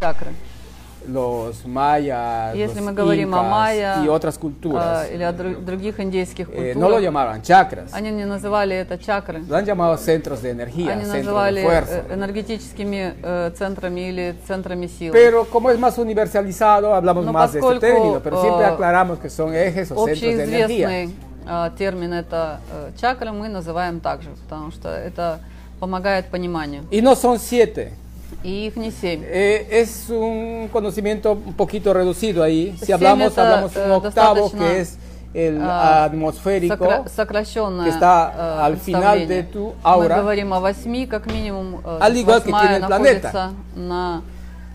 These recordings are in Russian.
чакры. los mayas, Если los мы говорим о incas майя, y otras а, culturas, или о дру- других индейских eh, no lo культурах, llamaban chakras, они не называли это чакры. lo han llamado centros de energía, Они centros de называли fuerza. э, энергетическими э, центрами или центрами силы. Pero como es más universalizado, hablamos Но más de este поскольку, término, pero siempre э, aclaramos que son ejes o centros de energía. Общеизвестный э, термин это э, чакры мы называем также, потому что это помогает пониманию. Y no son siete. И их не семь. Eh, es un conocimiento un poquito reducido ahí. Si Siete, hablamos, eh, hablamos un octavo достаточно, que es el а, atmosférico. que сокращенное э, está al final de tu aura. Мы говорим о восьми, как минимум, э, Al igual que восьмая tiene el planeta. находится на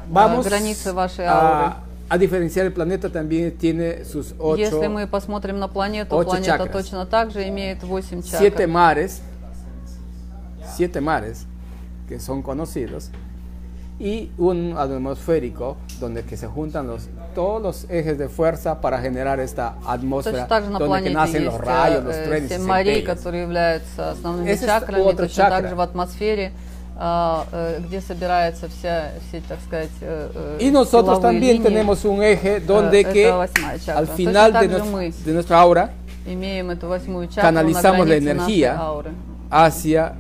э, Vamos границе вашей ауры. a, a diferenciar el planeta también tiene sus ocho, Если мы посмотрим на планету, ocho планета chakras. точно так же имеет 8 siete чакр. mares, siete mares que son conocidos y un atmosférico donde que se juntan los todos los ejes de fuerza para generar esta atmósfera Точно так же на donde que планете nacen los есть rayos, los э, trenes y семь морей, centellas. которые являются основными Esa es чакрами. otra Точно chakra. так же в атмосфере, а, э, где собирается вся, все, так сказать, э, э, Y nosotros силовые también линии. tenemos un eje donde Eh, que esta восьмая chakra. al Entonces, final de, также nues- мы- de nuestra aura имеем эту восьмую чакру canalizamos на la границе нашей energía ауры. hacia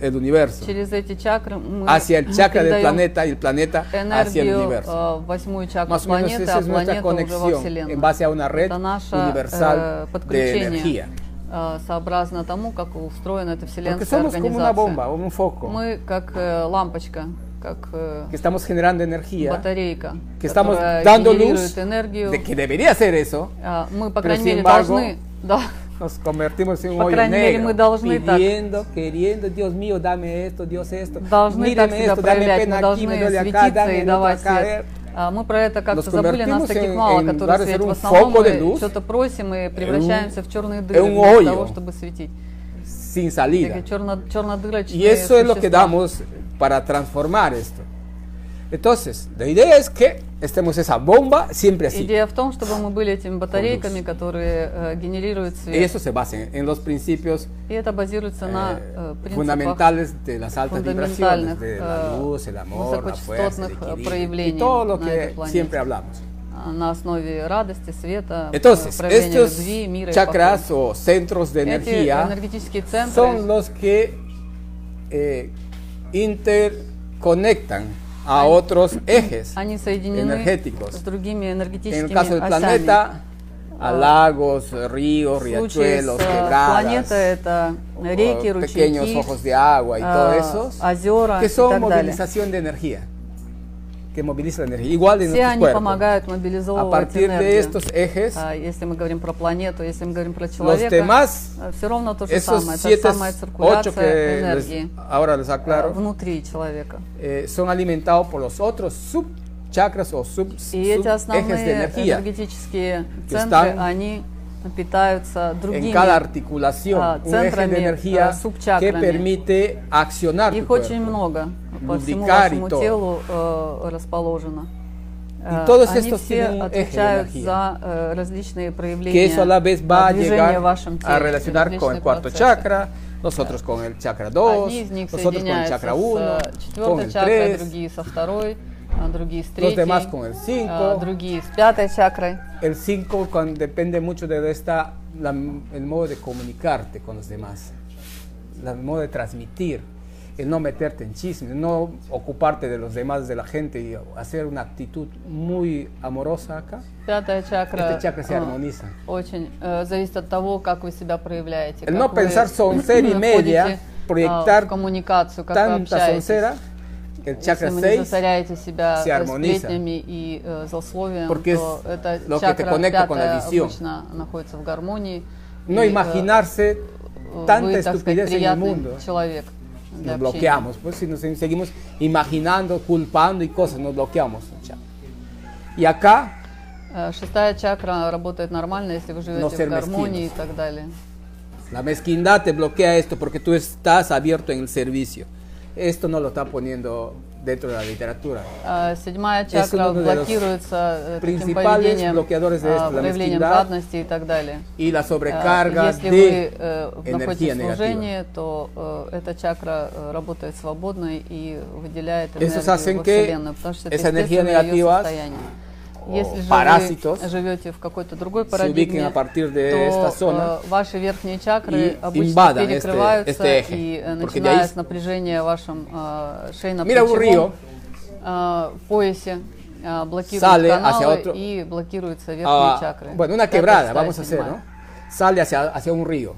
el universo, Через эти чакры мы hacia el chakra del передаем planeta y el planeta hacia el энергию universo. э, в восьмую чакру Más o menos планеты, esa а es планета уже во nuestra conexión en Вселенную. base a una red Это наше э, universal de подключение energía. э, сообразно тому, как устроена эта Porque вселенская somos como una bomba, организация. un foco, Мы как э, лампочка, как э, que estamos generando energía, батарейка, que estamos которая dando luz, генерирует энергию. de que debería ser eso, Э, Мы, по pero крайней sin мере, embargo, должны... Да. nos convertimos en un По hoyo крайней мере, мы negro, должны так. pidiendo, queriendo, Dios mío, dame esto, Dios esto, должны так míreme себя esto, dame проявлять, мы pena aquí, должны me duele acá, светиться dame и en otro давать acá, свет. ver. А, Мы про это как-то Nos забыли, convertimos нас таких en- мало, en lugar de которые ser светят. В un основном foco de мы luz, что-то просим и превращаемся в черные дыры en un вместо hoyo. того, чтобы светить. sin salida. Такие черно, чернодырочные Y eso es lo que существа. damos para transformar esto. Entonces, la idea es que estemos esa bomba siempre así. Идея в том, чтобы мы были этими батарейками, которые э, генерируют Y свет. eso se basa en, en los principios И это базируется на э, eh, принципах fundamentales de las altas vibraciones, фундаментальных de la э, luz, el amor, la fuerza, el высокочастотных э, equilibrio y проявлений todo lo на que этой планете. siempre hablamos. А, на основе радости, света, Entonces, э, проявления estos любви, мира и chakras покоя. o centros de Эти energía энергетические центры son los que eh, interconectan a otros ejes Они соединены energéticos. с другими En энергетическими el caso del осями. planeta, a lagos, ríos, В случае с riachuelos, э, quebradas, планетой это реки, eh, pequeños ручейки, ojos de agua y э, todo eso, озера que и son так далее. movilización de energía, que moviliza la energía, igual en Все nuestros они cuerpos. помогают мобилизовывать A partir de энергию. estos ejes, А, Если мы говорим про планету, если мы говорим про человека, demás, все равно то же esos самое. Это siete, самая ocho циркуляция que les- энергии ahora les э, aclaro, внутри человека. eh, son alimentados por los otros subchakras o sub, И эти ejes de основные energía энергетические que центры, están они питаются en cada другими articulación, ah, un eje центрами, de energía ah, subchakrami. que permite accionar tu Их cuerpo. очень много по всему Лубрикарий вашему тоже. телу э, расположено. Э, todos Они estos все tienen un eje de отвечают energía. за э, различные проявления que eso a la vez va a движения llegar в вашем теле, a relacionar con el различные cuarto процессы. chakra, nosotros con el chakra 2, Одни из них nosotros con el соединяются chakra 1, с э, con четвертой el чакрой, 3, другие со второй, а другие с третьей, demás con el cinco. а, другие с пятой чакрой. el 5 con- depende mucho de esta, la- el modo de comunicarte con los demás, la- el modo de transmitir, el no meterte en chismes, no ocuparte de los demás, de la gente y hacer una actitud muy amorosa acá. Пятая чакра Эта чакра se а, armoniza. очень э, зависит от того, как вы себя проявляете. El no как вы pensar soncer y media, входите, proyectar а, в коммуникацию, как вы Tanta общаетесь. soncera, el Если chakra вы не 6 засоряете себя se э, armoniza. сплетнями и э, злословием, Porque то es эта lo que te чакра conecta con la пятая visión. обычно находится в гармонии. no и, э, imaginarse oh, tanta вы, так сказать, estupidez en el приятный mundo. человек для Nos общения. bloqueamos, pues si nos seguimos imaginando, culpando y cosas, nos bloqueamos. chao. Y acá, Э, Шестая чакра работает нормально, если вы живете No ser в гармонии и mezquinos. так далее. la mezquindad te bloquea esto porque tú estás abierto en el servicio. Esto no lo está poniendo dentro de la literatura. А, Седьмая Если чакра надо, наверное, блокируется э, таким принципиальные поведением, блокеadores de esto, а, la проявлением mezquindad. жадности и так далее. Y la Э, sobrecarga Если de вы э, energía находитесь в negativa. служении, то э, эта чакра э, работает свободно и выделяет Esos энергию hacen во que Вселенную, потому что это esa energía естественное её negativas состояние. o Если же parásitos вы живете в какой-то другой se ubiquen парадигме, a partir de то esta zona. э, ваши верхние чакры y обычно invadan este- перекрываются, este eje, и э, porque de начиная ahí- с напряжения в вашем э, Mira un шейно-плечевом río э, поясе э, блокируют Sale hacia каналы otro- и блокируются верхние a- чакры. Ah, bueno, una Пятая, quebrada, шестая, vamos a hacer, седьмая. ¿no? Sale hacia, hacia un río.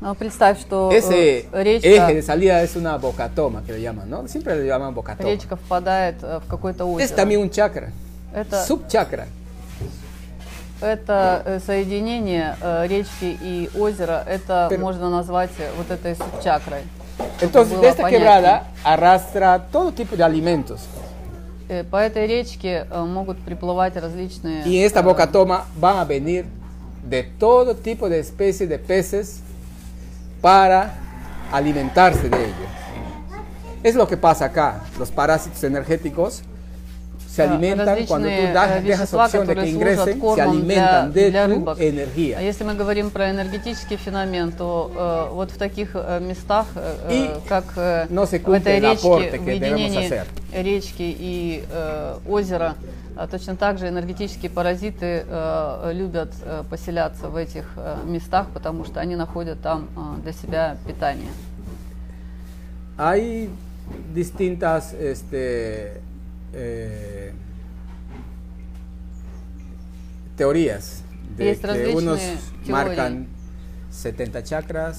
Ну, Представь, что э, Ese eje de речка, salida es una bocatoma, que le llaman, ¿no? Siempre le llaman bocatoma. речка впадает э, в какое-то Es озеро. también un chakra, Это, subchakra. это э, соединение э, речки и озера, это Pero- можно назвать э, вот этой субчакрой. Entonces, было de esta понятно. quebrada arrastra todo tipo de alimentos. Э, По этой речке э, могут приплывать различные... Y en esta э, bocatoma van a venir de todo tipo de especies de peces para alimentarse de ellos. Es lo que pasa acá. Los parásitos energéticos se э, alimentan cuando tú различные, das- э, dejas вещества, opción de que которые служат ingresen, se кормом для, alimentan de для tu рыбок. А energía. если мы говорим про энергетический феномен, то э, вот в таких э, местах, э, э, И как э, no se в этой cumple el aporte речке, в que debemos единении hacer. речки и э, озера, а точно так же энергетические паразиты э, любят э, поселяться в этих э, местах, потому что они находят там э, для себя питание. Hay distintas este, eh, teorías de Есть que различные unos теории. marcan 70 chakras,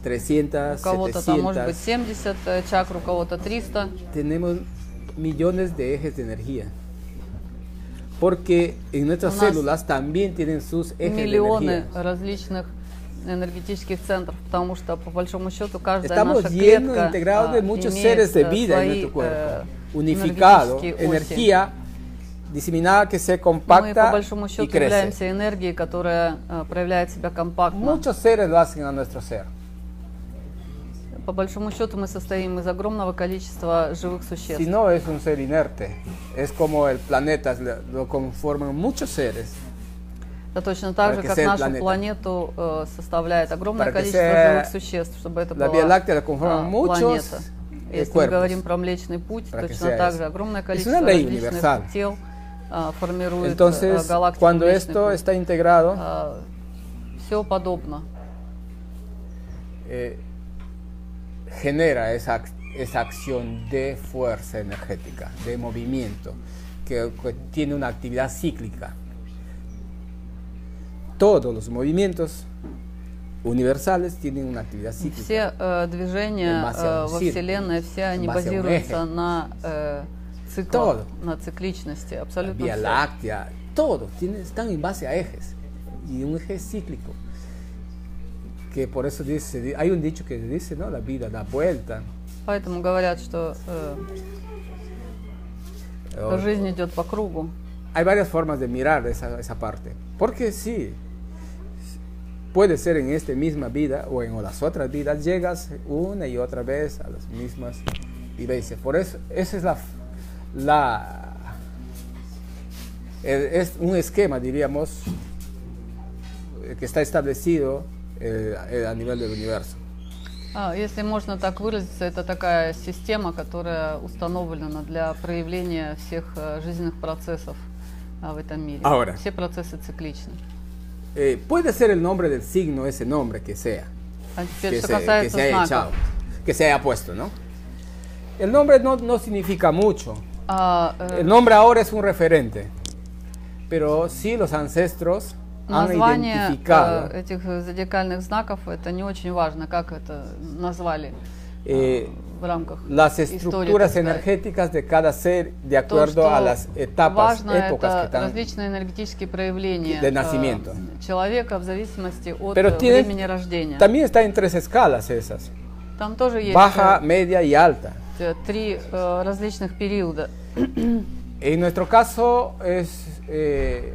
У 300, кого-то там может быть 700. 70 э, чакр, у кого-то 300. Tenemos millones de ejes de energía. Porque en nuestras У нас células también tienen sus ejes de миллионы energía. различных энергетических центров, потому что по большому счету каждая Estamos наша llenos, клетка integrados de а, muchos имеет, seres de а, vida en свои, nuestro cuerpo, э, unificado, энергетические оси. energía diseminada que se Мы по compacta большому счету y crece. являемся энергией, которая а, проявляет себя компактно. Muchos seres lo hacen a nuestro ser. По большому счету мы состоим из огромного количества живых существ. Si no es un ser inerte, es como el planeta, lo- lo conforman muchos seres. Это точно так para же, que как sea нашу planeta. планету э, составляет огромное Para que количество sea- живых существ, чтобы это La была Vía Láctea la conforman а, muchos, планета. э, Если cuerpos. мы говорим про Млечный Путь, Para que точно sea так eso. же огромное Es количество una ley различных universal. тел а, формирует э, Entonces, галактику cuando Млечный esto Путь. está Ah. integrado, все подобно. eh, genera esa, ac- esa acción de fuerza energética, de movimiento, que, que tiene una actividad cíclica. Todos los movimientos universales tienen una actividad cíclica. Все э, En движения base a э, un во círculo, Вселенной, все en они base a un базируются eje. на э, циклах, Todo. на цикличности, La абсолютно Vía все. Láctea, todos tienen, están en base a ejes y un eje cíclico. Que por eso dice, hay un dicho que dice, ¿no? La vida da vuelta. Поэтому говорят, что э, o- жизнь идет по кругу. Hay varias formas de mirar esa, esa parte. Porque sí, puede ser en esta misma vida o en las otras vidas, llegas una y otra vez a las mismas vivencias. Por eso, esa es la... la el- es un esquema, diríamos, eh, que está establecido eh, eh, a nivel del universo. А, если можно так выразиться, это такая система, которая установлена для проявления всех э, жизненных процессов а, в этом мире. Ahora. Все процессы цикличны. Eh, puede ser el nombre del signo, ese nombre que sea. А теперь, que что se, que касается se знаков. haya echado, que se haya puesto, ¿no? El nombre no, no significa mucho. А, э, El nombre ahora es un referente, pero sí los ancestros han Название identificado э, этих э, зодиакальных знаков это не очень важно, как это назвали eh, в рамках las истории. так estructuras сказать. energéticas de cada ser de То, acuerdo что a las etapas, важно, épocas que это están. различные энергетические проявления э, de nacimiento. человека в зависимости от Pero э, tiene- времени рождения. También está en tres escalas esas, Там тоже есть baja, э, media y alta. э, три э, различных периода. En nuestro caso es eh,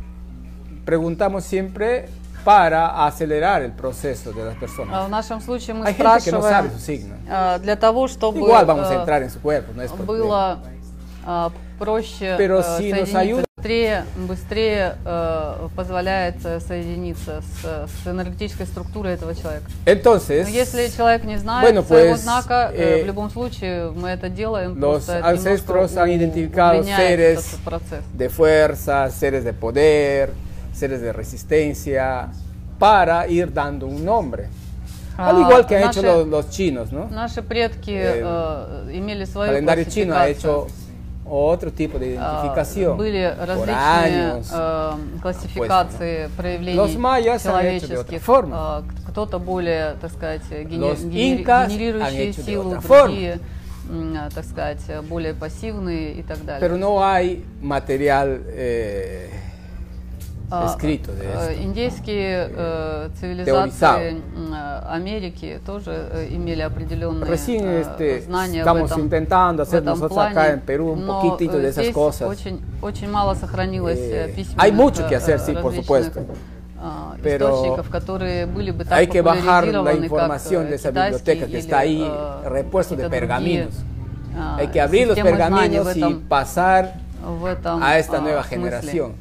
preguntamos siempre para acelerar el proceso de las А В personas. нашем случае мы Hay gente que no sabe спрашиваем su signo. а, для того, чтобы Igual vamos a э, entrar en su cuerpo, no es problema. было а, проще Pero э, si nos соединиться, ayuda- быстрее, быстрее э, позволяет э, соединиться с, с энергетической структурой этого человека. Но Entonces, если человек не знает Bueno, своего pues, знака, э, eh, в любом случае мы это делаем. los просто это немножко ancestros han у- identificado удлиняет seres- этот процесс. de fuerza, seres de poder, seres de resistencia, para ir dando un nombre. Ah, Al igual que han nace- hecho los, los chinos, ¿no? Наши предки Э, а э, имели El свою calendario chino ha классификацию. hecho otro tipo А, de identificación Были por различные años. э, классификации Los проявлений mayas han hecho de otra человеческих. forma. Э, Кто-то более, так сказать, э, гене- Los генери- incas han генерирующие hecho de силу, otra forma. другие, м, э, так сказать, э, более пассивные и так далее. Pero no hay material eh, А, escrito de э, esto. Индейские э, теоризал. цивилизации м, э, Америки тоже э, имели определенные Recién э, este, знания в estamos этом, intentando в hacer этом nosotros плане, acá en Perú un но, poquitito э, de esas здесь cosas. Очень, очень мало сохранилось Eh, э, письменных hay mucho que э, hacer, sí, por различных, supuesto. э, Pero источников, которые были бы Hay так que bajar la популяризированы, как información de э, esa китайский biblioteca que или, está ahí, э, repuesto de какие-то pergaminos. другие, э, Hay que abrir los системы знаний в pergaminos y этом- pasar в этом, a esta э, nueva смысле. generación.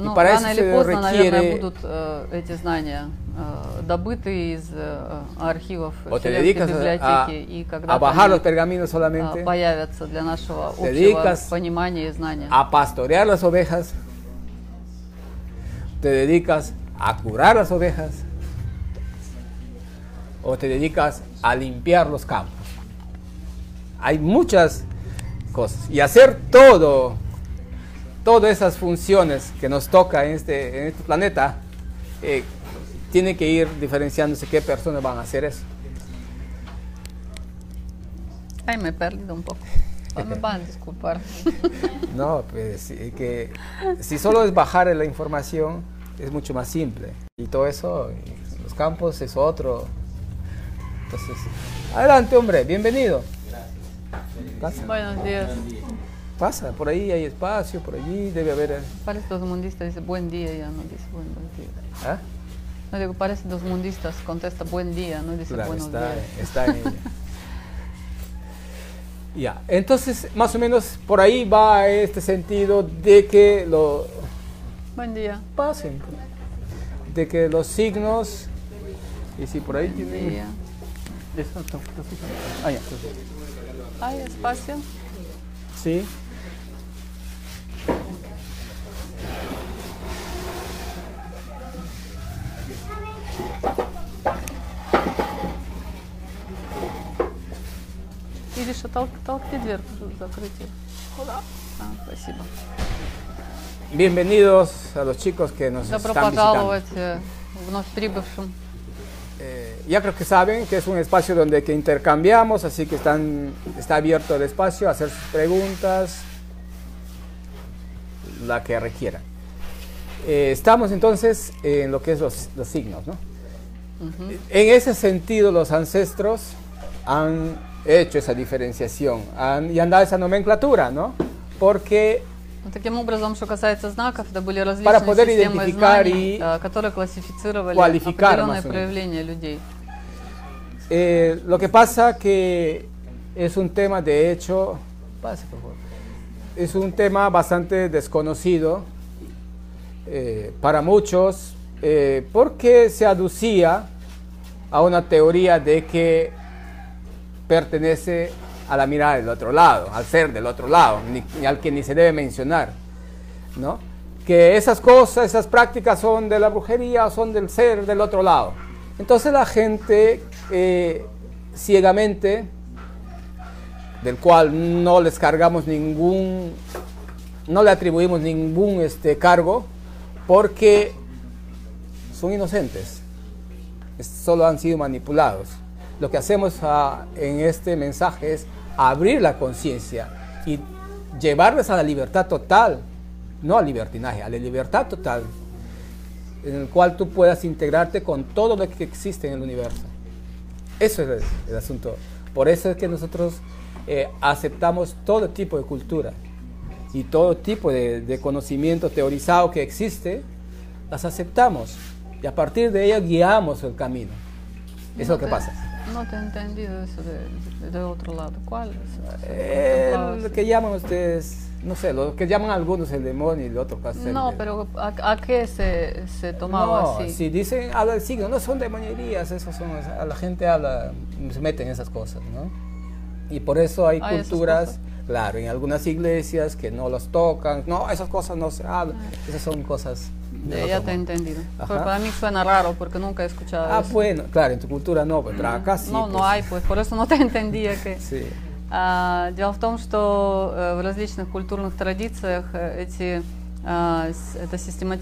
Ну, para рано eso или se поздно, наверное, requiere- будут э, эти знания э, добыты из э, архивов O te Вселенской dedicas библиотеки, a, и a когда э, bajar los pergaminos solamente, Ah, появятся для нашего общего dedicas понимания и знания. a pastorear las ovejas, te dedicas a curar las ovejas o te dedicas a limpiar los campos. Hay muchas cosas y hacer todo, todas esas funciones que nos toca en este, en este planeta, eh, tiene que ir diferenciándose qué personas van a hacer eso. Ai, me perdi de un poco. Ah, me van a disculpar. No, pues eh, que si solo es bajar la información es mucho más simple. Y todo eso, y los campos es otro. Entonces, adelante hombre, bienvenido. Pasa, Buenos días. pasa, por ahí hay espacio, por allí debe haber... eh, Parece dos mundistas, dice buen Ну, día, ya no dice buenos días. ¿ah? No digo, parece dos mundistas, contesta buen día, ну, no dice Claro, buenos está, días. está en ella. Ya, entonces más o menos por ahí va este sentido de que lo, Buen día. pasen. De que los signos. Y si por ahí Buen tienen. día. Esto, esto, esto, esto. Ah, ya. Hay espacio. Sí. Ириша, толк- толкни дверь, закрыть ее. А, спасибо. Bienvenidos a los chicos que nos Добро están visitando. пожаловать э, вновь прибывшим. Eh, ya creo que saben que es un espacio donde que intercambiamos, así que están, está abierto el espacio a hacer sus preguntas, la que requieran. Eh, estamos entonces en lo que es los, los signos, ¿no? En ese sentido, los ancestros han hecho esa diferenciación han- y han dado esa nomenclatura, ¿no? Porque Ну, Таким образом, что касается знаков, это были Para различные poder системы identificar знаний, y э, которые классифицировали cualificar, определенные más o menos. проявления людей. Eh, lo que pasa que es un tema, de hecho, pase, por favor. es un tema bastante desconocido eh, para muchos, eh, porque se aducía a una teoría de que pertenece a la mirada del otro lado, al ser del otro lado, ni- ni al que ni se debe mencionar, ¿no? Que esas cosas, esas prácticas son de la brujería, son del ser del otro lado. Entonces la gente eh, ciegamente, del cual no les cargamos ningún, no le atribuimos ningún este, cargo, porque son inocentes, es- solo han sido manipulados. Lo que hacemos ah, en este mensaje es abrir la conciencia y llevarles a la libertad total, no al libertinaje, a la libertad total, en el cual tú puedas integrarte con todo lo que existe en el universo. Eso es el, el asunto. Por eso es que nosotros eh, aceptamos todo tipo de cultura y todo tipo de, de conocimiento teorizado que existe, las aceptamos Y a partir de ella guiamos el camino. Eso es lo que te- pasa. No te he entendido eso de, de otro lado. ¿Cuál? es? Eh, Entonces- lo que llaman ustedes, no sé, lo que llaman algunos el demonio y el otro casi el- No, pero ¿a, a qué se, se tomaba No, así? si dicen, habla del signo, no son demonerías, eso son, a la gente habla, se mete en esas cosas, ¿no? Y por eso hay Ah, esas culturas, claro, en algunas iglesias que no los tocan, no, esas cosas no se hablan, esas son cosas... Ya- de ya otro te he mundo. entendido. Ajá. Pero para mí suena raro porque nunca he escuchado Ah, eso. bueno, claro, en tu cultura no, pero acá sí. no, no pues. hay, pues por eso no te entendía que... Sí. А, Дело в том, что э, в различных культурных традициях э, эти, э, с- эта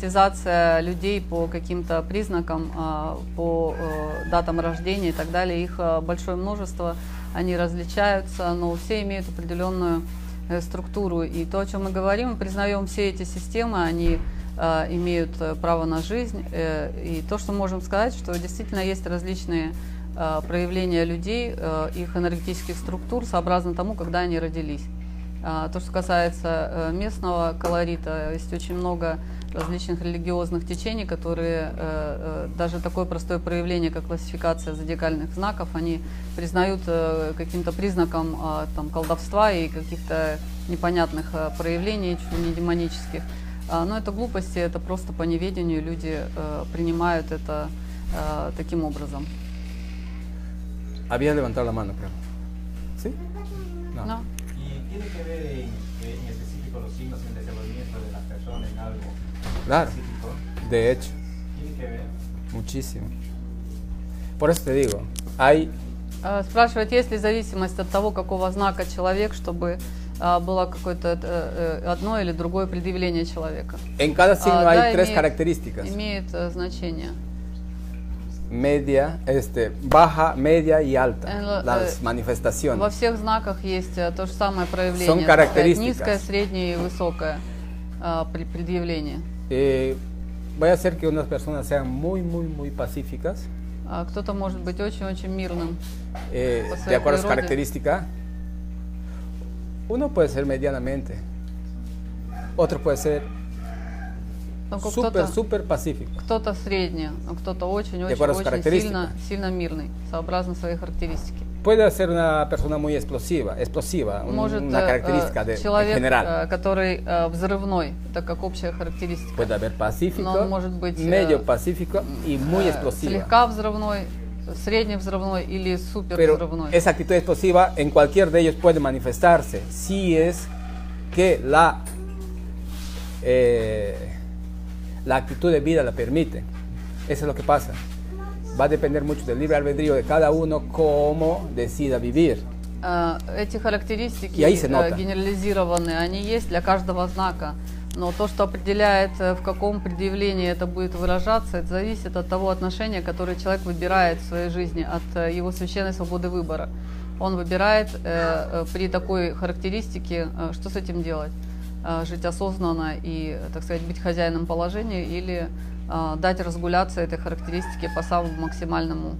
систематизация людей по каким-то признакам, а, по э, датам рождения и так далее, их э, большое множество, они различаются, но все имеют определенную э, структуру. И то, о чем мы говорим, мы признаем все эти системы, они э, имеют э, право на жизнь. Э, И то, что можем сказать, что действительно есть различные э, проявления людей, э, их энергетических структур сообразно тому, когда они родились. А, То, что касается э, местного колорита, есть очень много различных религиозных течений, которые э, э, даже такое простое проявление, как классификация зодиакальных знаков, они признают э, каким-то признаком а, там, колдовства и каких-то непонятных э, проявлений, чуть ли не демонических. А, Но это глупости, это просто по неведению люди э, принимают это э, таким образом. Había levantado la mano, creo. ¿Sí? No. Да. ¿Y tiene que ver en, en específico los signos en desenvolvimiento de las personas en algo Claro, específico? de hecho. ¿Tiene que ver? Muchísimo. Por eso te digo, hay... Э, Спрашивает, есть ли зависимость от того, какого знака человек, чтобы э, было какое-то э, э, одно или другое предъявление человека. En cada signo А, hay да, tres имеет- características. Имеет э, значение. Media, este, baja, media y En alta. lo- Las eh, Во manifestaciones. всех знаках есть э, то же самое проявление. Son так сказать, características. Низкое, среднее и высокое э, при- предъявление. Eh, voy a hacer que unas personas sean muy, muy, muy pacíficas. А Кто-то может быть очень-очень мирным. eh, O sea, de acuerdo a su pero- característica. Uno puede ser medianamente. Otro puede ser Только súper, Ну, кто-то- súper pacífico. Кто-то средний, а кто-то acuerdo a sus очень-очень-очень сильно, características. сильно мирный, сообразно своей характеристике. Puede ser una persona muy explosiva, explosiva, un- Может, una э, característica э, de, en человек, general. э, который э, взрывной, это как общая характеристика. Puede haber pacífico, No, может быть, medio э, pacífico y muy Э, explosiva. Слегка взрывной, средне взрывной или супер Pero взрывной. esa actitud explosiva en cualquier de ellos puede manifestarse si es que la, eh, la actitud de vida la permite. Eso es lo que pasa. Va a depender mucho del libre albedrío de cada uno cómo decida vivir. Э, Эти характеристики И ahí se nota. э, генерализированные, они есть для каждого знака. Но то, что определяет, э, в каком предъявлении это будет выражаться, это зависит от того отношения, которое человек выбирает в своей жизни, от э, его священной свободы выбора. Он выбирает э, э, при такой характеристике, э, что с этим делать. Э, Жить осознанно и, э, так сказать, быть хозяином положения или э, дать разгуляться этой характеристике по самому максимальному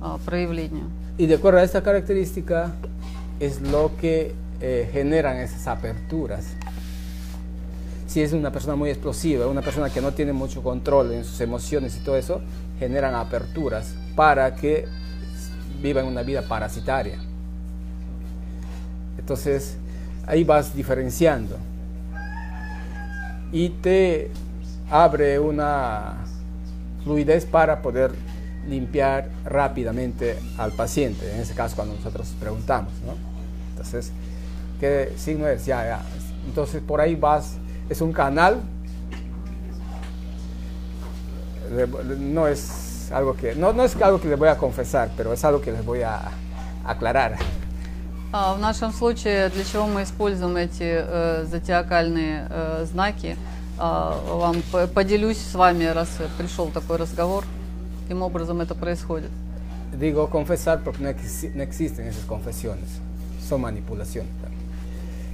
э, проявлению. Y de acuerdo a esta característica es lo que eh, generan esas aperturas. Si es una persona muy explosiva, una persona que no tiene mucho control en sus emociones y todo eso, generan aperturas para que vivan una vida parasitaria. Entonces, ahí vas diferenciando. Y te abre una fluidez para poder limpiar rápidamente al paciente, en ese caso cuando nosotros preguntamos, ¿no? Entonces, ¿qué signo es? Ya, ya. Entonces, por ahí vas, es un canal, Le- no es algo que, no, no es algo que les voy a confesar, pero es algo que les voy a aclarar. А, В нашем случае для чего мы используем эти э, зодиакальные э, знаки? А, вам п- поделюсь с вами, раз пришел такой разговор, каким образом это происходит. Digo confesar porque no, exi- no existen esas confesiones, son manipulaciones también.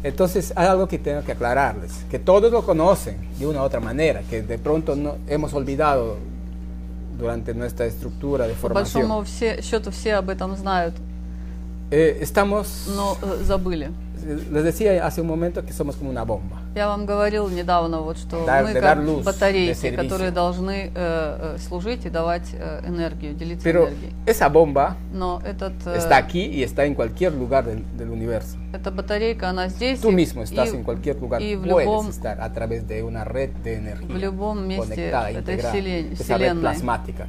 Entonces hay algo que tengo que aclararles, que todos lo conocen de una u otra manera, que de pronto no, hemos olvidado durante nuestra estructura de По formación. большому все, счету все об этом знают, Eh, estamos но э, забыли. les decía hace un momento que somos como una bomba. Я вам говорил недавно, вот, что Да, мы да, как дар luz, de батарейки, servicio. которые должны э, э, служить и давать э, энергию, делиться Pero энергией. esa bomba Но этот, э, está aquí y está en cualquier lugar del, del universo. эта батарейка, она здесь. Tú и- mismo estás и en cualquier lugar. y в Puedes любом- estar a través de una red de в energía любом месте conectada, этой integrada, вселен- esa red вселенной, plasmática.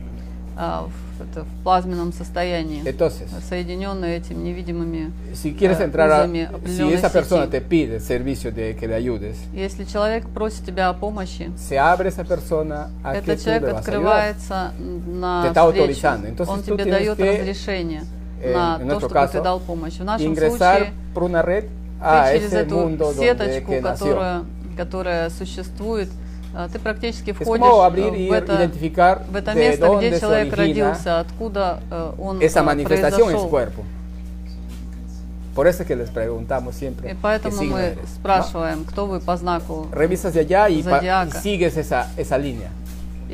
а, в- это в плазменном состоянии, Entonces, соединенные этим невидимыми. si quieres eh, entrar a, usami si определенной esa persona сети. te pide el servicio de que le ayudes, Если человек просит тебя о помощи, se abre esa persona a que этот tú le человек vas a ayudar. открывается Te на está встречу. autorizando. Entonces Он tú тебе tienes дает que, разрешение eh, на en то, nuestro чтобы caso, ты дал помощь. В нашем Ingresar случае por una red a ты через ese mundo эту donde сеточку, que nació. которая, которая существует, а, ты практически Es входишь como abrir э, y в это, identificar в это de место, где dónde se человек origina родился, откуда э, он esa э, manifestación en произошел. su cuerpo. Por eso es que les preguntamos siempre. И ¿qué поэтому signo мы eres? спрашиваем, кто вы по знаку. ¿No? Revisas Pues de allá y, pa- y Zodiaca. sigues esa, esa línea.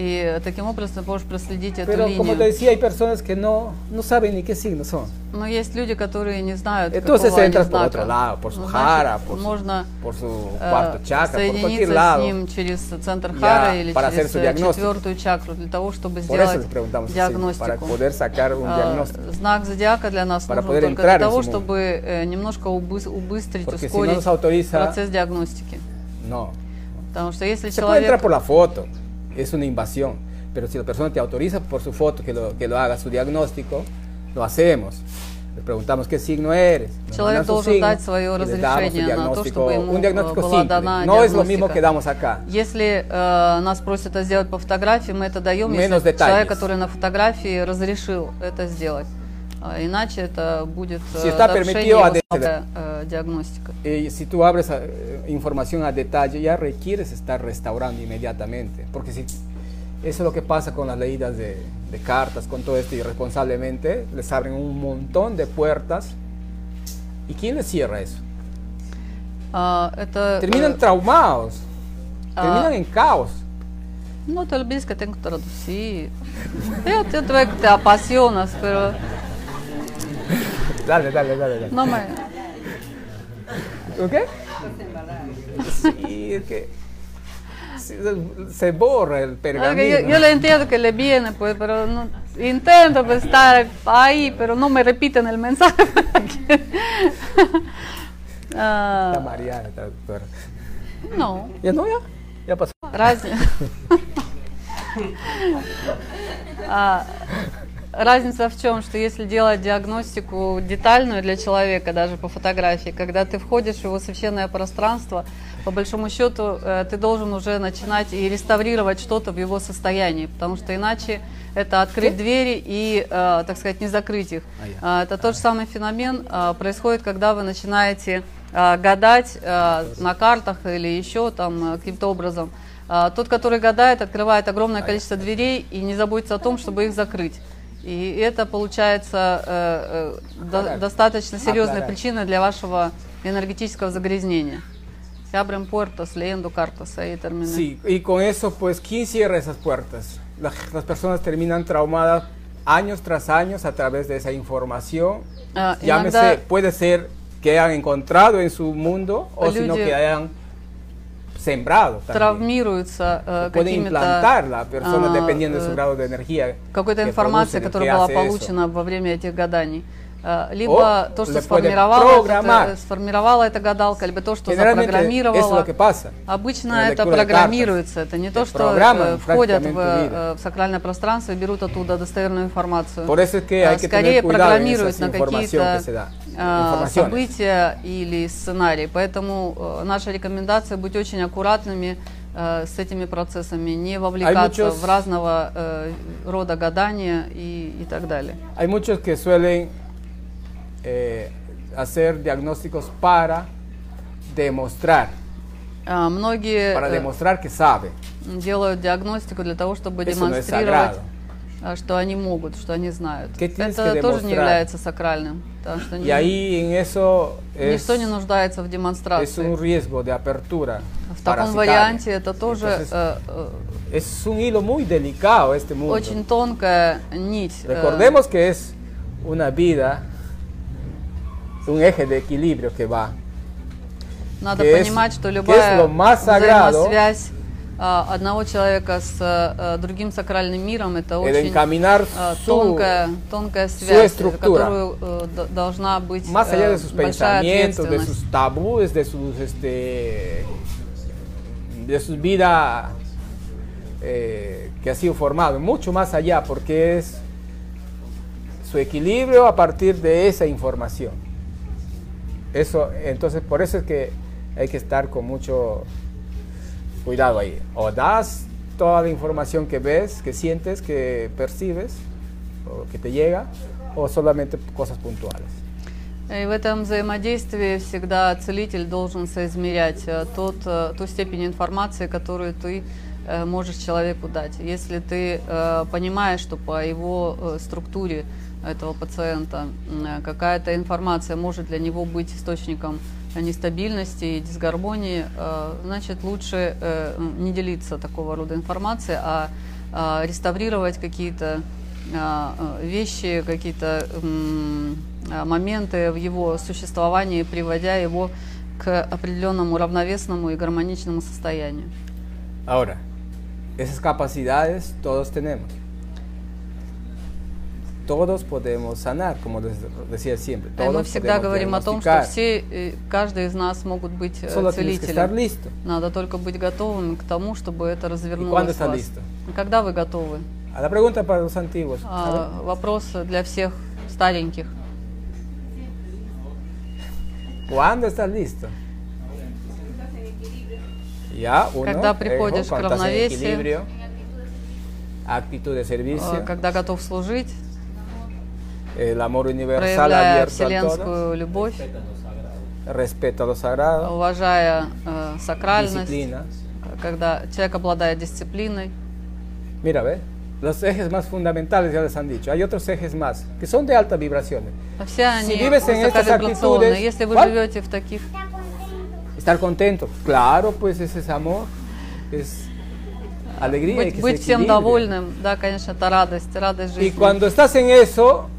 И таким образом ты можешь проследить эту Pero como te линию. decía, hay personas que no, no saben ni qué signos son. Но есть люди, которые не знают, Entonces какого они entras por otro знака. lado, por su Ну, jara, значит, por su- можно Por su э, cuarto chakra, por cualquier соединиться с lado. ним через центр Я- хара или para hacer через su э, diagnóstico. четвертую чакру для того, чтобы Por eso les сделать preguntamos así, para диагностику. poder sacar un Э, diagnóstico. Знак зодиака для нас Para нужен poder только entrar для en того, su mundo. чтобы э, немножко убыс- убыстрить, Porque si no ускорить nos autoriza- процесс диагностики. No. Потому что если Se puede entrar человек por la foto, es una invasión. Pero si la persona te autoriza por su foto que lo, que lo haga su diagnóstico, lo hacemos. Le preguntamos qué signo eres. nos Человек mandan su должен signo dать свое y les damos un разрешение на то, diagnóstico, чтобы ему un diagnóstico э, была simple. дана No es lo mismo que диагностика. damos acá. Если э, нас просят это сделать по фотографии, мы это даем, если Menos detalles. человек, который на фотографии, разрешил это сделать. А Иначе это будет э, Si está нарушение permitido, его adelante. самого, э, диагностика. Y si tú abres eh, información a detalle, ya requieres estar restaurando inmediatamente. Porque si eso es lo que pasa con las leídas de, de cartas, con todo esto, irresponsablemente, les abren un montón de puertas. ¿Y quién les cierra eso? А, это, Terminan э, traumados, Ah. terminan en caos. ну, te olvides que tengo traducir. Я te tuve que te apasionas, pero Dale, dale, dale. dale. no me- ¿Ok? Sí, es que sí, se- se borra el pergamino. Yo, yo le entiendo que le viene, pues, pero no, intento pues, estar ahí, pero no me repiten el mensaje. Ah, Está mareada la traductora. no, ¿Ya no? Ya, ya pasó. ну, разница. Разница в чем, что если делать диагностику детальную для человека, даже по фотографии, когда ты входишь в его священное пространство, по большому счету э, ты должен уже начинать и реставрировать что-то в его состоянии, потому что иначе это открыть двери и, э, так сказать, не закрыть их. А я. А, Это тот же самый феномен а, происходит, когда вы начинаете а, гадать а, на картах или еще там а, каким-то образом. А, Тот, который гадает, открывает А огромное количество дверей и не заботится о том, чтобы их закрыть. И это получается э, э, до- Правильно. достаточно серьезная Правильно. причина для вашего энергетического загрязнения. Se abren puertas leyendo cartas, ahí termina. Sí, y con eso, pues, ¿quién cierra esas puertas? La- Las, personas terminan traumadas años tras años a través de esa información. Ah, y Llámese, manda- puede ser que hayan encontrado en su mundo o sino Люди- que hayan sembrado también. Травмируются э, Puede какими-то implantar la persona а, dependiendo de э, su grado de energía. какой-то que информации, producen, que которая была hace eso. получена во время этих гаданий. Э, Либо О, то, что le puede сформировала programar. это, сформировала эта гадалка, либо то, что Generalmente, eso es запрограммировала. lo que pasa. Обычно en la это lectura de программируется, это не Te то, что programan э, входят в, prácticamente tu vida. э, в сакральное пространство и берут оттуда достоверную информацию. Por eso es que Э, hay que Скорее tener cuidado en программируют esa на información какие-то que se da. э, Informaciones. события или сценарии. Поэтому э, наша рекомендация быть очень аккуратными э, с этими процессами, не вовлекаться muchos- в разного э, рода гадания и, и так далее. Hay muchos que suelen eh, hacer diagnósticos para demostrar, Э, Многие para э, demostrar que sabe. делают диагностику для того, чтобы Eso no es демонстрировать, sagrado. э, что они могут, что они знают. Que tienes Это que тоже не demostrar. является сакральным, потому что Y ни- ahí en eso es, ничто не нуждается в es демонстрации. un riesgo de apertura. В таком parasitaria. варианте это тоже Entonces, э, э, es un hilo muy delicado este mundo. очень тонкая нить. э, Recordemos que es una vida, un eje de equilibrio que va Надо que es- понимать, что que es любая lo más sagrado. взаимосвязь а, одного человека с а, а, другим сакральным миром это el очень encaminar а, su, тонкая, тонкая связь, estructura. которую э, д- должна быть más allá э, de sus большая pensamientos, de ответственность. sus tabúes, de sus este de su vida eh, que ha sido formado, mucho más allá, porque es su equilibrio a partir de esa información. Eso, entonces, por eso es que hay que estar con mucho cuidado ahí. O das toda la información que ves, que sientes, que percibes, o que te llega, o solamente cosas puntuales. И в этом взаимодействии всегда целитель должен соизмерять э, тот, э, ту степень информации, которую ты э, можешь человеку дать. Если ты э, понимаешь, что по его э, структуре этого пациента м, э, какая-то информация может для него быть источником э, нестабильности и дисгармонии, э, значит лучше э, м, не делиться такого рода информацией, а э, реставрировать какие-то а, э, вещи, какие-то м, а, моменты в его существовании, приводя его к определенному равновесному и гармоничному состоянию. Ahora, esas capacidades todos tenemos. Todos podemos sanar, como les decía siempre. Э, Todos Мы всегда podemos говорим о том, что diagnosticar. все, э, каждый из нас могут быть э, Solo tienes que estar целителем. listo. Надо только быть готовым к тому, чтобы это ¿Y cuándo развернулось в estás вас. listo? Когда вы готовы? A la pregunta para los antiguos. А, Вопрос для всех стареньких. ¿Cuándo estás listo? Ya, uno. Когда eh, приходишь к cuando estás en равновесию. equilibrio, actitud de servicio, Э, Когда готов служить, el amor universal проявляя abierto a todos, вселенскую любовь, respeto a lo sagrado, уважая э, сакральность, disciplina. когда человек обладает дисциплиной. Mira, ve, los ejes más fundamentales ya les han dicho. Hay otros ejes más que son de altas vibraciones. А Все они vives en estas actitudes, высоковибрационные. Если вы ¿cuál? живете в таких, Estar contento, claro, pues ese es amor, es alegría. y быть, que se быть всем equilibre. довольным, да, конечно, это радость, радость Y жизни. cuando estás en eso,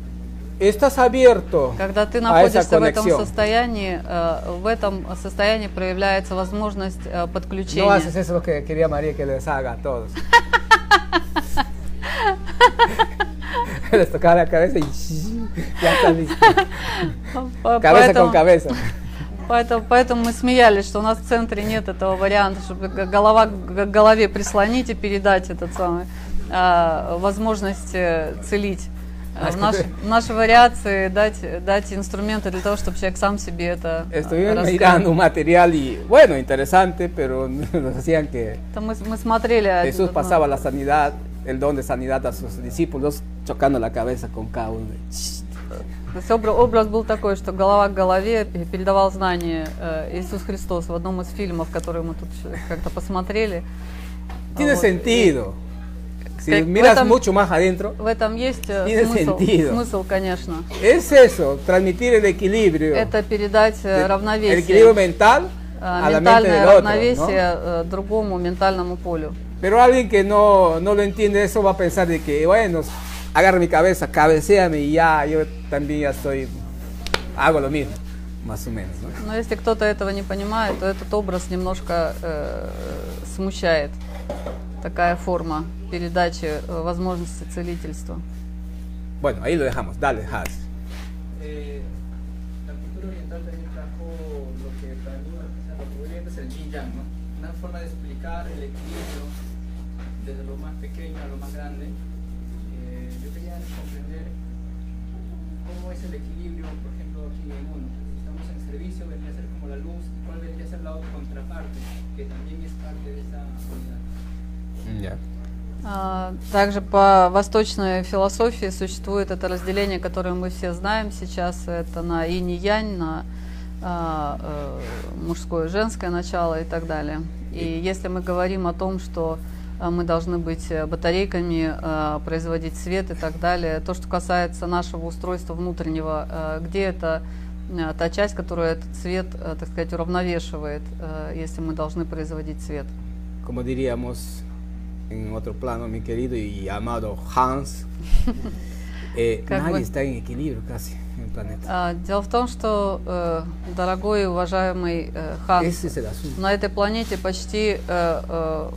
estás abierto Когда ты a esa находишься в этом conexión. состоянии, э, в этом состоянии проявляется возможность э, No haces подключения. eso lo que quería María que les haga a todos. les tocaba la cabeza y ya está listo. По- Cabeza con поэтому- cabeza. Поэтому, поэтому мы смеялись, что у нас в центре нет этого варианта, чтобы г- голова к голове прислонить и передать этот самый а, возможность э, целить. А Э, В, наш- в нашей вариации дать, дать инструменты для того, чтобы человек сам себе это э, Estuvimos раскрыл. mirando un material y bueno, interesante, pero nos decían que Это мы, с- мы смотрели один- Jesús ну, pasaba la sanidad, el don de sanidad a sus discípulos, chocando la cabeza con cada uno. то есть обра- образ был такой, что голова к голове пе- передавал знания э, Иисус Христос в одном из фильмов, которые мы тут ещё как-то посмотрели. Tiene Вот. И- sentido. Si Как- miras в этом- mucho más adentro, В этом есть э, Tiene смысл, sentido. смысл, конечно. es eso, transmitir el equilibrio. Это передать э, de- el equilibrio равновесие, mental э, a la mente ментальное del otro. ¿no? равновесие э, другому ментальному полю. Pero alguien que no, no lo entiende eso va a pensar de que, bueno, agarra mi cabeza, cabeceame y ya, yo también ya estoy, hago lo mismo, más o menos. ¿no? Но если кто-то этого не понимает, то этот образ немножко э, смущает. Такая форма передачи э, возможности целительства. Bueno, ahí lo dejamos, dale, Has. Eh, la cultura oriental también trajo lo que para mí, o sea, lo que voy viendo es el yin yang, ¿no? Una forma de explicar el equilibrio desde lo más pequeño a lo más grande. Eh, yo quería comprender cómo es el equilibrio, por ejemplo, aquí en uno. Estamos en servicio, vendría a ser como la luz, y cuál vendría a ser la contraparte, que también es parte de esa unidad. Ya. А, Также по восточной философии существует это разделение, которое мы все знаем сейчас. Это на инь и янь, на а, э, мужское и женское начало и так далее. И если мы говорим о том, что а, мы должны быть э, батарейками, э, производить свет и так далее, то, что касается нашего устройства внутреннего, э, где это э, та часть, которая этот свет, э, так сказать, уравновешивает, э, если мы должны производить свет. Como diríamos en otro plano, mi querido y amado Hans, eh, Как nadie бы. está en equilibrio casi. en el planeta. А, Дело в том, что, э, дорогой и уважаемый э, хан, Ese es el asunto. на этой планете почти э, э,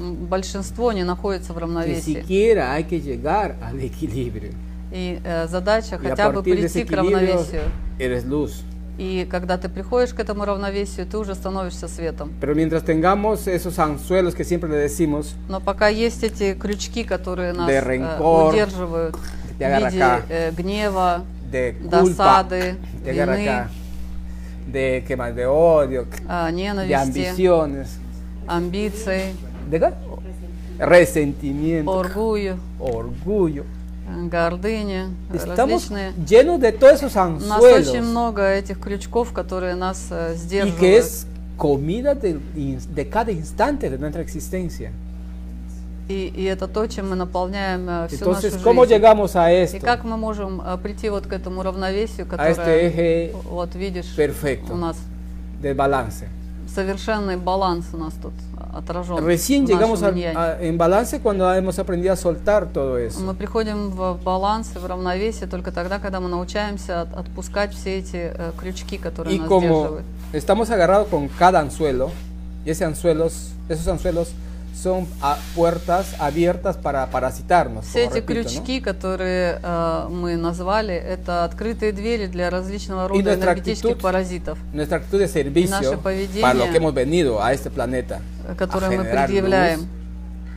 м, большинство не находится в Ni равновесии. siquiera hay que llegar al equilibrio. И э, задача Y a хотя бы partir de ese прийти к equilibrio равновесию. eres luz. И когда ты приходишь к этому равновесию, ты уже становишься светом. Pero mientras tengamos esos anzuelos que siempre le decimos, Но пока есть эти крючки, которые нас De э, rencor, удерживают в te agarra виде acá. э, гнева, de culpa, досады, de agarra вины, acá, de que más de odio, а, de ненависти, ambiciones, амбиций, de qué? resentimiento, оргую, orgullo. э, гордыни, э, Estamos различные. llenos de todos esos У нас очень anzuelos много этих крючков, которые нас э, y que сдерживают. es comida de, de cada instante de nuestra existencia. И, и это то, чем мы наполняем э, всю Entonces, нашу ¿cómo жизнь. llegamos a И esto? как мы можем э, прийти вот к этому равновесию, A este которое, eje вот видишь, у perfecto нас del balance. совершенный баланс у нас тут э, отражен. Recién в нашем llegamos a- инь-янь. a- en balance cuando hemos aprendido a soltar todo eso. Мы приходим в баланс и в равновесие только тогда, когда мы научаемся от- отпускать все эти э, крючки, которые Y нас como сдерживают. estamos agarrados con cada anzuelo, y ese anzuelos, esos anzuelos son a- puertas abiertas para parasitarnos. Все como эти repito, ¿no? крючки, которые э, мы назвали, это открытые двери для различного рода nuestra энергетических actitud. паразитов, Nuestra actitud de servicio Наше поведение, para lo que hemos venido a este planeta, э, a которые мы generar luz, предъявляем.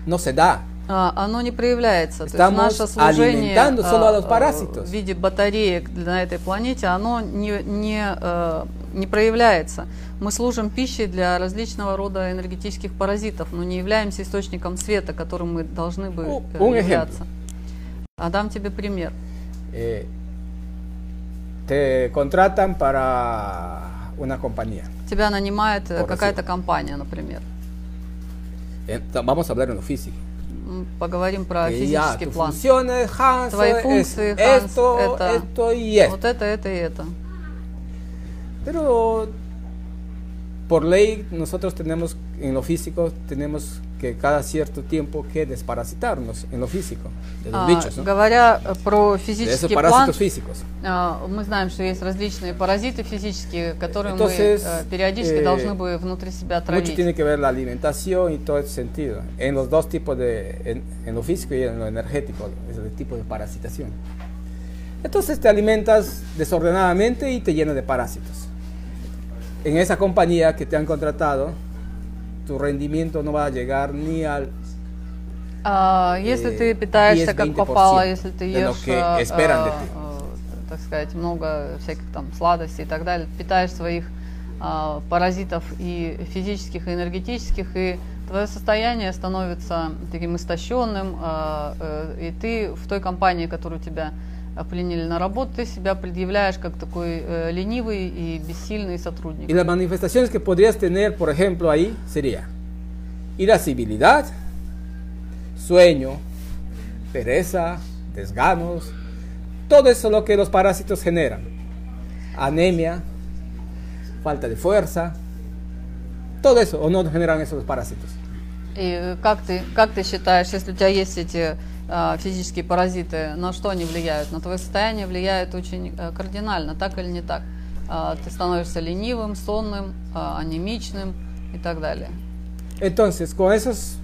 no se da. А, Оно не проявляется. То есть Estamos наше служение alimentando solo a los э, parásitos. в виде батареек для- на этой планете, оно не, не, э, не проявляется. Мы служим пищей для различного рода энергетических паразитов, но не являемся источником света, которым мы должны бы Un- э, un ejemplo. являться. А дам тебе пример. Eh, te contratan para una compañía. Тебя нанимает э, Спасибо. какая-то компания, например. Eh, vamos a hablar en lo físico. М, Поговорим про Que ya, физический tus план. funciones, Hans, Твои es функции, Hans, esto, это- esto y esto. Вот это, это и это. Pero por ley nosotros tenemos en lo físico tenemos que cada cierto tiempo que desparasitarnos en lo físico de los А, bichos, ¿no? Говоря э, про de esos физический план, parásitos físicos. А, Мы знаем, что есть различные паразиты физические, которые Entonces, мы э, периодически э, должны бы внутри себя Mucho травить. tiene que ver la alimentación y todo ese sentido. En los dos tipos de, en, en lo físico y en lo energético, es el tipo de parasitación. Entonces te alimentas desordenadamente y te llenas de parásitos. En esa compañía que te han contratado, tu rendimiento no va a llegar ni al А, Если э, ты питаешься как 10-20% попало, если ты de lo ешь, que э, esperan de э, ti. э, так сказать, много всяких там сладостей и так далее, питаешь своих а, паразитов и физических, и энергетических, и твое состояние становится таким истощенным, а, э, и ты в той компании, которую тебя а, пленили на работу, ты себя предъявляешь как такой э, ленивый и бессильный сотрудник. Y las manifestaciones que podrías tener, por ejemplo, ahí sería irascibilidad, sueño, pereza, desganos, todo eso lo que los parásitos generan. Anemia, falta de fuerza, todo eso, o no generan eso los parásitos. И как ты, как ты считаешь, если у тебя есть эти а, физические паразиты, на что они влияют? На твое состояние влияют очень э, кардинально, так или не так? А, ты становишься ленивым, сонным, а, анемичным и так далее. Entonces, con esos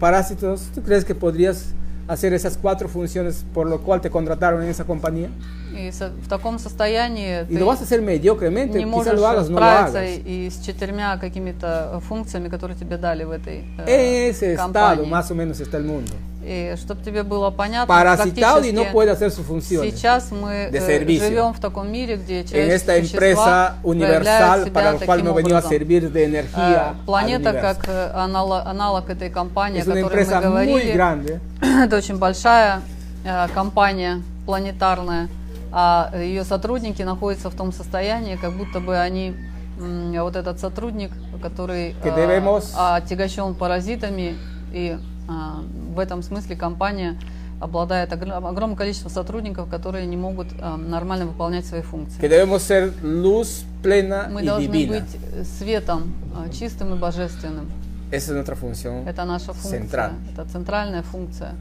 parásitos, ¿tú crees que podrías hacer esas cuatro funciones por lo cual te contrataron en esa compañía? И со- в таком состоянии Y lo vas ты a hacer mediocremente, не quizás можешь lo hagas, no lo справиться hagas. и с четырьмя какими-то функциями, которые тебе дали в этой En э, ese estado компании. más o menos está el mundo. И чтобы тебе было понятно, Parasitado y no практически puede hacer sus funciones. Сейчас мы de э, servicio. живем в таком мире, где En человек esta empresa universal para la cual hemos venido a servir Ah, de energía. al Э, Планета universo. как э, анала- аналог этой компании, о es una которой empresa мы muy говорили. grande Это очень большая э, компания планетарная, а ее сотрудники находятся в том состоянии, как будто бы они м, вот этот сотрудник, который Que debemos- отягощен паразитами, и а, в этом смысле компания обладает огр- огромным количеством сотрудников, которые не могут а, нормально выполнять свои que функции. debemos ser luz plena Мы y должны divina. быть э, светом, э, чистым и божественным. Esa es nuestra función. Это наша функция, Централь. это центральная функция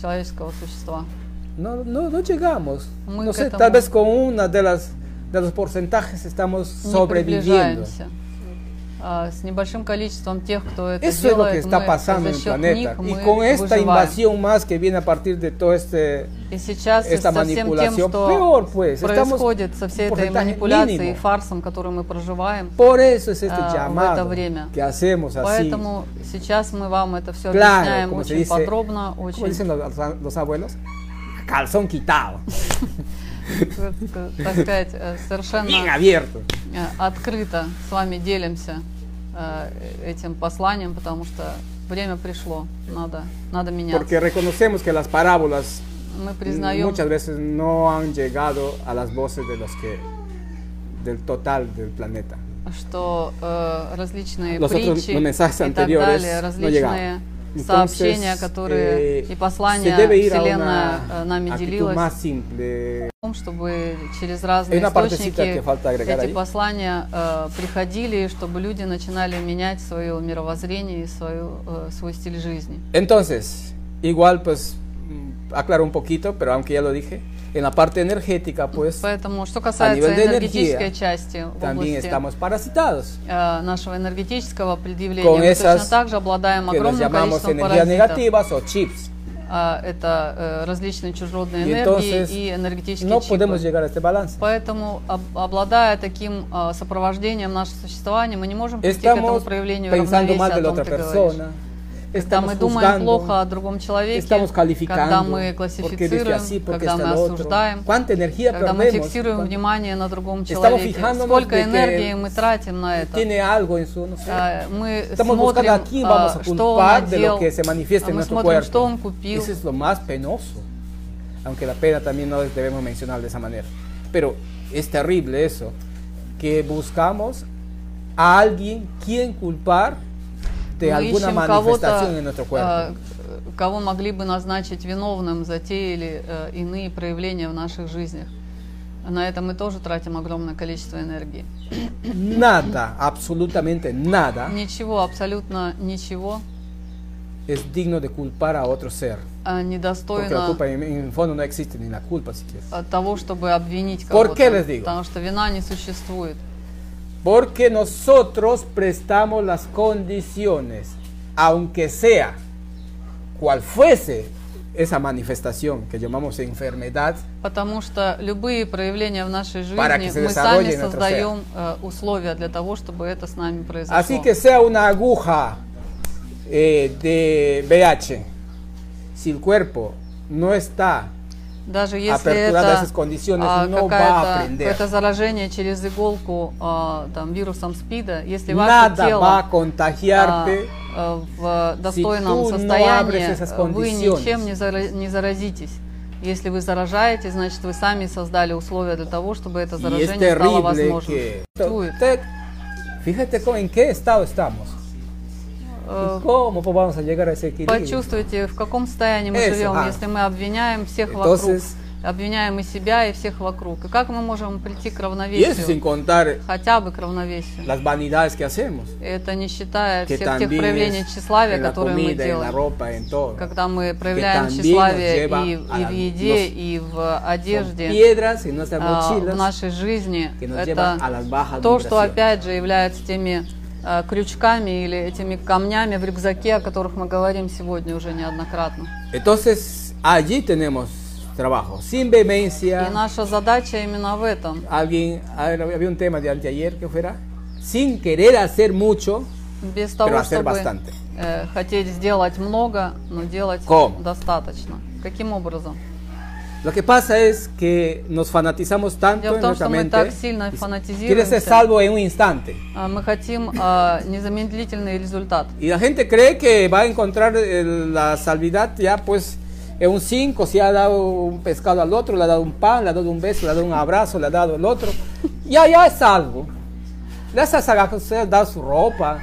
человеческого существа. No, no, no llegamos. Мы no к sé, этому tal vez con una de las de los porcentajes estamos не sobreviviendo. приближаемся. А, с небольшим количеством тех, кто это Eso es lo que делает, está мы pasando за en el счет planeta. них Y мы con esta выживаем. invasión más que viene a partir de todo este И сейчас esta со всем тем, manipulación. что Peor, pues, estamos происходит, со всей этой porcentaje манипуляцией mínimo. и фарсом, который мы проживаем, Por eso es este Ah, llamado в это время. que hacemos así. поэтому сейчас мы вам это все Claro, объясняем como se очень dice- подробно, ¿Cómo очень, dicen los, los abuelos? Calzón quitado, э, так сказать, э, bien совершенно abierto. э, открыто с вами делимся э, этим посланием, потому что время пришло, надо, надо меняться. Porque reconocemos que las parábolas Мы признаем, muchas veces no han llegado a las voces de los que del total del planeta. что э, различные Los otros притчи mensajes и так anteriores Ну, далее, no различные llegaban. Entonces, сообщения, которые eh, и se послания debe ir a Вселенная una э, нами actitud делилась, más simple. о том, чтобы через разные Hay una partecita источники que falta agregar эти ahí. послания э, приходили, и чтобы люди начинали менять свое мировоззрение и свою, э, свой стиль жизни. Entonces, igual pues mm, aclaro un poquito, pero aunque ya lo dije, en la parte energética pues Поэтому, что nivel касается de энергетической energía, части в también области estamos parasitados. э, нашего энергетического предъявления, Con мы точно esas так же обладаем que nos огромным llamamos количеством energías паразитов. negativas o chips. а, это э, различные чужеродные Y энергии entonces, и энергетические No чипы. podemos llegar a este balance. Поэтому, об- обладая таким а, сопровождением нашего существования, мы не можем прийти к этому Estamos проявлению pensando равновесия, mal о de la том otra ты говоришь. persona. Когда Estamos мы думаем плохо juzgando. о другом человеке, Estamos когда calificando. мы Porque dice así, классифицируем, porque когда está мы lo otro. осуждаем, ¿Cuánta energía когда мы perdemos? фиксируем ¿Cuán- внимание на другом Estamos человеке, fijándonos de сколько que энергии мы тратим на это. Tiene algo en su, no sé. А, Мы Estamos смотрим, buscando a quién vamos а, a что он culpar de lo одел, que se manifiesta а en мы nuestro смотрим, что он cuerpo. купил, Eso es lo más penoso. Aunque la pena también no debemos mencionar de esa manera. Pero es terrible eso. Que buscamos a alguien quien culpar de Мы alguna ищем кого-то, manifestación en nuestro э, cuerpo. кого могли бы назначить виновным за те или э, иные проявления в наших жизнях. На это мы тоже тратим огромное количество энергии. Nada, absolutamente nada, Ничего, абсолютно ничего es digno de culpar a otro э, ser. Porque la недостойно culpa en, en el fondo no existe ni la culpa siquiera. э, того, чтобы обвинить ¿Por кого-то. qué les digo? Потому что вина не существует. Porque nosotros prestamos las condiciones, aunque sea cual fuese esa manifestación que llamamos enfermedad, Потому что любые проявления в нашей Para que se жизни мы сами desarrolle nuestro ser. создаем э, условия для того, чтобы это с нами произошло. así que sea una aguja eh, de VH, si el cuerpo no está Даже если Apertura de это esas condiciones а, no va a какая-то- aprender. какое-то заражение через иголку а, там, вирусом СПИДа, если ваше nada va a тело а, contagiarte. а, в достойном tú no abres esas состоянии, вы condiciones. ничем не, зара- не заразитесь. Если вы заражаете, значит, вы сами создали условия для того, чтобы это Y es заражение стало terrible возможным. que... Существует, Usted- fíjate con- en qué estado estamos. э, ¿Y ¿Cómo pues, vamos a llegar a ese equilibrio? Почувствуйте, в каком состоянии мы Eso, живем, ah. если мы обвиняем всех вокруг, Entonces- обвиняем и себя, и всех вокруг. И как мы можем прийти к Y eso sin равновесию, contar хотя бы к равновесию? las vanidades que hacemos, Это не считая que всех тех también проявлений es тщеславия, en la которые мы comida, en la делаем. ropa, en todo. Когда мы проявляем también nos тщеславие lleva и, a и в la- еде, nos- и в Son одежде, piedras en nuestras а, в mochilas нашей жизни, que nos llevan a это las bajas то, что vibraciones. опять же является теми а, крючками или этими камнями в рюкзаке, о которых мы говорим сегодня уже неоднократно. Entonces, allí tenemos trabajo, sin vehemencia. И наша задача именно в этом. Alguien, a ver, había un tema de anteayer que fuera, sin querer hacer mucho, Без Pero того, hacer чтобы bastante. э, хотеть сделать много, но делать ¿Cómo? достаточно. Каким образом? Lo que pasa es que nos fanatizamos tanto Дело в en том, nuestra что мы mente. так сильно Quieres фанатизируемся. ser salvo en un instante. А, Мы хотим а, незамедлительный результат. Y la gente cree que va a encontrar eh, la salvidad ya pues en un 5, si ha dado un pescado al otro, le ha dado un pan, le ha dado un beso, le ha dado un abrazo, le ha dado el otro. Ya, ya es salvo. Le has aga- se ha dado su ropa.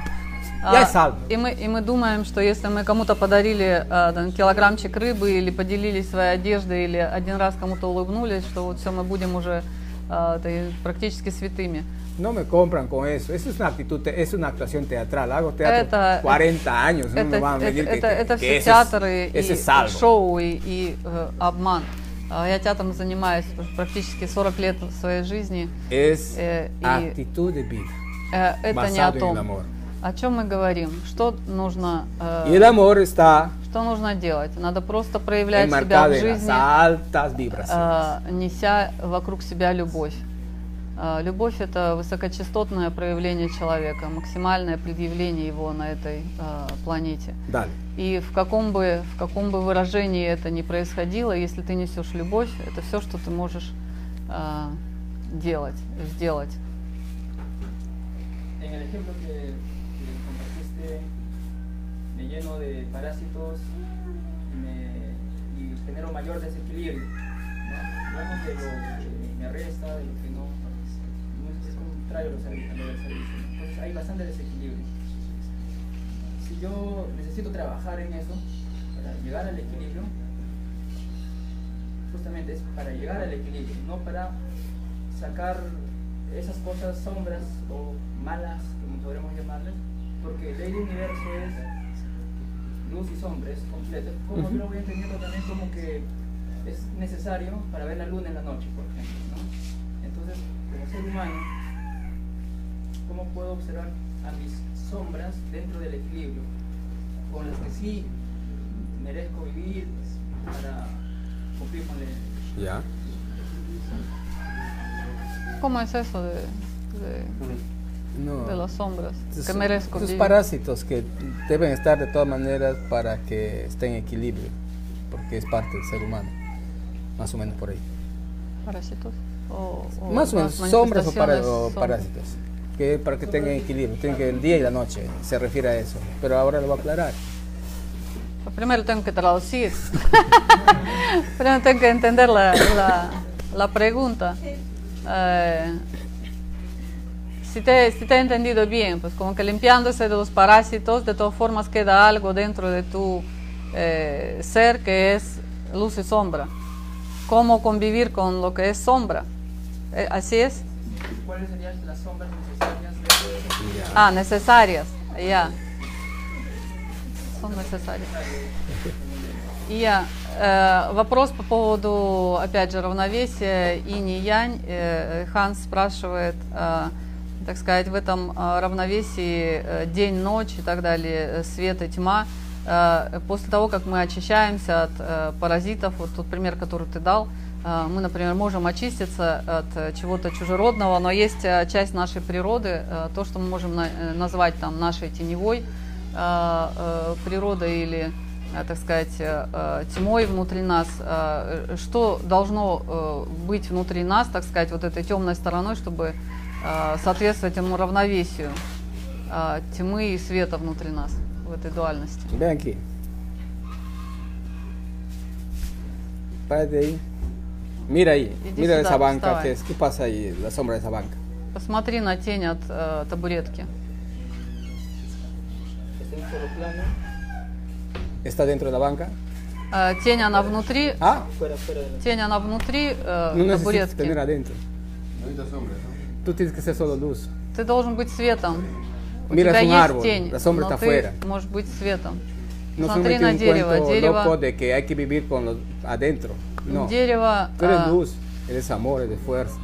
Ya А, es salvo. И мы, и мы думаем, что если мы кому-то подарили а, там, килограммчик рыбы или поделились своей одеждой, или один раз кому-то улыбнулись, что вот все, мы будем уже а, ты- практически святыми. No me compran con eso. Eso es una actitud, te- es una actuación teatral. Hago teatro Это- 40 años. no me Это, van a это, venir que- это- que- это que все ese es- театры и ese es salvo. шоу и, и, э, обман. А, Я театром занимаюсь практически 40 лет своей жизни. Es Eh, y- actitud de vida Э, Это не о basado en el том. amor. О чем мы говорим? Что нужно, э, Y el amor está что нужно делать? Надо просто проявлять себя enmarcado в en las жизни, altas vibraciones. э, неся вокруг себя любовь. Э, Любовь – это высокочастотное проявление человека, максимальное предъявление его на этой э, планете. Dale. И в каком, бы, в каком бы выражении это ни происходило, если ты несешь любовь, это все, что ты можешь э, делать, сделать. En el ejemplo que, que compartiste, me lleno de parásitos y, me- y genero mayor desequilibrio. ¿no? Hablamos de lo que me resta, de lo que no. no es contrario a lo servi- a lo del servicio. ¿no? Entonces hay bastante desequilibrio. Si yo necesito trabajar en eso para llegar al equilibrio, justamente es para llegar al equilibrio, no para sacar esas cosas sombras o malas, como podremos llamarlas, porque la ley del universo es luz y sombra, es completa. Como yo lo voy entendiendo también como que es necesario para ver la luna en la noche, por ejemplo. ¿no? Entonces, como ser humano, ¿cómo puedo observar a mis sombras dentro del equilibrio? Con las que sí merezco vivir para cumplir con la ley. Ya. ¿Cómo es eso de, de- No. de los hombres? Estos Que son- merezco estos vivir. parásitos que deben estar de todas maneras para que esté en equilibrio, porque es parte del ser humano. Más o menos por ahí. Parásitos. O- o Más o menos, las sombras o, para- manifestaciones o sombras. parásitos. Que para que tengan equilibrio, tienen que el día y la noche, se refiere a eso. Pero ahora lo voy a aclarar. Pues Primero tengo que traducir. Primero tengo que entender la, la- la pregunta. Eh, si, te, si te he entendido bien, pues como que limpiándose de los parásitos, de todas formas queda algo dentro de tu eh, ser que es luz y sombra. ¿Cómo convivir con lo que es sombra? Eh, ¿Así es? ¿Cuáles serían las sombras necesarias de eso? Ah, necesarias. Ya. Son necesarias. Я э, вопрос по поводу, опять же, равновесия инь и янь. Э, Хан спрашивает, э, так сказать, в этом э, равновесии э, день-ночь и так далее, э, свет и тьма. Э, после того, как мы очищаемся от э, паразитов, вот тот пример, который ты дал, э, мы, например, можем очиститься от э, чего-то чужеродного, но есть э, часть нашей природы, э, то, что мы можем на- э, назвать там нашей теневой э, э, природой или, э, так сказать, э, э, тьмой внутри нас, э, э, что должно э, быть внутри нас, так сказать, вот этой темной стороной, чтобы э, соответствовать этому равновесию э, тьмы и света внутри нас в этой дуальности. Ven aquí. Párate ahí. Mira ahí. Иди Mira сюда, esa banca. вставай. ¿Qué, es- ¿Qué pasa ahí? La sombra de esa banca. Посмотри на тень от э, табуретки. Está en solo plano, ¿Está dentro de la banca? Э, Тень, она внутри, Ah, fuera, fuera de la тень, она внутри э, no necesitas tener табуретки. adentro. Tú tienes que ser solo luz. Ты должен быть светом. У Mira, тебя es un есть árbol, тень, la sombra но está ты afuera. можешь быть светом. No Смотри solamente на un дерево. cuento loco Дерево de que hay que vivir con los adentro. No. Дерево Tú eres а, luz, eres amor, eres fuerza,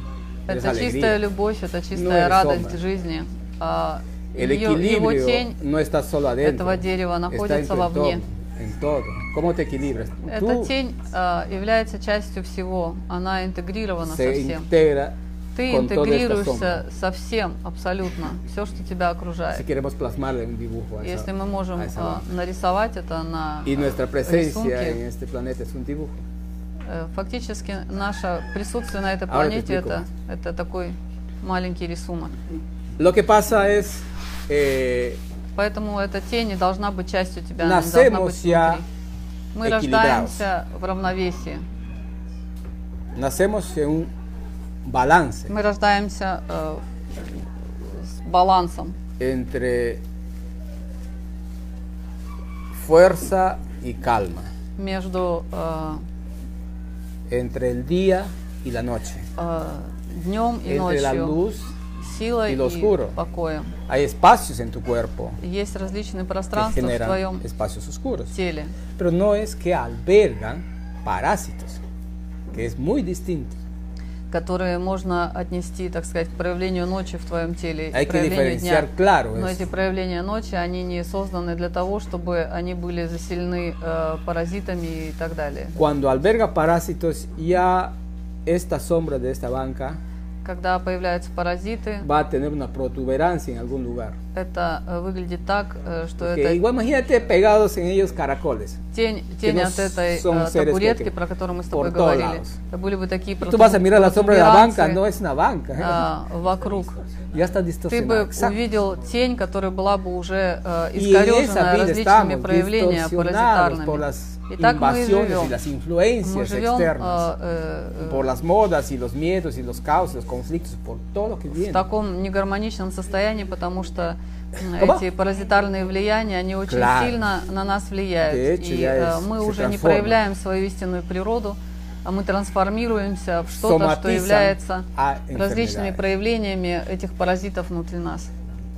eres это чистая alegría. любовь, это No чистая eres радость sombra. жизни. А, El её- его equilibrio тень no está solo adentro. этого дерева Está en находится tu вовне. entorno, en todo. ¿Cómo te equilibras? Эта Tú тень а, является частью всего, она интегрирована со se всем. integra Ты con toda esta интегрируешься sombra. со всем абсолютно, все, что тебя Si окружает. queremos plasmarle un dibujo a esa, Если мы можем a esa а, banca. нарисовать это на Y nuestra э, presencia рисунке, en este planeta es un dibujo. э, фактически наше присутствие на этой Ahora te планете это, explico. это такой маленький рисунок. Lo que pasa es, eh, Поэтому эта тень не должна быть частью тебя, она не должна быть nacemos ya, внутри. Мы equilibrados. рождаемся в равновесии. nacemos en un balance Мы рождаемся э, с балансом entre fuerza y calma, между э, entre el día y la noche, днем э, и entre la ночью, luz. силой y lo oscuro. и покоем. Hay espacios en tu cuerpo Есть различные que пространства в generan твоем espacios oscuros, теле, pero no es que albergan parásitos. que es muy distinto. которые можно отнести, так сказать, к проявлению ночи в твоем теле, и Hay к que проявлению дня. diferenciar, claro, Но es- эти проявления ночи, они не созданы для того, чтобы они были заселены э, паразитами и так далее. Cuando alberga parásitos, ya esta sombra de esta banca Когда появляются паразиты, va a tener una protuberancia en algún lugar. это э, выглядит так, э, что Porque это igual imagínate pegados en ellos caracoles. тень, тень no от этой son э, seres табуретки, pequeños. про которую мы с тобой Por todos говорили. lados. Это были бы такие Y tú vas a mirar la sombra de la banca, протуберанцы, no es una banca, ¿eh? а, вокруг. ya está Ты бы distorsionada. Exacto. увидел тень, которая была бы уже э, Y en искорежена esa vida различными estamos проявлениями distorsionados por паразитарными. las И так мы и invasiones y живем. las Мы influencias живем externas, э, э, por las modas y los miedos y los causas, los conflictos, por todo lo que в viene. таком негармоничном состоянии, потому что м, Оба. эти паразитарные влияния, они очень Claro. сильно на нас De влияют. hecho, И ya э, es- мы se уже не transforma. проявляем свою истинную природу, а мы трансформируемся в что-то, что Somatizan является a различными enfermedades. проявлениями этих паразитов внутри нас.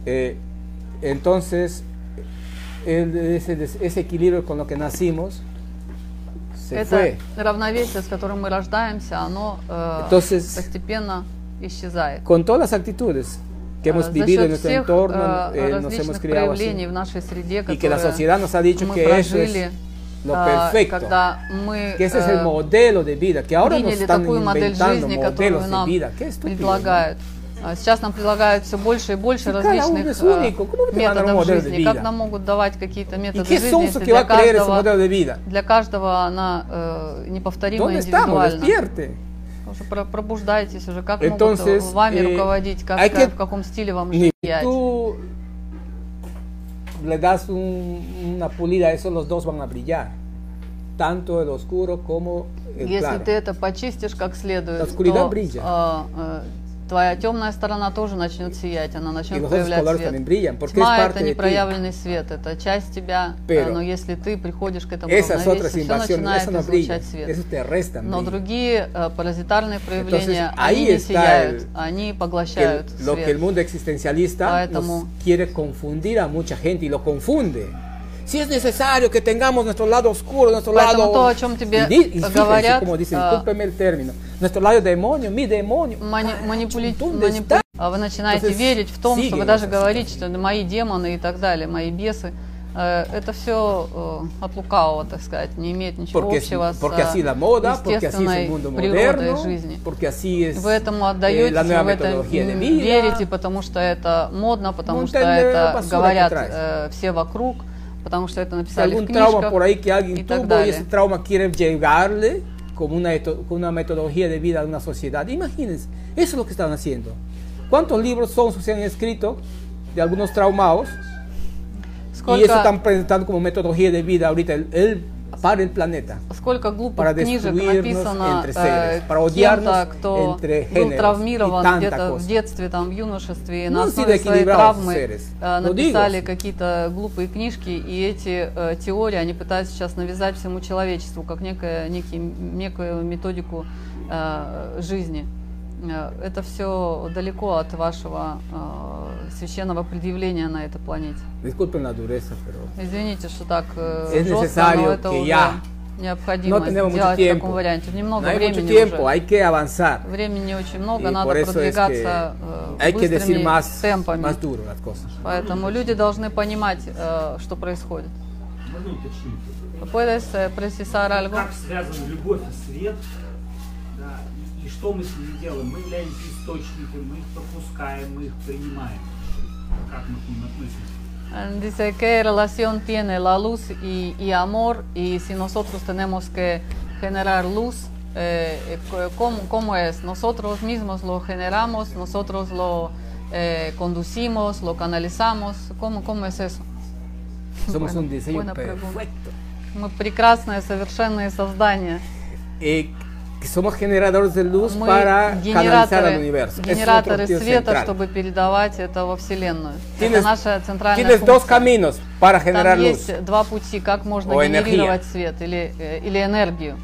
Eh, entonces, el- ese, des- ese equilibrio con lo que nacimos se Это fue. равновесие, с которым мы рождаемся, оно э, Entonces- постепенно исчезает. Con todas las actitudes que Э, hemos за vivido счет en nuestro всех entorno, э, eh, nos hemos различных criado проявлений así. в нашей среде, Y que la которые sociedad nos ha dicho мы que eso прожили, es lo а, perfecto. когда мы que ese es el э, modelo de vida, que ahora nos приняли están такую модель inventando жизни, modelos которую de нам vida. Qué estúpido. предлагают. А Сейчас нам предлагают все больше и больше Cada uno различных es э, único. ¿Cómo te mandan un методов modello de жизни. Как vida? нам могут давать какие-то ¿Y методы qué жизни, son los если que va для a creer ese каждого, modelo de vida? для каждого она э, неповторима ¿Dónde estamos? индивидуально? Despierte. Уже про- пробуждайтесь уже, как Entonces, могут вами э, руководить, как, hay que- в каком стиле вам Ni жить. влиять. tú le das un- una pulida, eso los dos van a brillar. Tanto el oscuro como el Если claro. ты это почистишь как следует, то Oscuridad brilla. а, э, твоя темная сторона тоже начнет сиять, она Y начнет los otros проявлять colores свет. también brillan, porque es Тьма parte это de ti. непроявленный свет, это часть тебя, э, Pero но если ты приходишь к этому Esas равновесию, otras все invasiones, начинает eso no brilla, излучать свет. eso te restan. Но brillo. другие э, паразитарные проявления, Entonces, ahí они не está сияют, el- они que поглощают el- lo que свет. el mundo existencialista nos Поэтому- quiere confundir a mucha gente y lo confunde. Si es necesario que tengamos nuestro lado oscuro, nuestro Поэтому lado... то, о чем тебе Y di- y fíjense говорят, como dicen, а, discúlpeme el término, nuestro lado demonio, mi demonio. Мани- манипули- ¿dónde манипу- está? А Вы начинаете Entonces, верить в том, что sigue вы даже esa говорите, что это мои демоны и так далее, мои бесы. Э, Это все от лукавого, так сказать, не имеет ничего Porque, общего с porque así la moda, porque así es естественной el mundo природой moderno, жизни. porque así es Вы этому eh, отдаетесь, la вы nueva в это metodología de м, vida. верите, потому что это модно, потому Ну, что это это басура говорят какая-то. э, все вокруг, потому что это написали в algún trauma книжках por ahí и que alguien так tuvo y ese далее. trauma quiere llegarle como una, eto- con una metodología de vida a una sociedad. Imagínense, eso es lo que están haciendo. ¿Cuántos libros son, se han escrito de algunos traumados? Y eso Сколько están presentando como metodología de vida ahorita, el, el- para el planeta. Сколько Para глупых книжек destruirnos написано entre э, seres, para кем-то, odiarnos кто entre был géneros y травмирован tanta где-то cosa. в детстве, там, в юношестве, и Ну, на основе всегда своей equilibrados травмы seres. э, No написали digas. какие-то глупые книжки, и эти э, теории они пытаются сейчас навязать всему человечеству, как некое, некий, некую методику э, жизни. Э, Это все далеко от вашего э, священного предъявления на этой планете. Disculpen la dureza, pero Извините, что так э, Es жестко, но necesario это que уже ya. необходимо no tenemos mucho сделать в таком tiempo. варианте. No Немного hay mucho времени tiempo, уже. hay que avanzar. Времени очень много, Y надо por eso es que продвигаться э, hay que decir быстрыми más, темпами. más duro las cosas. Поэтому люди должны понимать, э, что происходит. Можно уточнить? Puedes eh, precisar algo? Как связана любовь и свет? Да, и, и что мы с ними делаем? Мы являемся источником, мы их пропускаем, мы их принимаем. Как мы к ним относимся? Eh, Dice qué relación tiene la luz y, y amor y si nosotros tenemos que generar luz, eh, eh, cu- ¿cómo, cómo es? Nosotros mismos lo generamos, nosotros lo eh, conducimos, lo canalizamos, ¿cómo, cómo es eso? Somos un diseño buena pregunta. perfecto. Мы прекрасное, совершенное создание. Eh, que somos generadores de luz Мы para canalizar al генераторы, universo. Ese es otro генераторы objetivo света, central. чтобы передавать это во Вселенную. Это Tienes- наша центральная Tienes dos функция. caminos para generar Там luz, есть два пути, как можно О, энергия. генерировать свет или, э, или энергию.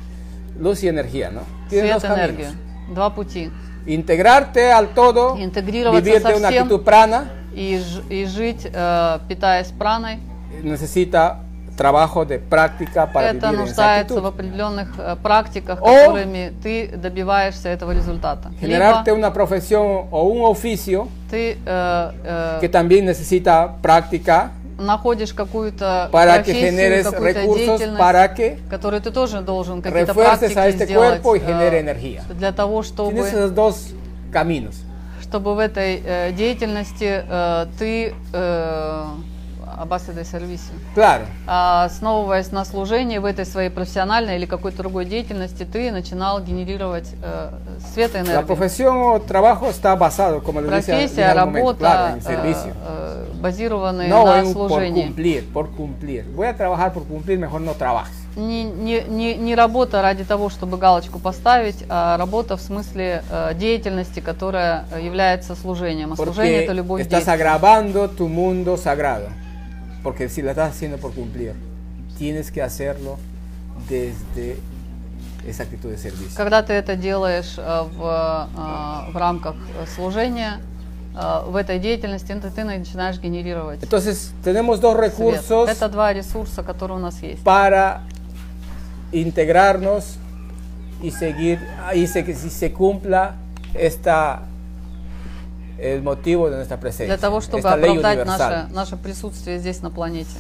luz y energía, ¿no? Tienes Свет, dos энергию. caminos. Два пути. Integrarte al todo, Интегрироваться vivir de una совсем. actitud prana, И, ж- и жить, э, питаясь праной, eh, necesita trabajo de práctica para это vivir en нуждается exactitud. в определенных э, практиках, О! которыми ты добиваешься этого результата. Либо Generarte una profesión o un oficio ты э, э, que también necesita práctica находишь какую-то para que профессию, generes какую-то recursos деятельность, para que которую ты тоже должен какие-то refuerces a практики este сделать cuerpo y э, genere energía. для того, Tienes чтобы esos dos caminos. чтобы в этой э, деятельности э, ты э, Аббас этой сервисе. Claro, А, основываясь на служении в этой своей профессиональной или какой-то другой деятельности, ты начинал генерировать э, свет и la энергию. profesión o trabajo está basado, como le decía, Профессия, al momento, claro, работа, en servicio. э, э, базированные No на en- por служении. cumplir, por cumplir. Voy a trabajar por cumplir, mejor no trabajes. Не, не- не- не работа ради того, чтобы галочку поставить, а работа в смысле э, деятельности, которая э, является служением. А служение – Porque это любовь к estás действию. agravando tu mundo sagrado. Porque si la estás haciendo por cumplir, tienes que hacerlo desde esa actitud de servicio. Когда ты это делаешь э, в, э, в рамках э, служения, э, в этой деятельности, ну, ты, ты начинаешь генерировать свет. Entonces, tenemos dos recursos Это два ресурса, которые у нас есть. para integrarnos y seguir, y se, que si se cumpla esta, el motivo de nuestra presencia. Для того, чтобы esta ley оправдать universal. наше, наше присутствие здесь на планете,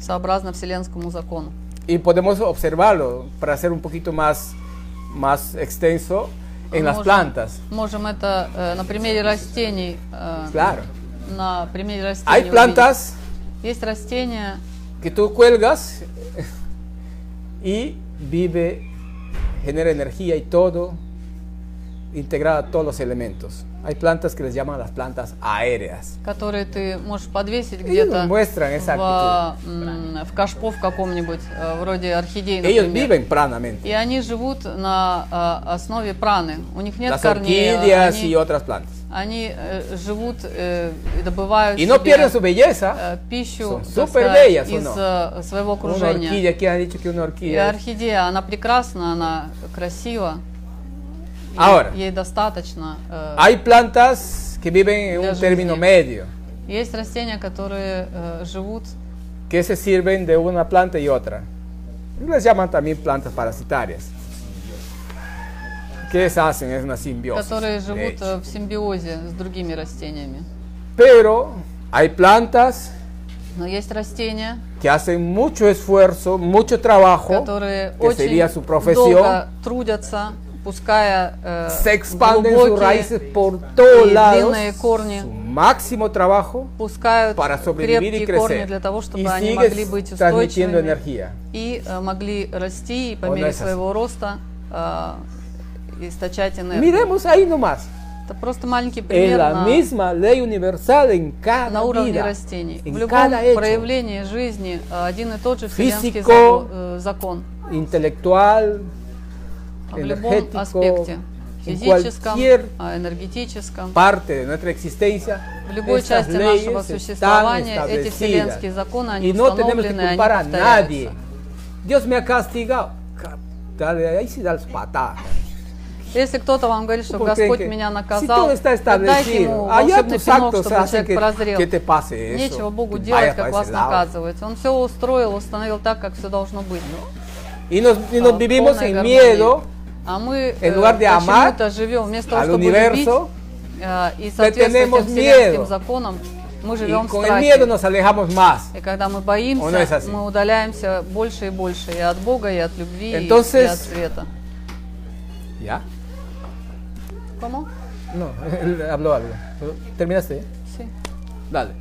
сообразно вселенскому закону. Y podemos observarlo para ser un poquito más, más extenso en las Можем- plantas. Можем это э, на примере растений. э, Claro. На примере растений. Hay увидеть. plantas Есть растения, que tú cuelgas y vive, genera energía y todo, integrada a todos los elementos. Hay plantas que les llaman las plantas aéreas. которые ты можешь подвесить Ellos где-то muestran esa actitud. в, м, в кашпо в каком-нибудь, э, вроде орхидей, Ellos например. viven pranamente. И они живут на э, основе праны. У них нет Las корней. orquídeas они, y otras plantas. они, э, живут э, и добывают Y no себе, pierden su belleza. э, пищу Son так súper сказать, bellas, ¿o из э, своего Una окружения. orquídea, ¿quién ha dicho que una И orquídea? es? орхидея, она прекрасна, она красива, Ahora, ей достаточно. э, Hay plantas que viven en La un жизни. término medio, Есть растения, которые э, живут, que se sirven de una planta y otra. Y Las llaman también plantas parasitarias. ¿Qué es- hacen? Es una simbiosis. которые de живут hecho. э, в симбиозе с другими rастениями. Pero hay plantas Но есть растения, que hacen mucho esfuerzo, mucho trabajo, которые que sería su очень profesión, долго трудятся, пуская э, se expanden sus raíces глубокие, por todos y lados, длинные корни. su máximo trabajo пускают para sobrevivir y крепкие корни crecer. для того, чтобы Y eh. они могли быть sigues transmitiendo устойчивыми energía. и э, могли расти и по Он мере это- своего роста э, источать энергию. Miremos ahí nomás. Это просто маленький Es пример la на- misma ley universal en cada на уровне vida, растений. В en любом cada hecho проявлении жизни э, один и тот же вселенский Физико, зако- э, закон. intelectual, В любом energético, аспекте. en Физическом, cualquier э, энергетическом. parte de nuestra existencia. В любой estas части нашего leyes están существования эти establecidas вселенские законы, они y no tenemos que установлены, они culpar a nadie. повторяются. Dios me ha castigado. Ca- Dale, ahí sí das patada. Если кто-то вам говорит, что Porque Господь que- меня si наказал, todo está дайте ему establecido, allá волшебный tus пинок, actos чтобы hacen человек que, прозрел. que te pase eso. Нечего Богу que делать, vayas para как вас ese lado. наказывать. Он все устроил, установил так, как все должно быть. Y nos, y А, nos в vivimos полной en гармонии. miedo. А мы en lugar de amar почему-то живем вместо того, al чтобы universo, любить э, и соответствовать tenemos этим вселенским miedo. законам, мы живем Y в con el страхе. miedo nos alejamos más. И когда мы У нас боимся, есть. мы удаляемся больше и больше и от Бога, и от любви, и- и Entonces- от света. ¿Ya? Кому? No, él habló algo. ¿Terminaste? eh? Sí. Dale.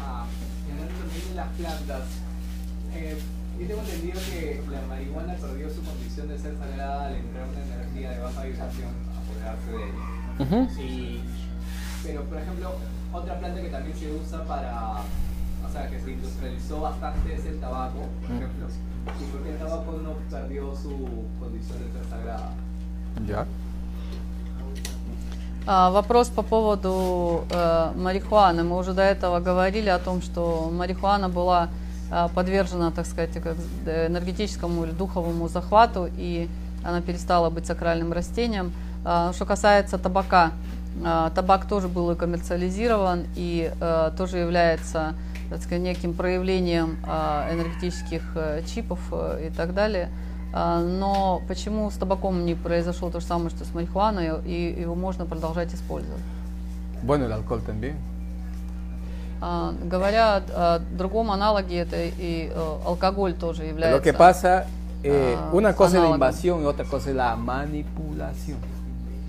Ah, en el dominio de las plantas. Eh, yo tengo entendido que la marihuana perdió su condición de ser sagrada al entrar una energía de baja vibración a apoderarse de ella. Y- pero, por ejemplo, otra planta que también se usa para. O sea, que se industrializó bastante es el tabaco, por ejemplo. ¿Y por qué el tabaco no perdió su condición de ser sagrada? ¿Ya? А, Вопрос по поводу э, марихуаны. Мы уже до этого говорили о том, что марихуана была э, подвержена, так сказать, как э, энергетическому или духовому захвату, и она перестала быть сакральным растением. А, Что касается табака, а, табак тоже был и коммерциализирован, и э, тоже э, является так сказать, неким проявлением а, энергетических э, чипов э, и так далее. А, Но почему с табаком не произошло то же самое, что с марихуаной, и его можно продолжать использовать? Bueno, el alcohol también. А, Говоря о о другом аналоге, это и э, алкоголь тоже является. Lo que pasa, eh, Ah, una cosa es la análogo. invasión y otra cosa es la manipulación.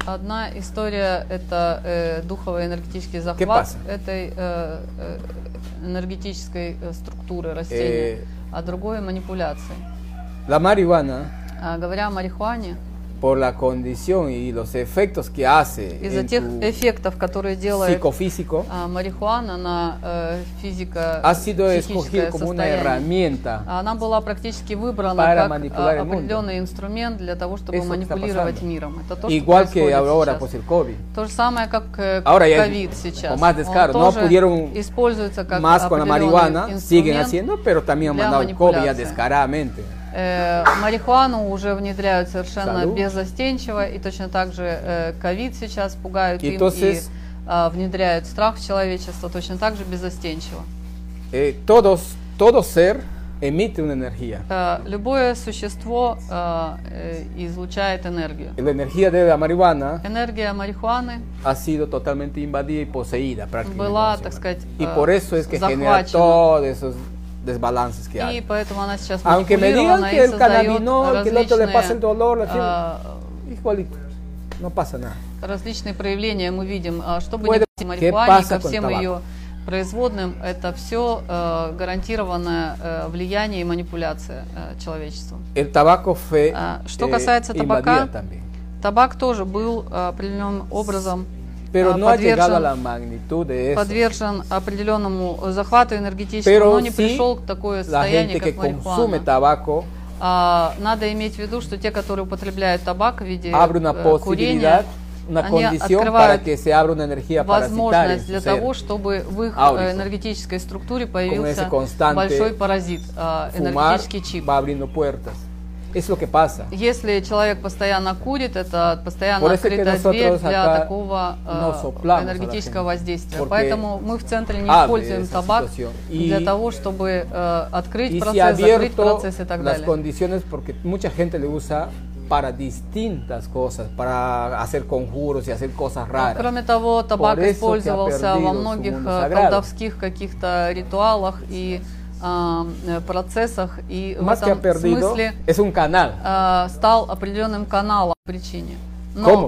Одна история это э, духово-энергетический захват pasa? этой э, э, энергетической э, структуры Э. растения, а другое манипуляции. La marihuana, А говоря о марихуане, por la condición y los efectos que hace из-за en тех tu эффектов, которые делает psicofísico, а, марихуана на э, физико ha sido escogido психическое como una состояние, herramienta. она была практически выбрана Para как а, manipular el mundo. определенный инструмент для того, чтобы Eso está манипулировать pasando. миром. Это то, что Igual que происходит ahora, сейчас. pues el COVID. То же самое, как э, Ahora ya ковид сейчас. con más descaro. Он No тоже pudieron используется как Más con la определенный marihuana, siguen инструмент. haciendo, pero también han для mandado el COVID ya манипуляции. descaradamente. Э, марихуану уже внедряют совершенно Салют. беззастенчиво, и точно так же э, ковид сейчас пугают им, и Entonces- а, внедряют страх в человечество точно так же беззастенчиво. Eh, todos, todo ser emite una energía. Э, любое существо э, э, излучает энергию. La energía de la marihuana Энергия марихуаны ha sido totalmente invadida y poseída prácticamente. Была, la так semana. сказать, y э, por eso es que genera захвачена. todos esos desbalances que И hay. поэтому она сейчас Aunque me digan манипулирована que и el создает cannabinol, que el otro le pasa el dolor, la fiebre, различные, igualito, no pasa nada. э, различные проявления мы видим. А Что бы Puede- ни ¿Qué марихуане, pasa ко con всем tabaco? ее производным, это все гарантированное э, влияние и манипуляция э, человечества. El tabaco fue Ah, что касается invadida табака, también. Табак тоже был э, определенным образом Pero э, no ha llegado a la подвержен, magnitud de eso. подвержен определенному захвату энергетическому, Pero но не sí, пришел к такое La gente состояние, que как consume марихуана. tabaco А, надо иметь в виду, что те, которые употребляют табак в виде abre una э, posibilidad, курения, una они condición para открывают que se abra una energía parasitaria en возможность su для ser. того, чтобы в их Áurico. э, энергетической структуре ese появился constante большой паразит, э, Fumar энергетический чип. va abriendo puertas. Es lo que pasa. Если человек постоянно курит, это Por постоянно eso es que открытая дверь nosotros для acá такого no э, soplamos a la gente, энергетического воздействия. porque Поэтому мы в центре не abre используем esa табак situación. Y- для того, чтобы э, открыть y se ha процесс, закрыть abierto процесс и так las далее. condiciones porque mucha gente le usa para distintas cosas, para hacer conjuros y hacer cosas А, raras. Кроме того, табак Por eso que ha использовался perdido во su многих mundo э, sagrado. колдовских каких-то ритуалах и а, э, процессах, и в Más que ha этом perdido смысле es un canal. а, стал определенным каналом по причине. Como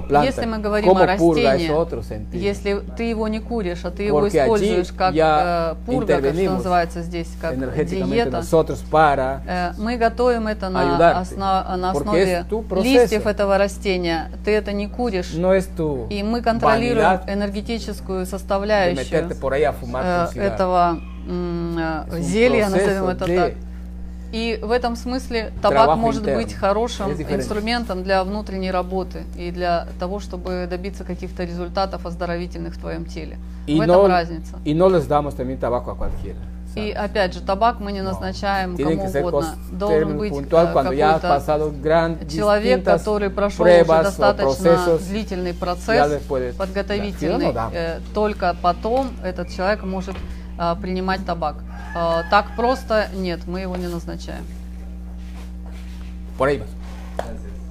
Но planta, если мы говорим como о purga, es растении, otro sentido. если ты его не куришь, а ты его Porque allí используешь как ya э, пурга, как что intervenimos называется здесь, как energéticamente диета, nosotros para Э, Мы готовим это на, Ayudarte. осна- на Porque основе es tu proceso. листьев этого растения. Ты это не куришь, no es tu и мы контролируем vanidad энергетическую de составляющую meterte por ahí a э, fumar tu cigarro. этого м, э, Es un зелья, назовем proceso это de- так. И в этом смысле табак Trabajo может interno. быть хорошим Es diferente. инструментом для внутренней работы и для того, чтобы добиться каких-то результатов оздоровительных в твоем теле. y, в этом no, разница. y no les damos también tabaco a cualquiera. И ¿sabes? опять же, табак мы не назначаем Tienen кому que ser угодно. cosas Должен быть э, puntual cuando ya has какой-то pasado gran, человек, distintas который прошел уже pruebas o достаточно procesos длительный ya процесс después de- подготовительный. Ya, sí, no, да. Э, Только потом этот человек может э, принимать табак. Э, Так просто нет, мы его не назначаем. por ahí. vas. Gracias.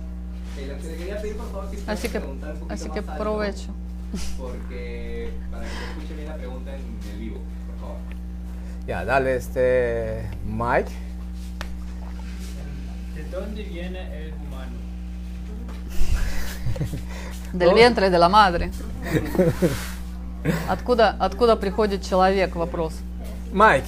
Eh, lo que le quería pedir, por favor, que Así que, preguntar un poquito así más que alto, provecho. Porque para que se escuche bien la pregunta en el vivo, por favor. Ya, dale este Mike. ¿De dónde viene el humano? Del vientre de la madre. Откуда, откуда приходит человек, вопрос. Mike,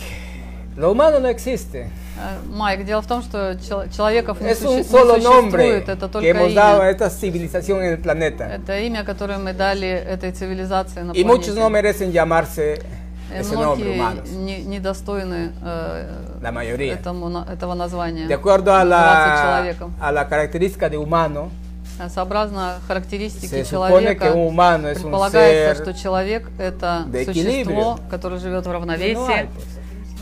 lo humano no existe. Э, Майк, дело в том, что чел- человеков не, Es суще- не un solo nombre существует, это que только hemos dado a имя. esta civilización en el planeta. Это имя, которое мы дали этой цивилизации на Y планете. muchos no merecen llamarse Э, ese nombre Многие humanos. не, недостойны э, La mayoría. этому, на- этого названия. De acuerdo a называться la, человеком. a la característica de humano, А Сообразно характеристике se supone que человека, un humano es un предполагается, ser что человек – это de существо, equilibrio. которое живет в que no hay, равновесии. pues.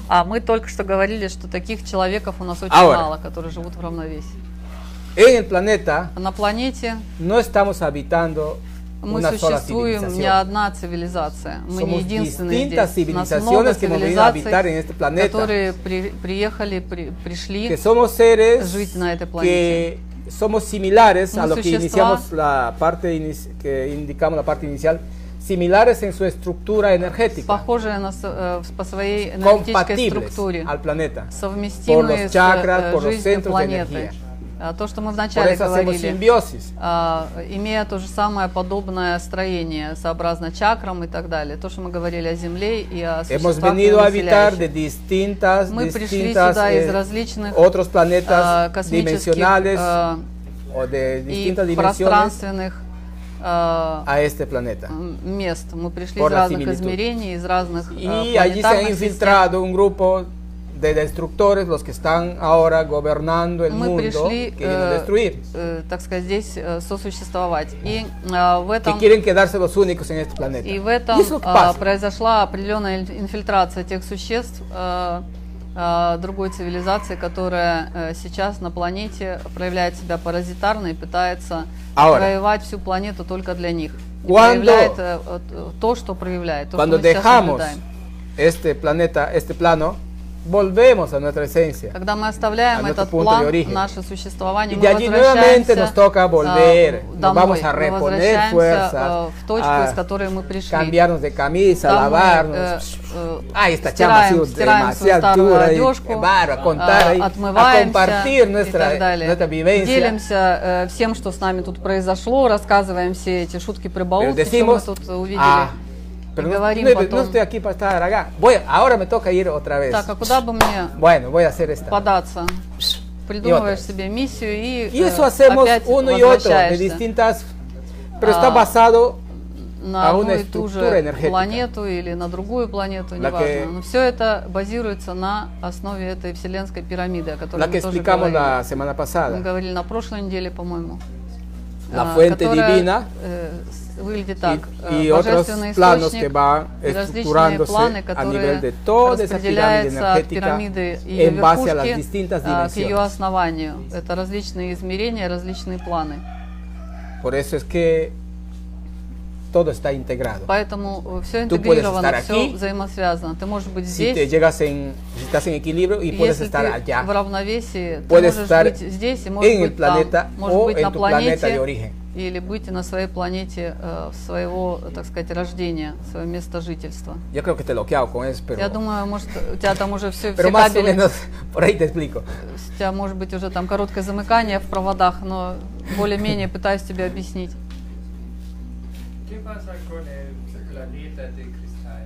А мы только что говорили, что таких человеков у нас очень Ahora. мало, которые живут в равновесии. En el planeta На планете no estamos habitando мы una sola существуем не civilización. одна цивилизация. Мы не Somos единственные distintas здесь. У нас много civilizaciones que hemos venido a habitar en цивилизаций, este planeta. которые при- приехали, при- Que пришли. somos seres жить на этой que somos similares a Мы lo que существа- iniciamos la parte ini- que indicamos la parte inicial, similares en su estructura energética, Похожие на, с- э, по своей энергетической compatibles структуре. al planeta. совместимые с chakras, э, por los жизнью centros de планеты. energía. А, То, что мы Por вначале eso hacemos говорили, simbiosis. а, имея то же самое подобное строение, сообразно чакрам и так далее. То, что мы говорили о Земле и о Hemos существах ее venido a habitar de населяющих. distintas, Мы пришли distintas сюда eh, из различных otros а, planetas космических dimensionales а, o de и distintas dimensiones пространственных а, a este planeta. м, мест. Мы пришли из Por la разных similitud. измерений, из разных а, Y allí se ha планетарных систем. infiltrado un grupo de destructores, los que están ahora gobernando el мы mundo, пришли, que quieren э, destruir, э, так сказать, здесь э, сосуществовать. И э, в que этом quieren quedarse los únicos en este planeta. и в этом Y ah, eso es lo que э, pasa. произошла определенная инф- инфильтрация тех существ э, э, другой цивилизации, которая э, сейчас на планете проявляет себя паразитарно и пытается Ahora. проявлять всю планету только для них. И Cuando- проявляет э, э, то, что проявляет, то, Cuando что мы сейчас dejamos наблюдаем. este planeta, este plano, volvemos a nuestra esencia. Когда мы оставляем А на этот тот пункт и план, оригин. наше существование, Y мы de allí nuevamente возвращаемся nos toca volver, а, домой, nos Ну, vamos a мы reponer возвращаемся, fuerzas, А, э, в точку, a из которой мы пришли. cambiarnos de camisa, Там мы, э, lavarnos. э, Ah, esta chamba ha стираем, sido стираем свою demasiado старую dura, y, одежку, qué bárbaro, a contar а, ahí, a отмываемся compartir и nuestra- так далее. nuestra vivencia. Делимся э, всем, что с нами тут произошло, рассказываем все эти шутки Pero прибаутки, что мы decimos, тут увидели. ah, pero Y no, говорим no- no потом. estoy aquí para estar acá. Voy, ahora me toca ir otra vez. Так, а куда бы мне Bueno, voy a hacer esta. податься? Придумываешь себе миссию и, Y э, eso hacemos опять uno y otro, de возвращаешься. distintas, pero está Ah, basado на а он одну и и ту же структура энергетика. планету или на другую планету, La неважно. que- Но все это базируется на основе этой вселенской пирамиды, о которой la мы que тоже explicamos говорили. la semana Мы pasada. говорили на прошлой неделе, по-моему. La А, fuente которая, divina э, с- выглядит так. y, Э, y otros божественный planos источник que van и различные estructurándose планы, a которые nivel de toda esa pirámide распределяются от energética пирамиды и ее en base a las верхушки distintas а, к ее dimensiones. основанию. Это различные измерения, различные планы. Por eso es que todo está integrado. Pues, Поэтому все Tú puedes интегрировано, estar все aquí. взаимосвязано. Ты можешь быть Si te здесь, llegas en, si estás en equilibrio y puedes если ты estar allá. в равновесии, ты Puedes можешь estar быть здесь и можешь en el быть planeta там, можешь o быть на en tu planeta de планете origen. или быть на своей планете э, своего, так сказать, рождения, своего места жительства. Yo creo que te lo que hago con eso, pero, Я думаю, может, у тебя там уже все, pero все más o кабели, menos por ahí te explico. у тебя может быть уже там короткое замыкание в проводах, но более-менее пытаюсь тебе объяснить. ¿Qué pasa con el planeta de cristal?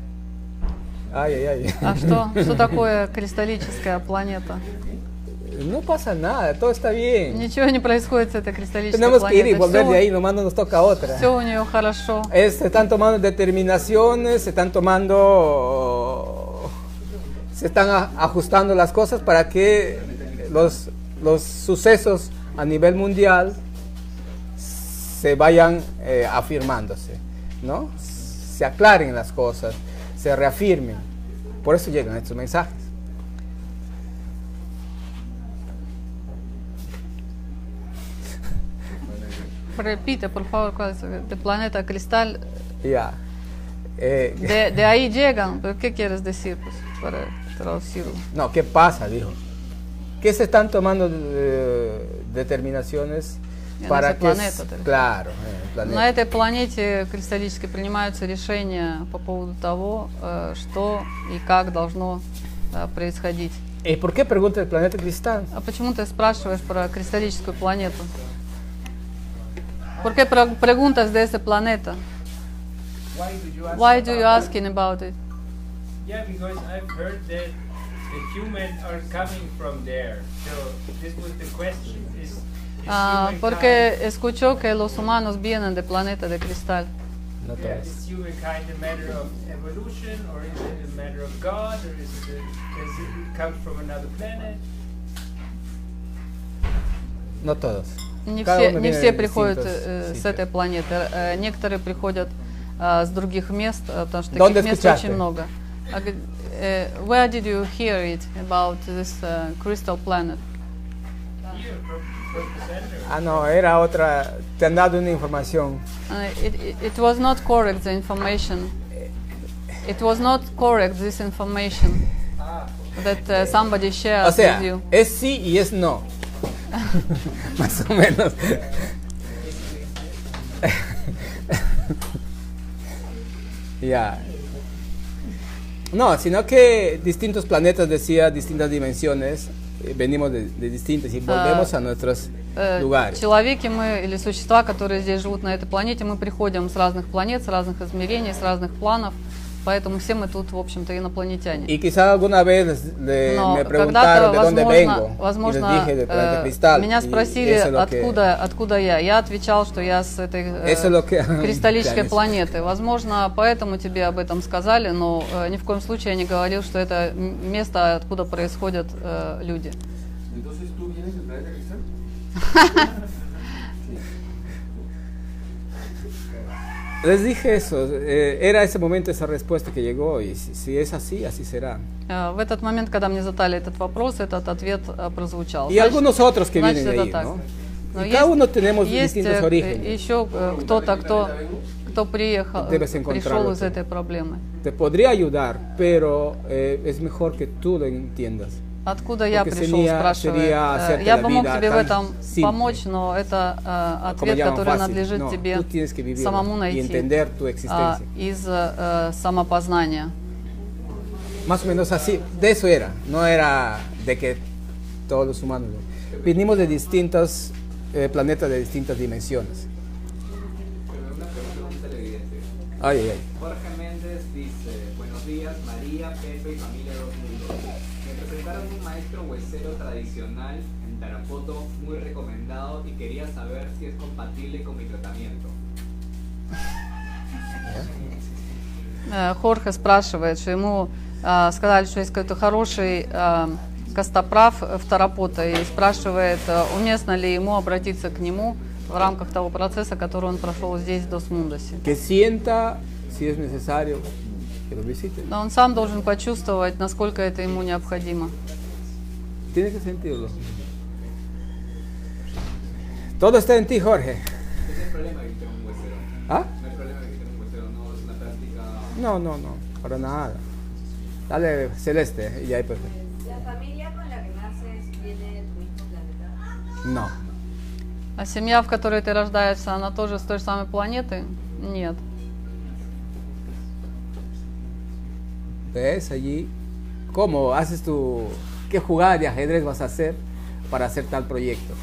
Ay, ay, ay. А что, что такое кристаллическая планета? No pasa nada, todo está bien. Ничего не происходит с этой кристаллической Tenemos que ir y планетой. volver Всё de ahí, nomás no nos toca otra. Все у нее хорошо. Es- se están tomando determinaciones, se están tomando, se están a- ajustando las cosas para que los, los sucesos a nivel mundial se vayan eh, afirmándose, ¿no? Se aclaren las cosas, se reafirmen. Por eso llegan estos mensajes. Repite, por favor, cuál es el planeta cristal Ya. Eh, de, de ahí llegan. ¿Pero qué quieres decir pues, para traducirlo? No, ¿qué pasa? Dijo. ¿Qué se están tomando eh, determinaciones En para ese que... s- planeta, te refieres. claro, en el planeta. На этой планете кристаллически принимаются решения по поводу того, э, что и как должно э, происходить. ¿Y por qué pregunta el planeta cristal? А почему ты спрашиваешь про кристаллическую планету? ¿Por qué pre- preguntas de esa planeta? Why do you ask? Why do you about- asking about it? Yeah, because I've heard that the humans are coming from there. So this was the question: Is, is Ah, humankind- porque escucho que los humanos vienen de planeta de cristal. No te- Yeah, is humankind a matter of evolution, or is it a matter of God, or is it, a, does it come from another planet? no todos. Не Cada все, uno не viene все de приходят distintos э, с sitios. этой планеты. Э, Некоторые приходят э, с других мест, э, потому что Donde таких мест escuchaste? очень много. А г- э, Where did you hear it about this э, crystal planet? Here, from, from the center. Ah, no, era otra. Te han dado una información. Uh, it, it, it was not correct, the information. It was not correct, this information that uh, somebody shared O sea, with you. es Ah, sí y es no. Más o menos. Ya. No, sino que distintos planetas decía distintas dimensiones. eh, Venimos de, de distintas y volvemos a nuestros Э, lugares. Человеки мы или существа, которые здесь живут на этой планете, мы приходим с разных планет, с разных измерений, с разных планов, поэтому все мы тут, в общем-то, инопланетяне. Y quizá alguna vez le- Но me когда-то, preguntaron de dónde vengo. возможно, y возможно, les dije del planeta э, cristal. меня y спросили, eso es lo que- откуда, откуда я. Я отвечал, что я с этой э, Eso es lo que- кристаллической Конечно. планеты. Возможно, поэтому тебе об этом сказали, но э, ни в коем случае я не говорил, что это м- место, откуда происходят э, люди. Entonces tú vienes del planeta cristal. Les dije eso, eh, era ese momento esa respuesta que llegó y si, si es así, así será. Э, в этот момент, когда мне задали этот вопрос, этот ответ э, прозвучал. Y algunos otros que значит, vienen de это ahí, так. ¿no? Но Y cada uno tenemos есть э, distintos orígenes. еще э, кто-то, кто, кто приехал, э, Debes пришел из encontrarlo. этой проблемы. Te podría ayudar, pero eh, es mejor que tú lo entiendas. Откуда я Porque пришел, sería- спрашивает. sería Э, hacerte Я la бы мог vida тебе в tan этом simple. помочь, но это э, Como ответ, llaman который fácil. надлежит No, тебе tú tienes que vivirlo самому y найти entender tu а, existencia. из э, э, самопознания. Más o menos así, de eso era, no era de que todos los humanos. lo- Vinimos de distintos eh, planetas, de distintas dimensiones. Pero una pregunta televidente. Ay, ay, ay. Jorge Méndez dice, buenos días María, Pepe y familia dos mundos. Me presentaron un maestro huesero tradicional en Tarapoto, muy recomendado y quería saber si es compatible con mi tratamiento. Э, Хорхе спрашивает, что ему э, сказали, что есть какой-то хороший э, костоправ в Тарапота, и спрашивает, э, уместно ли ему обратиться к нему в рамках того процесса, который он прошел здесь, в Досмундосе. Que sienta, si es necesario, que lo visite. Но он сам должен почувствовать, насколько это ему необходимо. Tiene que sentirlo. Todo está en ti, Jorge. Ese es el problema de que un huesero. ¿Ah? No hay problema de que un huesero, no es una práctica... No, no, no, para nada. Dale celeste y ahí pues, perfecto. ¿La familia con la que naces viene de tu mismo planeta? No. А семья, в которой ты рождаешься, она тоже с той же самой планеты? Нет. ¿Ves allí cómo haces tu... qué jugada de ajedrez vas a hacer para hacer tal proyecto?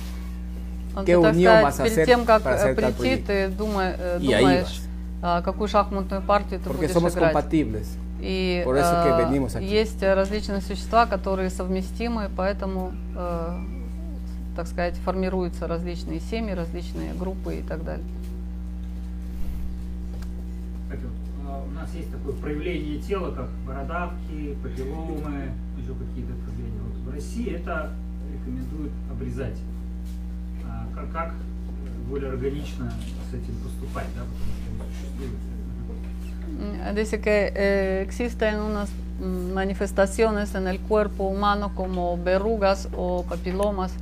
Он, Qué ты, так unión сказать, vas a перед hacer тем, как para э, hacer tal прийти, ты дума- э, Y ahí думаешь, vas. а, какую шахматную партию ты Porque будешь somos играть. compatibles. И Por eso que э, venimos aquí. есть э, различные существа, которые совместимы, поэтому, э, так сказать, формируются различные семьи, различные группы и так далее. Кстати, вот, а, У нас есть такое проявление тела, как бородавки, папилломы, еще какие-то проявления. Вот в России это рекомендуют обрезать. А, Как, как более органично с этим поступать, да, потому что они существуют. Mm, Dice que eh, existen unas mm, manifestaciones en el cuerpo humano como verrugas o papilomas.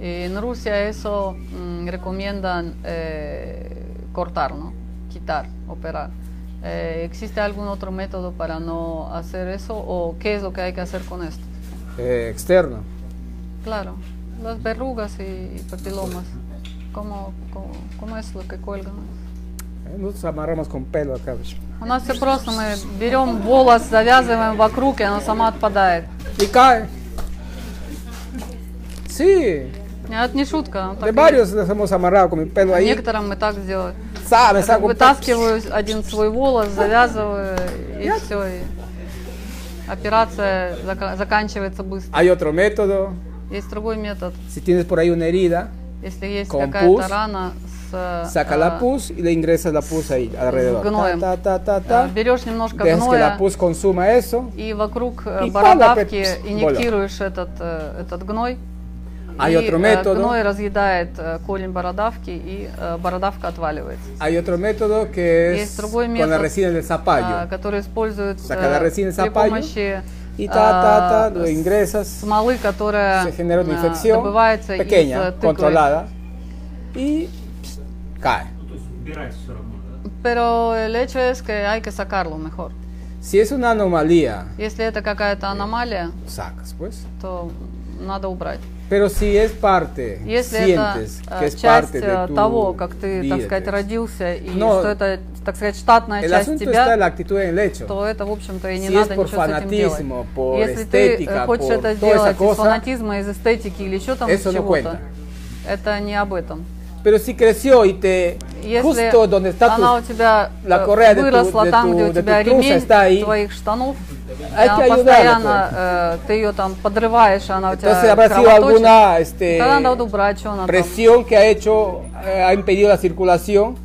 Y en Rusia eso mm, recomiendan eh, cortar, ¿no? quitar, operar. Eh, ¿Existe algún otro método para no hacer eso o qué es lo que hay que hacer con esto? Eh, externo. Claro, las verrugas y, y papilomas. ¿Cómo, cómo, cómo es lo que cuelgan? Eh, Nosotros amarramos con pelo acá. У нас все просто, мы берем волос, завязываем вокруг, и она сама отпадает. Y cae. Sí, Нет, Ну, Это не шутка. он так de и varios los hemos amarrado con mi pelo есть. ahí. Некоторым мы так сделаем. Sabe, saco un pa- Вытаскиваю один свой волос, завязываю, и все. Операция зака- заканчивается быстро. Hay otro método. Есть другой метод. Si tienes por ahí una herida, Если есть Компост. какая-то рана с... saca la pus y le ingresas la pus ahí alrededor. гноем. Ta, ta, ta, ta, ta. берешь э, немножко Dejas que гноя la pus consuma eso. и вокруг э, И бородавки пала опять, пс, инъектируешь этот, э, этот гной. А и я тру э, методу. гной разъедает э, корень бородавки, и э, бородавка отваливается. Hay otro método que Есть es другой con la метод, resina del а, zapallo. который используется Saca la resina при zapallo. помощи y ta, ta, а, ta, lo с- ingresas, смолы, которая se genera una а, infección добывается из, э, pequeña, тыквы. controlada, y pss, cae. Ну, то есть убирать все равно, да? Pero el hecho es que hay que sacarlo mejor. Si es una anomalía, Если это какая-то аномалия, sacas, pues. то надо убрать. Pero si es parte, Если это sientes э, que es часть parte э, de tu того, как ты, так dieta, сказать, родился, и Но что это, так сказать, штатная el часть asunto está en тебя, la actitud en el hecho. то это, в общем-то, и не Si es надо por ничего с этим делать. fanatismo, por Если ты estética, э, хочешь por это toda esa делать из cosa, фанатизма, из эстетики или еще там из eso no cuenta. чего-то, это не об этом. Pero si creció y Ah, te Если justo donde está tu она у тебя э, la correa de tu- выросла de там, tu- где у de tu тебя trusa ремень está ahí, твоих штанов, hay и que она ayudarle, постоянно э, ты ее там подрываешь, и она у тебя entonces habrá sido кровоточит, alguna este, тогда надо убрать, что она там. presión que ha hecho, eh, ha impedido la circulación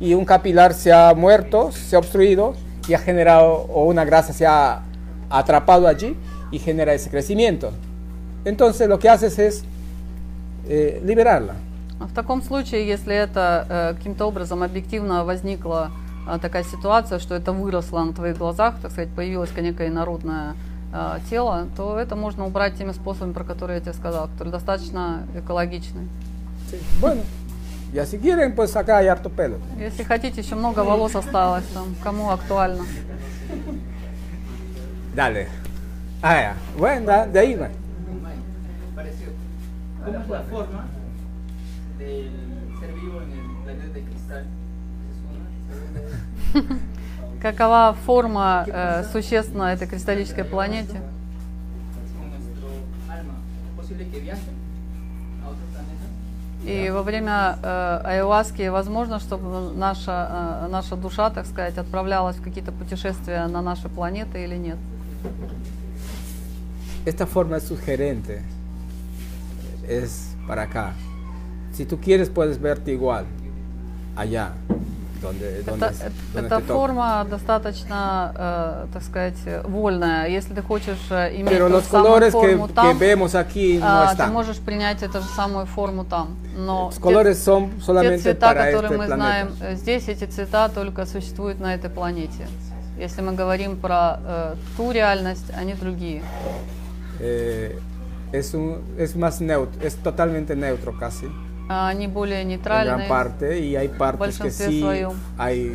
y un capilar se ha muerto, se ha obstruido y ha generado, o una grasa se ha atrapado allí y genera ese crecimiento. Entonces lo que haces es eh, liberarla. А В таком случае, если это э, каким-то образом объективно возникла э, такая ситуация, что это выросло на твоих глазах, так сказать, появилось некое инородное э, тело, то это можно убрать теми способами, про которые я тебе сказала, которые достаточно экологичны. Sí, Bueno, y así quieren, pues acá hay harto pelo. Если хотите, еще много волос осталось там, кому актуально. Dale. Ah, ya. Bueno, da- de ahí va. Parecido. ¿Cómo es la forma del ser vivo en el planeta de cristal? Es una, segunda es- Какова форма э, существ на этой кристаллической планете? con nuestro alma. ¿Es posible que viaje a otros planetas? И во время э, айуаски возможно, чтобы наша, э, наша душа, так сказать, отправлялась в какие-то путешествия на наши планеты или нет? Esta forma es sugerente. Es para acá. Si tú quieres, puedes verte igual. Allá. Donde, donde, Это, es- э- donde эта te toca. форма достаточно, э, так сказать, э, вольная. Если ты хочешь э, иметь Pero ту los же самую colores que, форму que там, vemos aquí no а, ты están. можешь принять эту же самую форму там. Но Los те- colores son те solamente цвета, para которые este мы planeta. знаем э, здесь, эти цвета только существуют на этой планете. Если мы говорим про э, ту реальность, они другие. Eh, es, un, es más neutro, es totalmente neutro casi. А Они более en нейтральные. gran parte y hay partes que большинстве sí своем. hay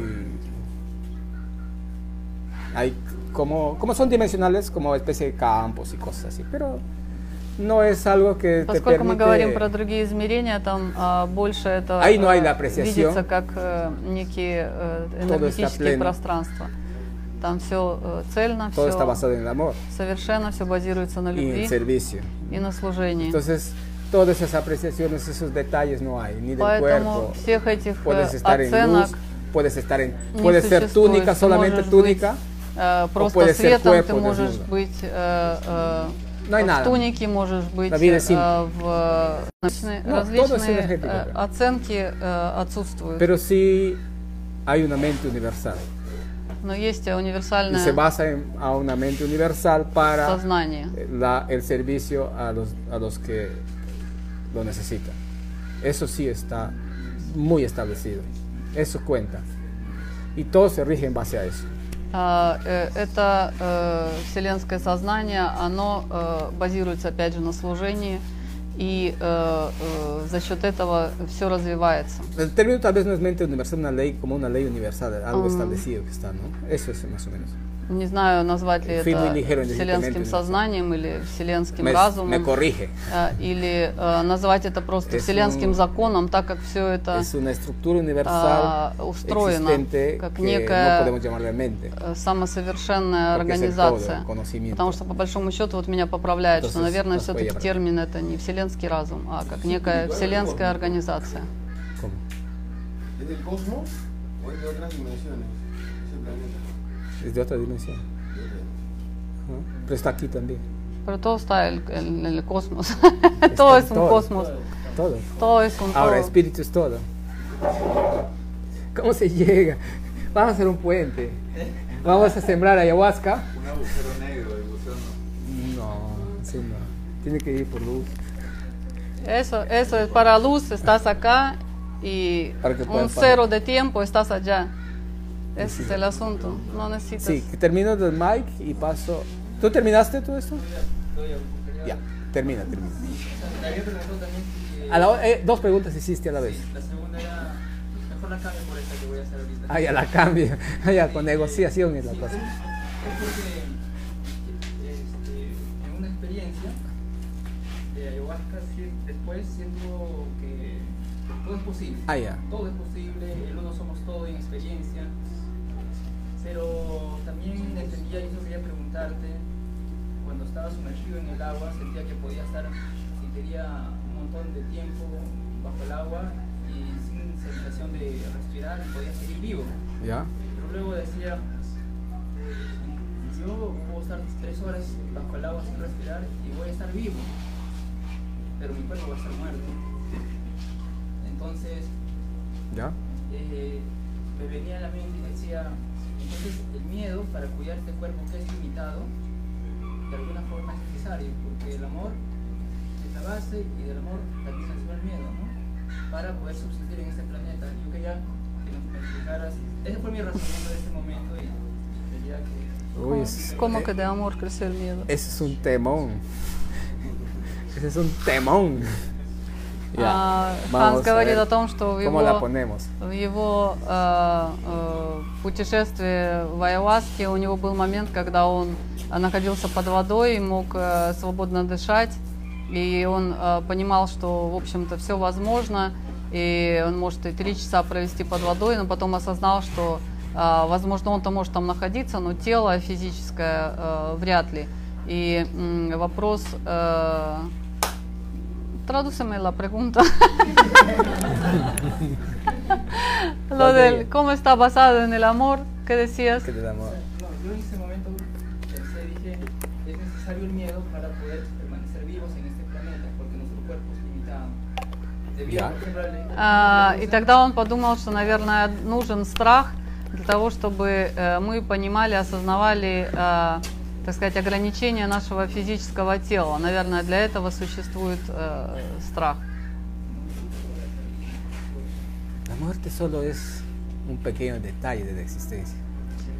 hay como como son dimensionales como especie de campos y cosas así pero no es algo que te Поскольку мы говорим про permite другие измерения, там а, больше это Ahí no hay э, la apreciación. видится как э, некие э, está энергетические pleno. пространства. Там все цельно, todo está все basado en el amor совершенно, все базируется на y en el любви servicio и на служении. entonces todas esas apreciaciones esos detalles no hay ni del Поэтому cuerpo всех этих э, puedes estar en оценок luz puedes estar en не puedes ser существует. túnica solamente Можешь быть, túnica э, просто puedes ser светом, ты cuerpo можешь desnudo. быть э, э, No hay в nada. тунике, можешь быть La vida es э, simple. в различные, No, todo es различные, energético, э, claro. оценки э, отсутствуют. pero sí hay una mente universal Но есть э, y se универсальное basa en a una mente universal para eh, сознание. la- el servicio a los, a los que lo necesitan. Eso sí está muy establecido. Eso cuenta. Y todo se rige en base a eso. А, э, Это э, вселенское сознание, оно э, базируется опять же на служении, и э, э, за счет этого все развивается. El término tal vez no es mente universal, una ley como una ley universal, algo Ah. establecido que está, ¿no? Eso es más o menos. Не знаю, назвать ли Фильм это или герой, или вселенским элемент, сознанием или вселенским Me, me разумом, corrige. э, или э, назвать это просто Es вселенским un- законом, так как все это Es una estructura universal а, устроено existente как que no некая podemos llamarle mente. э, самосовершенная Porque es el организация. todo, conocimiento. Потому что, по большому счету, вот меня поправляют, что, Entonces, наверное, las все-таки palabras. термин это не вселенский разум, а как некая вселенская организация. ¿Cómo? ¿Es del cosmos o es de otras dimensiones? Ese planeta. Es de otra dimensión. Ajá. Pero está aquí también. Про то el, el космос. Está То en есть un Oh. космос. Todo. То есть un Ahora, todo. espíritu es todo. ¿Cómo se llega? Vamos a hacer un puente. Vamos a sembrar ayahuasca. Un agujero negro de buceo no. No, sí, no. Tiene que ir por luz. Eso, eso es para luz, estás acá y Para que puedas un pagar. cero de tiempo estás allá. Ese es el asunto. No necesitas. Sí, que termino del mic y paso ¿Tú terminaste todo esto? Doy a buscar Ya, termina, termina. La había preguntado también si... A la o- eh, dos preguntas hiciste a la vez. La segunda era... Mejor la cambio por esta que voy a hacer ahorita. Ah, ya la cambio. Ah, ya, con negociación es la Sí, cosa. Es es porque este, en una experiencia eh, de ayahuasca, si- después siento que todo es posible. Ah, ya. Todo es posible, el uno somos todo en experiencia. Pero también entendía, y eso quería preguntarte, cuando estaba sumergido en el agua, sentía que podía estar, si quería, un montón de tiempo bajo el agua y sin sensación de respirar, podía seguir vivo. ¿Ya? Pero luego decía, yo puedo estar tres horas bajo el agua sin respirar y voy a estar vivo, pero mi cuerpo va a estar muerto. Entonces ¿Ya? eh, me venía a la mente y decía, entonces el miedo para cuidar este cuerpo que es limitado, de alguna forma es necesario, porque el amor es la base y del amor también nació el miedo, ¿no? Para poder subsistir en este planeta. Yo quería que nos me explicaras, ese fue mi razonamiento de este momento y quería que... Uy, es- Como eh, que de amor creció el miedo. Ese es un temón. Ese es un temón. А, vamos Ханс a говорит ver о том, что в ¿Cómo la его ponemos? В его э, э, путешествии в Айваске у него был момент, когда он э, находился под водой и мог э, свободно дышать, и он э, понимал, что, в общем-то, все возможно, и он может и три часа провести под водой, но потом осознал, что, э, возможно, он-то может там находиться, но тело физическое э, вряд ли. И м, вопрос... э, Tradúceme la pregunta. Lo ¿Cuál de ellas? del cómo está basado en el amor, ¿qué decías? Que le damos- No, yo en ese momento pensé, dije, es necesario el miedo para poder permanecer vivos en este planeta, porque nuestro cuerpo es limitado. Debido, Ya. por ejemplo, al- А, и тогда он подумал, что, наверное, нужен страх для того, чтобы э, мы понимали, осознавали, э, так сказать, ограничения нашего физического тела. Наверное, для этого существует э, страх. La muerte solo es un pequeño detalle de la existencia.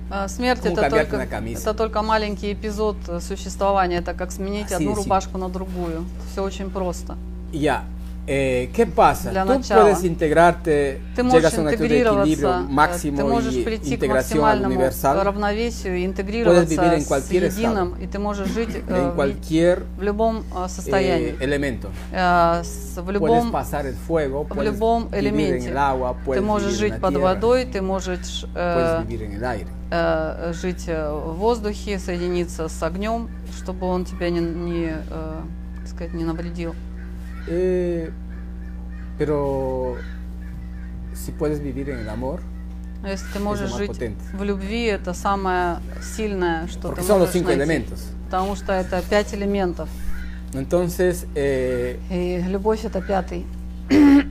А, Смерть Кому это камерты только, Ну, на комиссии. это только маленький эпизод э, существования. Это как сменить одну Сиси. рубашку на другую. Все очень просто. Y Ya, eh, ¿qué pasa? Для Tú начала. puedes integrarte, Ты можешь llegas a un estado de equilibrio интегрироваться, э, ты máximo можешь y прийти к integración al максимальному universal равновесию и интегрироваться vivir en с cualquier единым, и ты можешь жить э, en в- cualquier в любом э, eh, состоянии, elemento. Э, с- в Puedes любом, pasar el fuego, в puedes любом vivir en элементе. el agua, Ты puedes можешь vivir жить en la под tierra, водой, ты можешь puedes э, vivir en el aire. э, жить э, в воздухе, соединиться с огнем, чтобы он тебя не, не, э, так сказать, не навредил. Eh, pero si puedes vivir en el amor, Но Ну, Если ты можешь más жить potente. в любви, это самое сильное, что porque ты son los можешь cinco найти. elementos. Потому что это пять элементов. Entonces, eh, И любовь это пятый.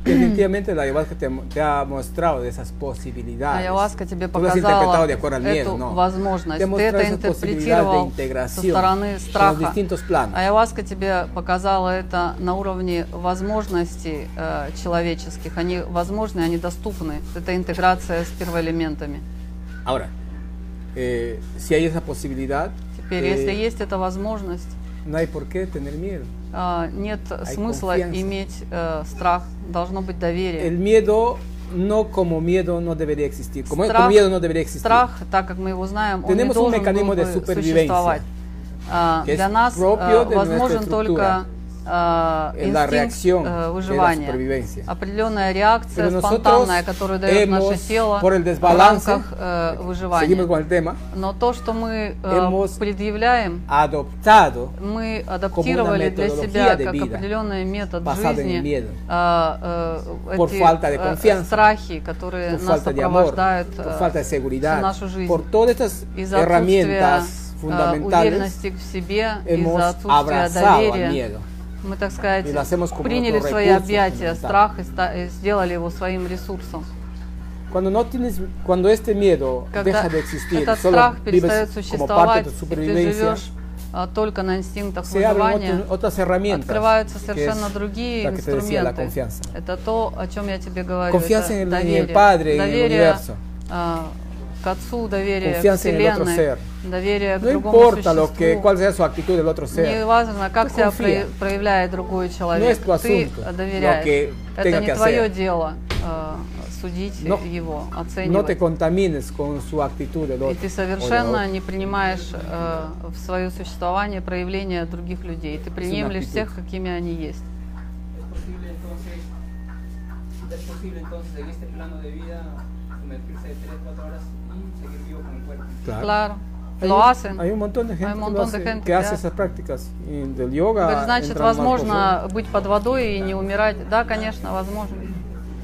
definitivamente la ayahuasca te, te ha mostrado de esas posibilidades. Ayahuasca А тебе Tú lo has interpretado показала de acuerdo al miedo, эту ¿no? возможность. Te ha Ты mostrado это esa posibilidad de интерпретировал со стороны integración en los страха. distintos planos. Ayahuasca тебе показала это на уровне возможностей э, человеческих. Они возможны, они доступны. Это интеграция с первоэлементами. Ahora, eh, si hay esa posibilidad, Теперь, eh, если есть эта возможность, no hay por qué tener miedo. э, нет смысла confianza. иметь э, страх. Должно быть El доверие. miedo no como miedo no debería existir. Como, como miedo no debería existir. страх, так как мы его знаем, он не Tenemos un должен был mecanismo de бы supervivencia, существовать. А, que Для es нас propio а, de nuestra возможен estructura. только а, Es la reacción инстинкт de а, la выживания, supervivencia. определенная реакция Pero nosotros спонтанная, которую дает наше hemos, тело в por el desbalance, рамках э, Seguimos con выживания. el tema. Но то, что мы э, hemos предъявляем, Eh, Adoptado мы адаптировали для metodología себя de как vida, определенный метод basada en el жизни miedo. а, э, Por эти falta de э, confianza, страхи, которые por нас falta de amor, сопровождают por э, falta de всю seguridad, нашу жизнь. por todas estas из-за отсутствия herramientas э, fundamentales, уверенности в себе, hemos из-за отсутствия abrazado al доверия, miedo. мы, так сказать, Y lo hacemos como приняли в nuestro свои recurso объятия fundamental. страх и, ста- и сделали его своим ресурсом. Cuando no tienes, cuando este miedo Когда deja de existir, этот solo страх vives перестает como parte существовать, de и tu ты supervivencia, живешь а, только на инстинктах se abren выживания, otras, otras herramientas. открываются que es совершенно другие la que te decía, la инструменты. confianza. Это то, о чем я тебе говорю. Confianza это en el- en el доверие. Padre, en el доверие universo. а, к Отцу, доверие Confianza к en el otro Вселенной, ser. доверие к No другому Ну, importa существу. lo que, cuál sea su actitud del otro Не ser. важно, как Tú себя confía. про- проявляет другой No es человек. tu Ты asunto, lo доверяешь. que Это tenga не que твое hacer. дело э, судить No- его, No te оценивать. contamines con su actitud del otro. И ты o совершенно del не принимаешь э, в свое существование проявления других людей. Ты приемлешь actitud. всех, какими они есть. Es posible entonces, es posible entonces en este plano de vida sumergirse de 3-4 horas y seguir vivo con el cuerpo. otro. Claro. Claro. Hay, Lo hacen. hay un montón de gente, un que lo montón de hace, gente, que hace да. esas prácticas. Y del yoga. Говорит, значит, entran más возможно быть под водой и не умирать. Да, конечно, возможно.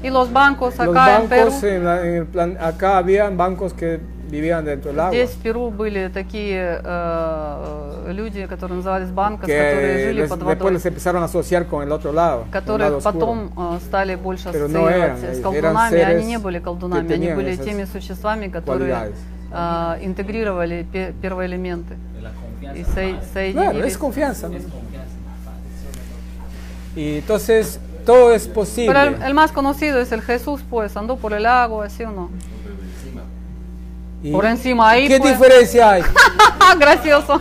И Лос-Банкос, profundo. Los Акая, в Перу. bancos en la- en el plan, acá había bancos que vivían dentro del agua. Здесь, в Перу, были такие э, люди, которые назывались Банкос, которые que жили les- под después водой. les empezaron a asociar con el otro lado. con el lado которые oscuro. потом э, стали больше Pero no eran, ассоциироваться с eran колдунами. Они seres не были que колдунами, они tenían были esas теми существами, которые cualidades. э, интегрировали пе- первоэлементы La confianza. и со- Claro, es соединились. confianza. ¿no? Es confianza. Y entonces todo es Pero el, el posible. más conocido es el Jesús, pues, andó por el agua, ¿sí o no? Y- Por encima ahí ¿Qué fue. diferencia hay? ¡Ah, gracioso!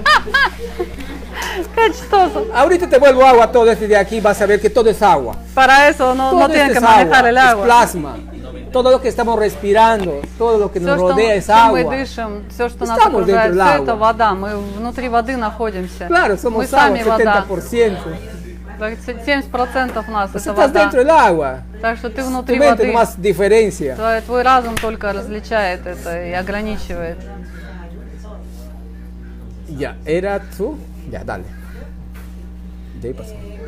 ¡Cachistoso! Ahorita te vuelvo agua todo este de aquí, vas a ver que todo es agua. Para eso no, Todo no tienen esto que es agua, manejar el es agua. plasma. Todo lo que estamos respirando, todo lo que Все, nos что, rodea мы- es что мы agua. дышим, все, что нас Estamos dentro окружает, del все это agua. вода. Мы внутри воды находимся. Claro, мы somos agua, сами вода. 70%. Pues Так, се- 70% нас Pues это estás вода. dentro del agua. Так что ты Tu внутри mente воды. nomás diferencia. Твой, твой разум только различает это и ограничивает. Ya, era tú. Ya, dale. De ahí pasó. Eh,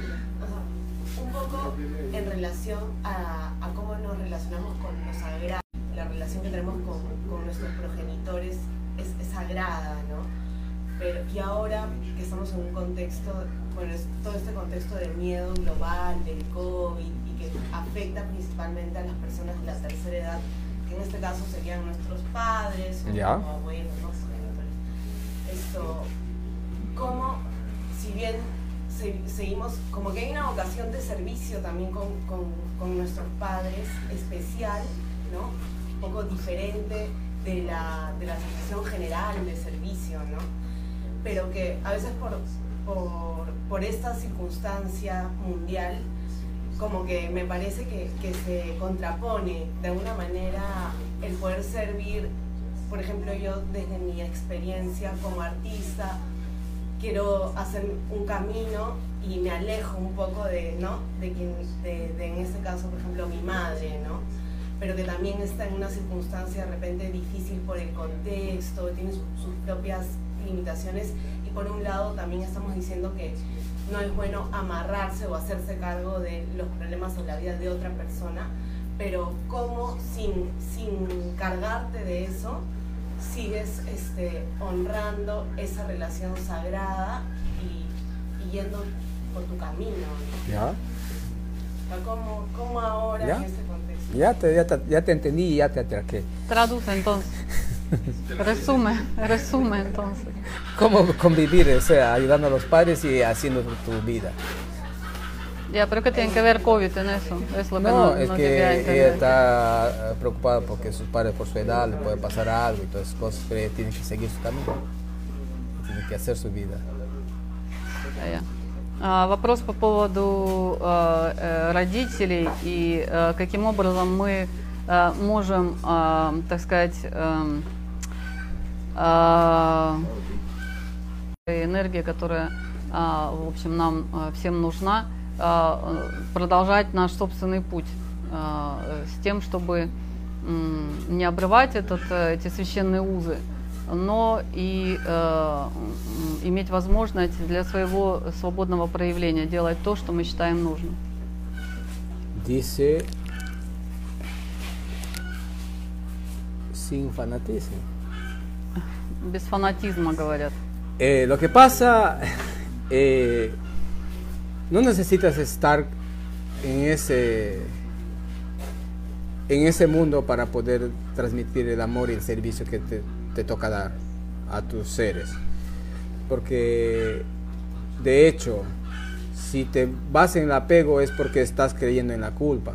un poco en relación a, a cómo nos relacionamos con lo sagrado, la relación que tenemos con, con nuestros progenitores es, es sagrada, ¿no? Pero, y ahora que estamos en un contexto, bueno, es todo este contexto de miedo global, del COVID, y que afecta principalmente a las personas de la tercera edad, que en este caso serían nuestros padres o, Ya. o abuelos, ¿no? Progenitores. Esto, cómo, si bien se- seguimos, como que hay una vocación de servicio también con, con- con nuestros padres, especial, ¿no? Un poco diferente de la, de la asociación general de servicio, ¿no? Pero que a veces por, por, por esta circunstancia mundial, como que me parece que, que se contrapone de alguna manera el poder servir, por ejemplo, yo desde mi experiencia como artista, quiero hacer un camino y me alejo un poco de, ¿no? De quien, de, de, en este caso, por ejemplo, mi madre, ¿no? Pero que también está en una circunstancia de repente difícil por el contexto, tiene su- sus propias limitaciones y por un lado también estamos diciendo que no es bueno amarrarse o hacerse cargo de los problemas o la vida de otra persona, pero cómo sin, sin cargarte de eso sigues este, honrando esa relación sagrada y, y yendo por tu camino. ¿no? Ya, O sea, ¿Cómo, cómo ahora ¿Ya? en este contexto? ya te, ya te, ya te entendí y ya te atraqué. Traduce entonces. Resume, resume entonces. ¿Cómo convivir? O sea, ayudando a los padres y haciendo tu, tu vida. Я, pero ¿qué tiene que ver COVID en eso? Es lo que Pues no, No, es no llegué a que entender. ella está eh, preocupada porque sus padres por su edad le puede pasar algo y todas esas cosas, pero ella tiene que seguir su camino. Tiene que hacer su vida. Э, а, Вопрос по поводу э, э, родителей и э, каким образом мы э, можем, а, так сказать, эм, а, энергия, которая, а, в общем, нам а, всем нужна, а, э, продолжать наш собственный путь а, э, с тем, чтобы м, не обрывать этот, э, эти священные узы, но и э, м, иметь возможность для своего свободного проявления делать то, что мы считаем нужным. Dice sin fanatismo. Без фанатизма, говорят. Eh, lo que pasa, eh, no necesitas estar en ese, en ese mundo para poder transmitir el amor y el servicio que te, te toca dar a tus seres. Porque, de hecho, si te vas en el apego es porque estás creyendo en la culpa.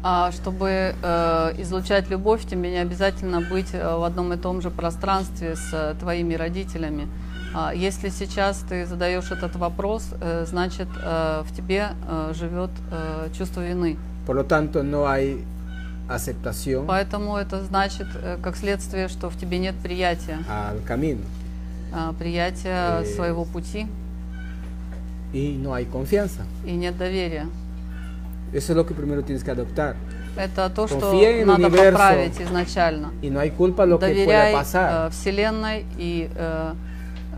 А чтобы э, излучать любовь, тебе не обязательно быть э, в одном и том же пространстве с э, твоими родителями. А если сейчас ты задаешь этот вопрос, э, значит э, в тебе э, живет э, чувство вины. Por lo tanto, no hay aceptación Поэтому это значит, э, как следствие, что в тебе нет приятия, al camino а, приятия Э. своего пути y no hay confianza. и нет доверия. Eso es lo que primero tienes que adoptar. Это то, что Confía en el надо universo. поправить изначально. Y no hay culpa lo que pueda Доверяй pasar. э, Вселенной и э,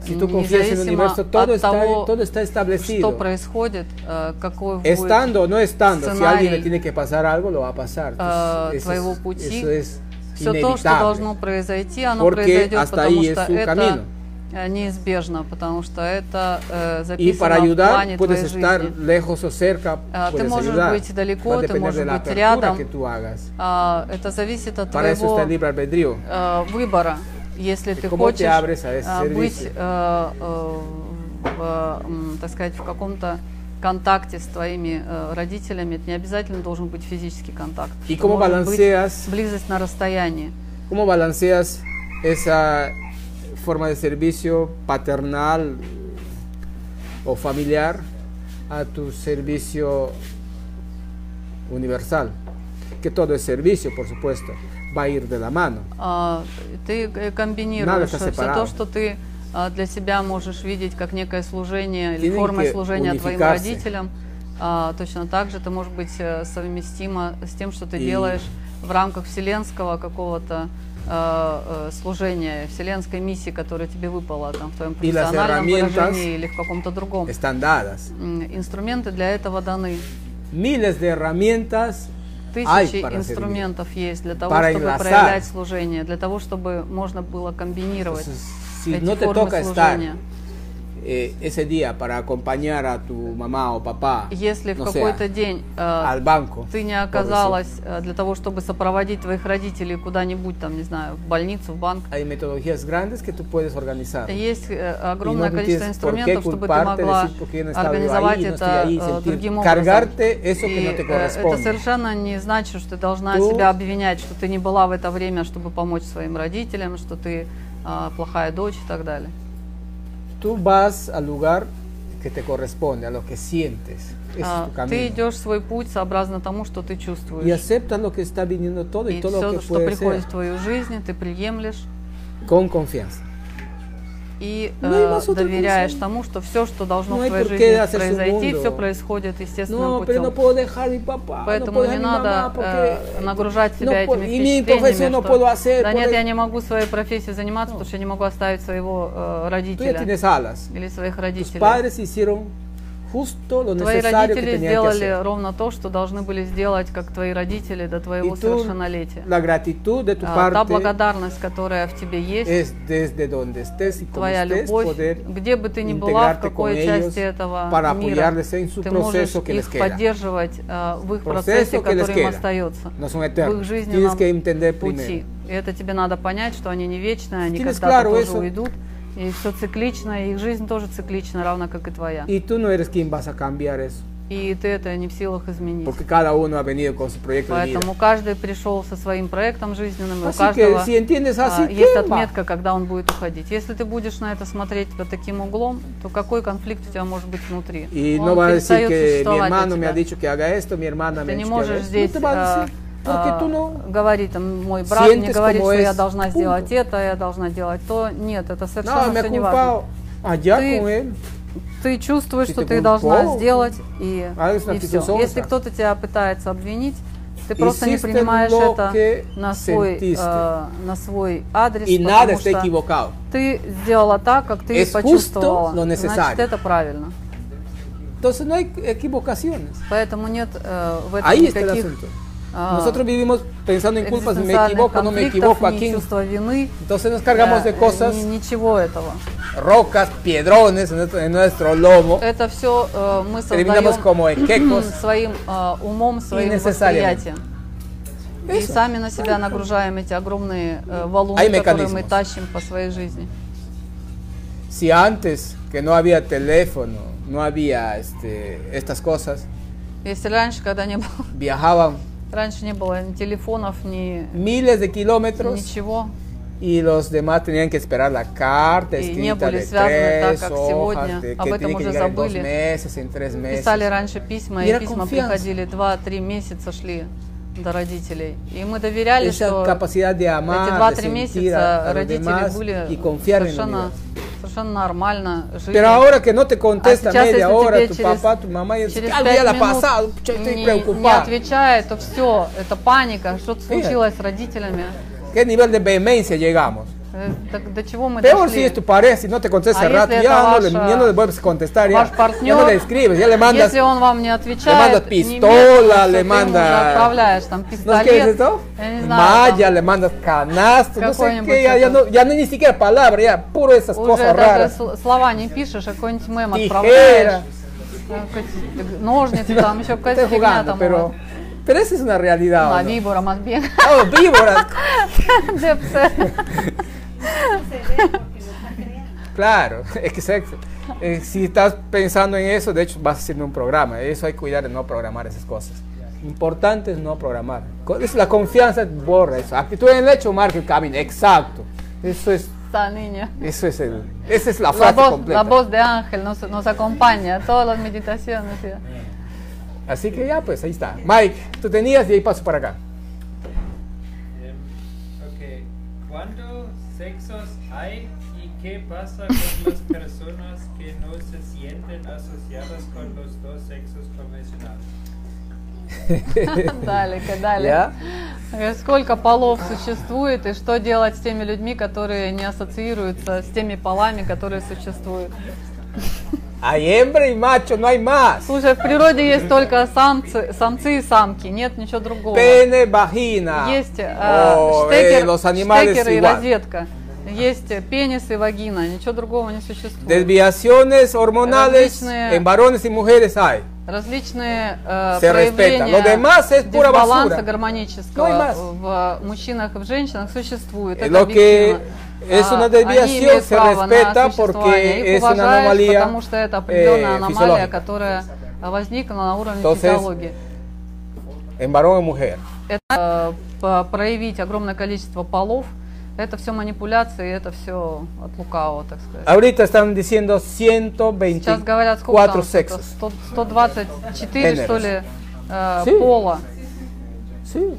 Si tú confías en el независимо universo, todo от está, того, todo está что establecido. происходит, э, какой будет Estando o no estando, si a alguien le сценарий tiene que pasar algo, lo va a pasar. э, Entonces, eso твоего es- пути, eso es все то, что inevitable. должно произойти, оно Porque произойдет, hasta потому ahí что es su это camino. э, неизбежно, потому что это э, Y para записано в ayudar, плане puedes твоей estar жизни. lejos o cerca. А, ты puedes можешь ayudar. быть далеко, Va a ты depender можешь de la быть apertura рядом. que tú hagas. А, это зависит от Para eso está el твоего libre albedrío. э, выбора, если ты cómo te хочешь abres a ese э, быть, servicio. э, э, в, м, так сказать, в каком-то контакте с твоими э, родителями, это не обязательно должен быть физический контакт. Y Это cómo может balanceas- быть близость на расстоянии. ¿Cómo balanceas esa forma de servicio paternal o familiar a tu servicio universal? Que todo es servicio, por supuesto, va a ir de la mano. А, Ты э, комбинируешь Надо все это то, separado. что ты а, для себя можешь видеть как некое служение или Tienen формой que служения твоим unificarse. родителям. А, Точно так же это может быть э, совместимо с тем, что ты И- делаешь в рамках вселенского какого-то э, э, служения, вселенской миссии, которая тебе выпала там, в твоем Y las профессиональном herramientas выражении или в каком-то другом. están dadas. М, Инструменты для этого даны. Miles de herramientas hay Тысячи para servir. инструментов есть для того, Para чтобы enlazar. проявлять служение, для того, чтобы можно было комбинировать Entonces, si эти no te формы toca estar служения. eh, ese día para acompañar a tu mamá o papá, Если в no sé, какой-то день э, al banco, ты не por decir, оказалась э, для того, чтобы сопроводить твоих родителей куда-нибудь, там, не знаю, в больницу, в банк, hay metodologías grandes que tú puedes organizar. есть э, Y огромное no количество tienes por qué инструментов, чтобы ты culparte, могла decir, porque yo no he estado организовать ahí, no estoy это ahí, э, sentir- другим образом. cargarte eso que И, no te э, это corresponde. совершенно не значит, что ты должна Tú- себя обвинять, что ты не была в это время, чтобы помочь своим родителям, что ты э, плохая дочь и так далее. Tú vas al lugar que te corresponde, a lo que sientes. Ese А, es tu ты camino. идешь свой путь сообразно тому, что ты Y чувствуешь. aceptas lo que está viniendo todo y, И todo lo все, que что puede приходит ser в твою жизнь, ты приемлешь. con confianza. и No hay э, más otra доверяешь cosa. тому, что все, что должно No в hay твоей por qué жизни hacerse un произойти, mundo. все происходит естественным No, путем. pero no puedo dejar a mi papá, no ah, Поэтому puedo не dejar a mi mamá надо э, porque нагружать no себя puedo- этими y mi впечатлениями, profesión no puedo что hacer. да por нет, el- я не могу своей профессией заниматься, потому что я не могу оставить своего э, Tú ya родителя tienes alas. или своих Tus родителей. padres hicieron justo lo Твои necesario que родители tenían que сделали hacer. ровно то, что должны были сделать, как твои родители до твоего Y tú, совершеннолетия. la gratitud de tu А, Та parte благодарность, которая в тебе есть, es desde donde estés y como твоя estés любовь, poder где бы ты ни была, в integrarte con какой ellos части этого para мира, apoyarles en su ты можешь proceso que les их queda. поддерживать э, в их процессе, Proceso que les который им queda. остается, No son в их eternos. Tienes жизненном que entender пути. primero. И это тебе надо понять, что они не вечные, они Tienes когда-то claro тоже eso. уйдут, и все циклично, и их жизнь тоже циклична, равно как и твоя. Y tú no eres quien vas a cambiar eso, И ты это не в силах изменить. porque cada uno ha venido con su proyecto de vida. Поэтому каждый пришел со своим проектом жизненным, и у Así каждого que si entiendes así, а, есть ¿qué va? отметка, когда он будет уходить. Если ты будешь на это смотреть под таким углом, то какой конфликт у тебя может быть внутри? Y Он no va a decir перестает que mi существовать для hermano me тебя. ha dicho que haga esto, mi hermana me Ты ha не dicho que haga можешь esto. No здесь te va a а, decir, porque а, tú no. говорить, там, мой брат мне sientes говорит, como что я es, должна punto. сделать это, я должна делать то. Нет, это No, совершенно me ha все не важно. culpado allá Ты- con él. Ты чувствуешь, Si что te ты должна culpó, сделать, и, ah, es una и actitud все. Если sonsa. кто-то тебя пытается обвинить, ты просто не Hiciste принимаешь lo это que на свой, э, sentiste. на свой адрес, Y nada потому está что equivocado. ты сделала так, как ты Es justo почувствовала. lo necesario. Значит, это правильно. Entonces no hay equivocaciones. Поэтому нет э, в этом Ahí está el никаких asunto. а, Nosotros vivimos pensando en culpas, me экзистенциальных equivoco, no me конфликтов, equivoco ни aquí. чувства вины, Entonces nos cargamos э, de cosas, ни- ничего этого. rocas, piedrones en nuestro, en nuestro lomo. Это все мы Terminamos создаем como equecos. своим э, умом, своим Innecessarily. восприятием. И Eso. сами на себя нагружаем эти огромные э, Hay валуны, которые мы mecanismos. тащим по своей жизни. Si antes que no había teléfono, no había este, estas cosas, Если раньше, когда не было viajaban Раньше не было ни телефонов, ни miles de kilómetros ничего. y los demás tenían que esperar la carta Y escrita не были de связаны так, tres как hojas, сегодня. de, Об que этом tenía que уже llegar en dos забыли. meses, en tres meses. Писали раньше письма, Era и письма confianza. приходили 2-3 месяца шли до родителей. И мы доверяли, Esa что capacidad de эти amar, de 2-3 sentir a, месяца a los родители demás были y confiar en la совершенно, vida. совершенно нормально жили. Pero ahora que no te А contesta сейчас, если media hora тебе tu через, papá, tu mamá, y dices, через "Ah, ya пять la минут pasado, pucha, estoy не, не preocupada. отвечает, то все, это паника, что-то Fíjate. случилось с родителями. ¿Qué nivel de vehemencia llegamos? Э, так до чего мы Peor si дошли? es tu pareja, si no te contesta Ah, al rato, если ya это no, le, ваша- ya no le vuelves a contestar, ya, Ваш ya no le партнер, escribes, ya le mandas. если он вам не отвечает, mandas немедленно pistola, le ты ему уже mandas- отправляешь там ¿No пистолет, es que es esto? я не знаю, Maya, le mandas canastos, no sé Какой-нибудь qué, ya, ya это- no, ya no hay ni siquiera palabra, ya puro esas там уже cosas даже raras. сл- слова не пишешь, а какой-нибудь мем Tijera. отправляешь, э, какие-то ножницы там, еще Estoy какая-то фигня jugando, там, pero, вот. pero esa es una realidad. на ¿o no? вибором отбег. Oh, víboras. Депсе. Claro, es que se- eh, si estás pensando en eso, de hecho vas haciendo un programa. Eso hay que cuidar de no programar esas cosas. Importante es no programar. Co- es La confianza borra eso. Actitud en el hecho marca el camino. Exacto. Eso es, Esta niña. eso es el, esa es la La frase voz, la completa. voz de Ángel nos, nos acompaña a todas las meditaciones. ya. Así que ya, pues ahí está. Mike, tú tenías y ahí paso para acá. Ok, ¿cuántos sexos hay y qué pasa con las personas que no se sienten asociadas con los dos sexos convencionales? Далее, далее. ¿Ya? Э, Сколько полов существует и что делать с теми людьми, которые не ассоциируются с теми полами, которые существуют? Hay hembra y macho, no hay más. Слушай, в природе есть только самцы, самцы и самки, нет ничего другого. Pene, vagina. Есть э, Oh, eh, штекер, los animales штекер и igual. розетка. Есть э, пенис и вагина, ничего другого не существует. Desviaciones hormonales Различные- en varones y mujeres hay. различные э, Se respeta. проявления Lo demás es pura дисбаланса basura. гармонического No hay más. в мужчинах и в женщинах существует. Eh, Это Lo que объективно. es А, una они desviación имеют se право на respeta существование. porque Их es una уважаешь, anomalía потому что это определенная eh, аномалия, fisiológica которая возникла на уровне Entonces, физиологии. en varón y mujer. Это э, по- проявить огромное количество полов, это все манипуляции, это все от лукавого, так сказать. Ahorita están diciendo Сейчас говорят, сколько там, 124 что-то, sexos. 100 124, что Генерос. ли, э, Sí. пола. Sí.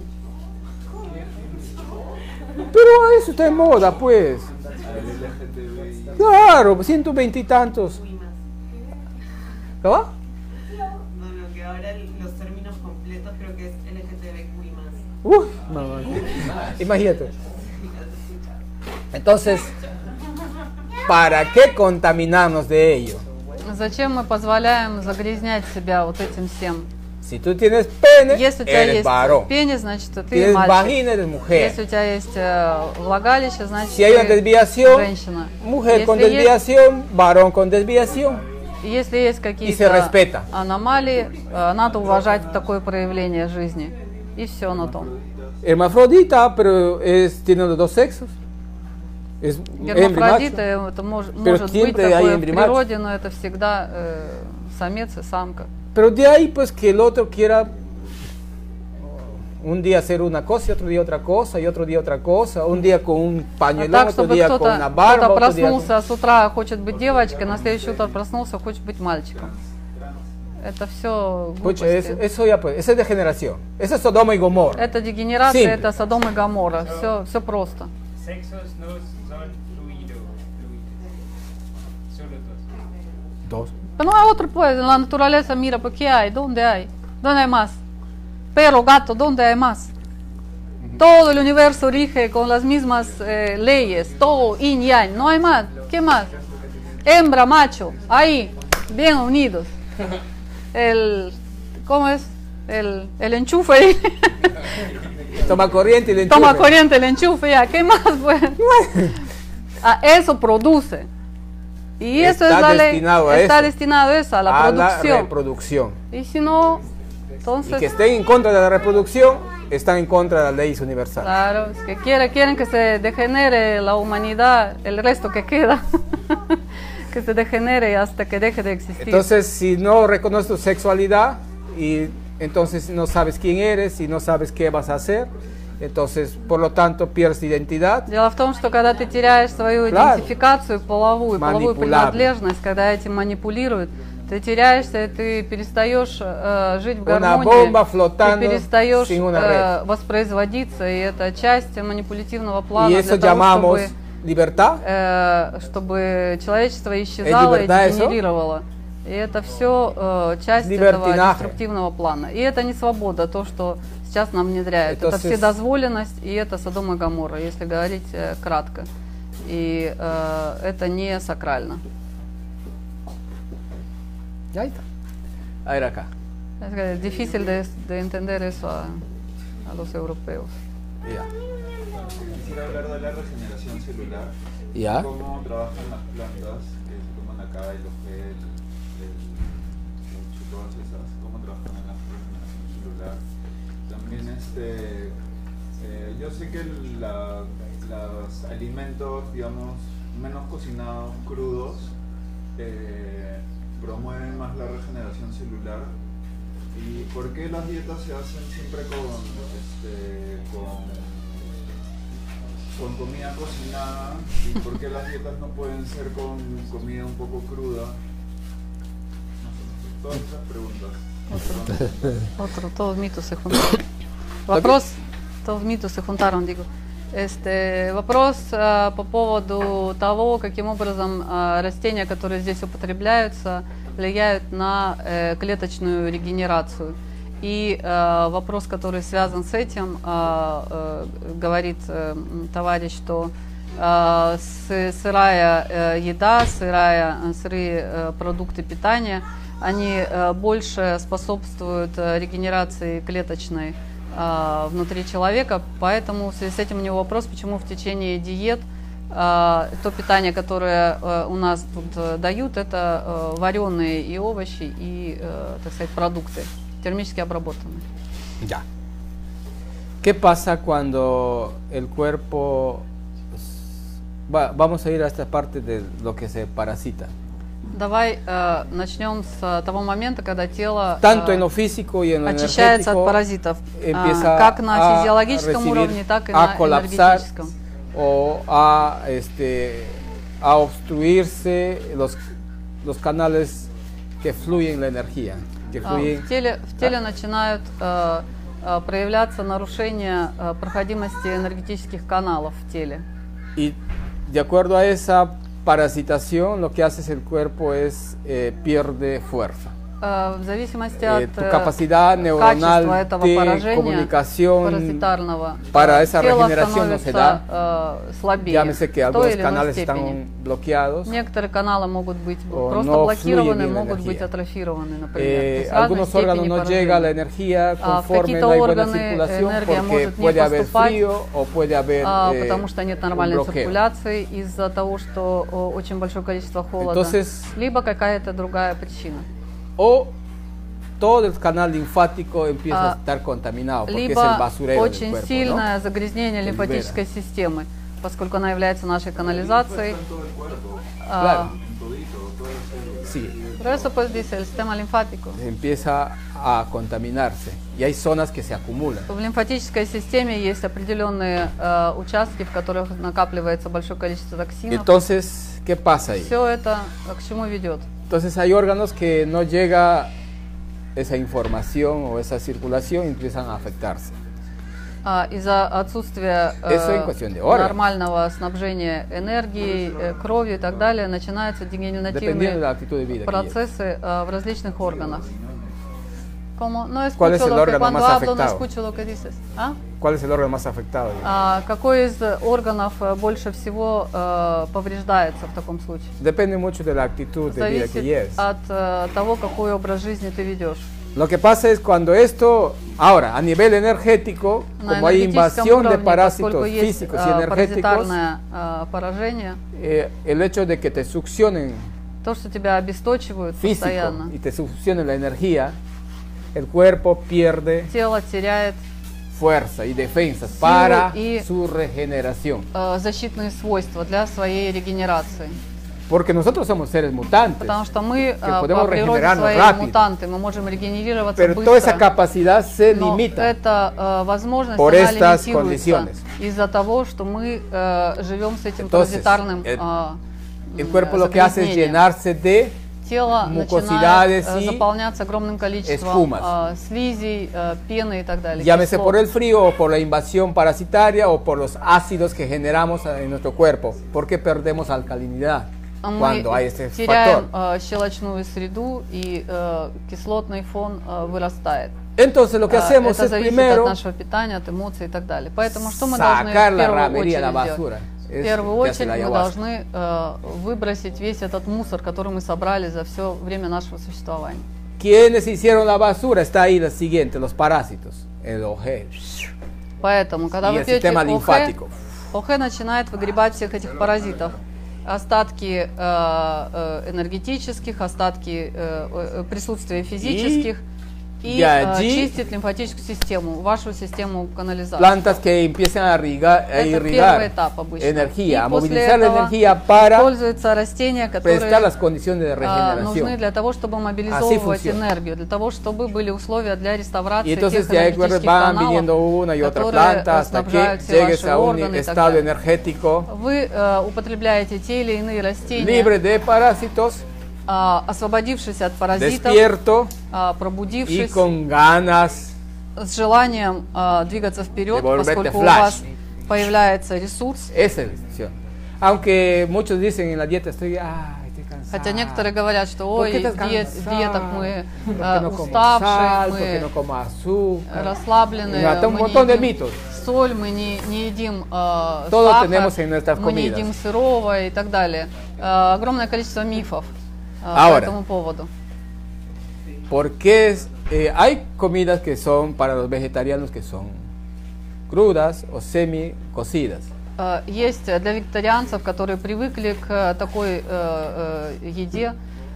Pero eso está en moda, pues. Claro, 120 y tantos. ¿Ah? ¿Qué va? No, no, que ahora los términos completos creo que es LGTBQI más. Uy, mamá. Imagínate. Entonces, ¿para qué contaminarnos de ello? Зачем мы позволяем загрязнять себя вот этим всем? Si tú tienes pene, Если у тебя eres есть varón. пенис, значит ты Tienes мальчик. vagina, eres mujer. Если у тебя есть э, влагалище, значит Si hay una ты desviación, женщина. mujer con Если есть- desviación, varón con desviación. Если есть se какие-то respeta. аномалии, э, надо уважать такое проявление жизни. И все на том. Hermafrodita, pero es, tiene los dos sexos. Es hembra y macho. Гермафродиты, это мож- может быть siempre hay такое в hembra y macho. природе, но это всегда э, самец и самка. Pero de ahí pues que el otro quiera un día hacer una cosa y otro día otra cosa y otro día otra cosa, un día con un А pañuelo, так, otro чтобы día con кто-то una кто-то barba, otro día con... проснулся с утра, хочет быть девочкой, на следующее утро проснулся, хочет быть мальчиком. Это все Pucha, eso, глупости. eso ya pues, esa es degeneración, eso es Sodoma y Gomorra. Это дегенерация, Simple. это Содом и Гамора. Все, все просто. Sexos no son fluido, fluidos, solo dos. Dos. No hay otro pues, en la naturaleza mira, pues qué hay, dónde hay, dónde hay más. Pero gato, dónde hay más. Todo el universo rige con las mismas eh, leyes, todo yin yang, no hay más. ¿Qué más? Hembra, macho, ahí, bien unidos. El, ¿cómo es? El, el enchufe ahí. Toma corriente y le Toma enchufe. corriente, el enchufe ya, ¿qué más? Pues? Ah, eso produce. Y eso Está es la ley. destinado a está eso. destinado a eso, a la a la producción. reproducción. Y si no, Y que entonces, estén en contra de la reproducción, están en contra de las leyes universales. claro, es que quiere- quieren que se degenere la humanidad, el resto que queda, que se degenere hasta que deje de existir. Entonces, si no reconoces tu sexualidad y entonces no sabes quién eres y no sabes qué vas a hacer, entonces por lo tanto pierdes identidad. Дело в том, что когда ты теряешь свою Claro. идентификацию половую, половую Манипулябель. принадлежность, когда этим манипулируют, ты теряешься, и ты перестаешь э, жить в Una гармонии, bomba ты flotando перестаешь sin una э, red. воспроизводиться, и это часть манипулятивного плана Y для eso того, llamamos чтобы, libertad. э, чтобы человечество исчезало и libertad eso? дегенерировало. И это все часть этого Libertinaje. деструктивного плана. И это не свобода, то, что сейчас нам внедряют. Это Entonces- вседозволенность, и это Содом и Гамора, если говорить э, кратко. И э, это не сакрально. Ya está. A ver acá. Es que es difícil de, de entender eso a, a los europeos. Ya. Quisiera hablar de la regeneración celular. Ya. Cómo trabajan las plantas que se toman acá, el ojel, el, el- todas esas, cómo trabajan en la regeneración celular. También este, eh, yo sé que la- los alimentos, digamos, menos cocinados, crudos, eh, promueven más la regeneración celular. ¿Y por qué las dietas se hacen siempre con, este, con con comida cocinada y por qué las dietas no pueden ser con comida un poco cruda. Todas esas preguntas. Otro, todos mitos se juntaron. Вопрос, todos mitos se juntaron, digo. Este, вопрос э, по поводу того, каким образом э, растения, которые здесь употребляются, влияют на э, клеточную регенерацию. И э, вопрос, который связан с этим, э, э, говорит э, м, товарищ, что э, сы- сырая э, еда, сырая, э, сырые э, продукты питания, они э, больше способствуют э, регенерации клеточной э, внутри человека. Поэтому в связи с этим у него вопрос, почему в течение диет э, то питание, которое э, у нас тут э, дают, это э, вареные и овощи, и, э, так сказать, продукты термически обработанные. Ya. ¿Qué pasa cuando el cuerpo... pues, va- vamos a ir a esta parte de lo que se parasita. Давай э, начнем с э, того момента, когда тело э, Tanto en lo físico y en lo очищается от energético, паразитов, э, empieza как на a физиологическом recibir, уровне, так и на a colapsar энергетическом. o a, este, a obstruirse los, los canales que fluyen la energía. Que А, fluyen, В теле, в теле начинают э, э, проявляться нарушения э, проходимости энергетических каналов в теле. Y de acuerdo a esa parasitación, lo que hace el cuerpo es eh, pierde fuerza. Э, в зависимости Eh, от tu э, capacidad качества neuronal этого de поражения comunicación, паразитарного para э, esa тело regeneración no se становится э, llámese слабее que в той algunos или иной canales степени. están bloqueados, Некоторые каналы могут быть О, просто но блокированы, fluyen могут быть energía. атрофированы, например. То eh, есть разной algunos órganos степени no поражения. llega la energía А, в conforme, какие-то no hay buena органы circulación энергия porque может не puede haber поступать, frío o puede haber А, eh, потому что нет un нормальной bloqueo. циркуляции из-за того, что о, очень большое количество холода, Entonces- либо какая-то другая причина. o todo el canal linfático empieza Ah, a estar contaminado porque es el Либо basurero del очень cuerpo, ¿no? сильное загрязнение Libera. лимфатической системы, поскольку она является нашей канализацией. Claro. А, Sí, pero eso, pues, dice el sistema linfático. empieza a contaminarse y hay zonas que se acumulan. В лимфатической системе есть определенные э, участки, в которых накапливается большое количество токсинов. Entonces, ¿qué pasa ahí? Все это э, к чему ведет? Entonces hay órganos que no llega esa información o esa circulación y empiezan a afectarse. А, Из-за отсутствия э, Eso en cuestión de órganos. нормального снабжения энергии, э, кровью и так далее, начинаются дегенеративные Dependiendo de la actitud de vida. que lleves. процессы э, в различных органах. Ну, Como- no escucho ¿Cuál es el lo que órgano cuando más hablo, no afectado? escucho lo que dices. А? ¿Cuál es el órgano más afectado? digamos? А какой из э, органов э, больше всего э, повреждается в таком случае? Depende mucho de la actitud de vida que Зависит lleves. от э, того, какой образ жизни ты ведешь. Lo que pasa es cuando esto, ahora, a nivel energético, На como hay энергетическом invasión уровне, de поскольку parásitos есть э, físicos y energéticos, паразитарное э, поражение, eh, el hecho de que te succionen то, что тебя обесточивают físico постоянно, y te succionen la energía, el cuerpo pierde тело теряет fuerza y defensas Sí, para y- su regeneración. э, защитные свойства для своей регенерации. Porque nosotros somos seres mutantes. Потому что мы que э, по podemos природе regenerarnos своей rápido. мутанты, мы можем регенерироваться Pero toda esa eh, быстро. capacidad se Но limita. эта э, возможность, por она estas лимитируется condiciones. из-за того, что мы э, живем с этим Entonces, паразитарным el- э, El cuerpo lo que hace es загрязнением. llenarse de Тело mucosidades начинает э, y заполняться огромным количеством espumas. э, слизей, э, пены и так далее. Llámese кислот. por el frío o por la invasión parasitaria o por los ácidos que generamos en nuestro cuerpo, porque perdemos alcalinidad А Мы cuando hay este теряем factor. э, щелочную среду и э, кислотный фон э, вырастает. Entonces lo que А, hacemos это es зависит primero от нашего питания, от эмоций и так далее. Поэтому что мы должны в sacar la первую ramería, la очередь basura. сделать? В Es первую lo que hace очередь la мы ayahuasca. должны э, выбросить весь этот мусор, который мы собрали за все время нашего существования. ¿Quiénes hicieron la basura? Está ahí lo siguiente, los parásitos, el OG Поэтому, когда y вы el пьете sistema ОХ, linfático. ОХ начинает выгребать всех этих паразитов. Остатки э, э, энергетических, остатки э, э, присутствия физических. И, de э, allí- чистит лимфатическую систему, вашу систему канализации. Plantas que empiezan a irrigar, a Это первый irrigar этап обычно. И energía, pues. a после movilizar la этого energía para Используются растения, prestar которые las condiciones de а, нужны regeneración. для того, чтобы мобилизовывать funciona. энергию, для того, чтобы были условия для Y реставрации entonces тех de ahí pues, энергетических van каналов, viniendo una y otra которые, planta э, hasta que снабжают все llegues ваши a un органы и так estado далее. energético Вы э, употребляете те или иные растения, libre de parásitos, а, освободившись от паразитов, despierto а, y пробудившись, con ganas с желанием а, двигаться вперед, De volverte поскольку у flash. вас poявляется ресурс. Esa es la intención. Aunque muchos dicen en la dieta estoy, ay, estoy cansado. Хотя некоторые говорят, что ¿Por ой, qué диет, estás cansado? диеток мы ¿Por qué э, no como sal? ¿Por qué уставшие, no мы como azúcar? Э, расслабленные, Mira, un мы не montón de едим mitos. соль, мы не, не едим э, Todo сахар, tenemos en nuestras мы не comidas. едим сырого и так далее. Э, огромное количество мифов э, по Ahora. этому поводу. Porque es, eh, hay comidas que son para los vegetarianos que son crudas o semi cocidas. Э, Есть для вегетарианцев, которые привыкли к э, такой э, э, еде.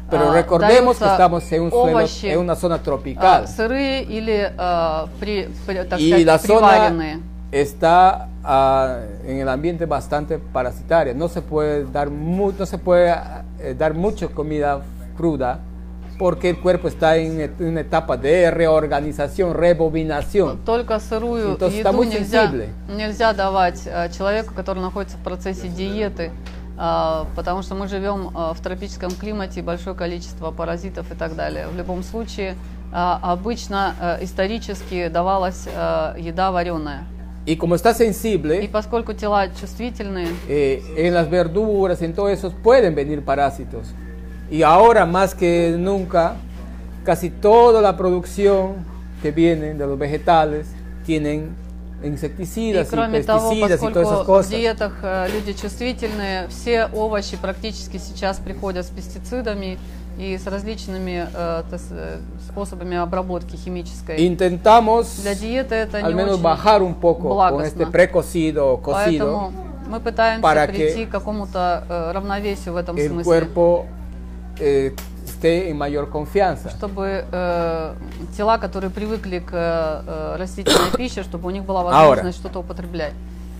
Pero э, recordemos que даются estamos en, un suelo- овощи, en una zona э, tropical сырые или, э, при- при- так y la сказать, zona приваренные. está ah, en el ambiente bastante parasitaria. No se puede dar mu- no se puede eh, dar mucha comida cruda porque el cuerpo está en et- una etapa de reorganización, rebobinación. Только сырую Entonces, еду тому нельзя, sensible. нельзя давать э, человеку, который находится в процессе диеты, а, потому что мы живем а, в тропическом климате, и большое количество паразитов и так далее. В любом случае, а, обычно э, исторически давалась э, еда вареная. Y como está И sensible, поскольку тела чувствительные, eh, en las verduras, en todo eso, pueden venir parásitos. Y ahora más que nunca, casi toda la producción que viene de los vegetales tienen и insecticidas y, pues, кроме того, pesticidas y todas esas поскольку в cosas. диетах э, люди чувствительные, все овощи практически сейчас приходят с пестицидами и с различными э, то с- э, способами обработки химической. Intentamos Для диеты это не al menos очень bajar un poco con благостно. este precocido o cocido. Поэтому мы пытаемся para que прийти к какому-то э, равновесию в этом El смысле, cuerpo eh, esté en mayor confianza. чтобы э, тела, которые привыкли к э, растительной пище, чтобы у них была Аура. возможность что-то употреблять.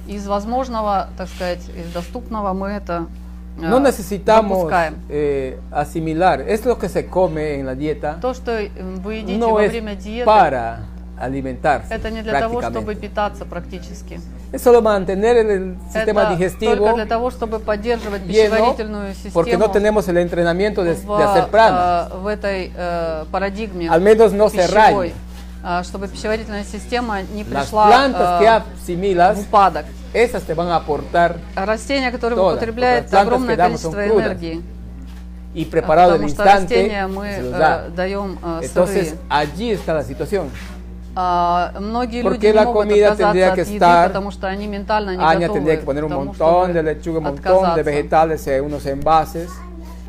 Из возможного, так сказать, из доступного мы это э, Ah, No necesitamos допускаем. eh, asimilar, es lo que se come en la dieta, То, что э, вы едите no во es время диеты, para alimentarse. это не для того, prácticamente. чтобы питаться практически. Es solo mantener el, el sistema это только digestivo для того, чтобы поддерживать lleno, пищеварительную систему. ну, porque no tenemos el entrenamiento de, в, de hacer prana. э, в этой э, парадигме Al menos no se пищевой, raye. э, чтобы пищеварительная система не Las пришла plantas que э, asimilas, в упадок. esas te van a aportar Растения, которые Todas, употребляют porque las plantas огромное que damos son количество crudas, энергии, y э, preparado del потому что instante. растения мы se los da. э, даем э, Entonces сырые. allí está la situación. А, Многие ¿por люди qué не la могут comida tendría отказаться от que еды, estar? потому что они ментально не Aña готовы tendría que poner к un тому, montón de чтобы lechuga, un montón de отказаться. vegetales, eh, unos envases.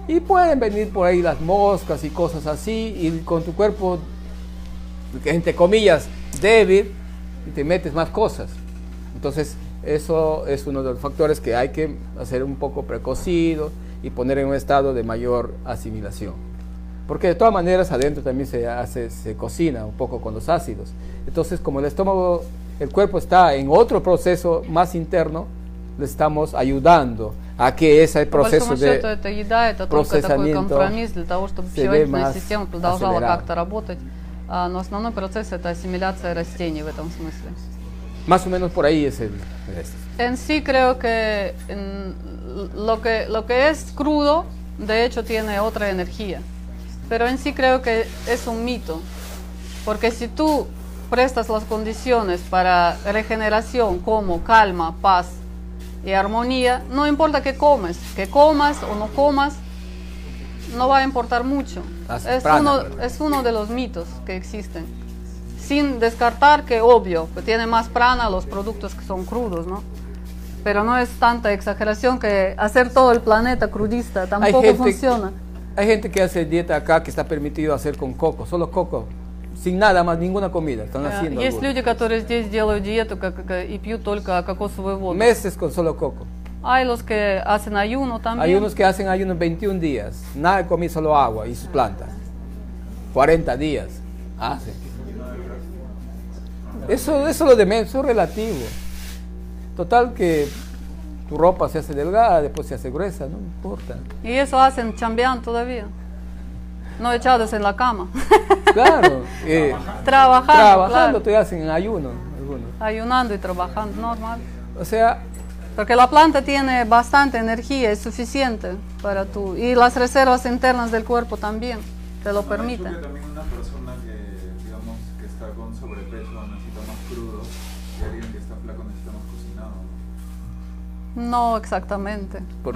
Y pueden venir por ahí las moscas y cosas así. Y con tu cuerpo, entre comillas, débil, y te metes más cosas. Entonces, eso es uno de los factores que hay que hacer un poco precocido y poner en un estado de mayor asimilación. Porque de todas maneras adentro también se hace, se cocina un poco con los ácidos. Entonces, como el estómago, el cuerpo está en otro proceso más interno, le estamos ayudando a que ese По proceso большому счету, de это еда, это только такой procesamiento компромисс для того, чтобы se ve пищеварительная más система продолжала acelerado. как-то работать. А, Но основной процесс это ассимиляция растений в этом смысле. más o menos por ahí es el... este. es. En sí creo que mm, lo que lo que es crudo, de hecho, tiene otra energía. Pero en sí creo que es un mito, porque si tú prestas las condiciones para regeneración como calma, paz y armonía, no importa qué comes, que comas o no comas, no va a importar mucho. Así, Es prana, uno, ¿verdad? es uno de los mitos que existen. Sin descartar que, obvio, que tiene más prana los productos que son crudos, ¿no? Pero no es tanta exageración que hacer todo el planeta crudista tampoco funciona. hay gente que hace dieta acá que está permitido hacer con coco, solo coco, sin nada más, ninguna comida, están Э, haciendo Есть algunos. люди, которые здесь делают диету как, как, э, и пьют только кокосовую воду. meses con solo coco. Hay los que hacen ayuno también. Hay unos que hacen ayunos 21 días, nada de comer, solo agua y sus plantas. 40 días hacen. Eso, eso es lo de menos, eso es relativo. Total que tu ropa se hace delgada, después se hace gruesa, no importa. Y eso hacen chambean todavía. No echados en la cama. Claro, eh, Trabajando, trabajando claro. te hacen ayuno algunos. Ayunando y trabajando, normal. O sea, Porque la planta tiene bastante energía, es suficiente para tú. Y las reservas internas del cuerpo también te lo No, yo permiten. creo que también una persona que, digamos, que está con sobrepeso necesita más crudo y alguien que está flaco necesita más cocinado. No exactamente. por-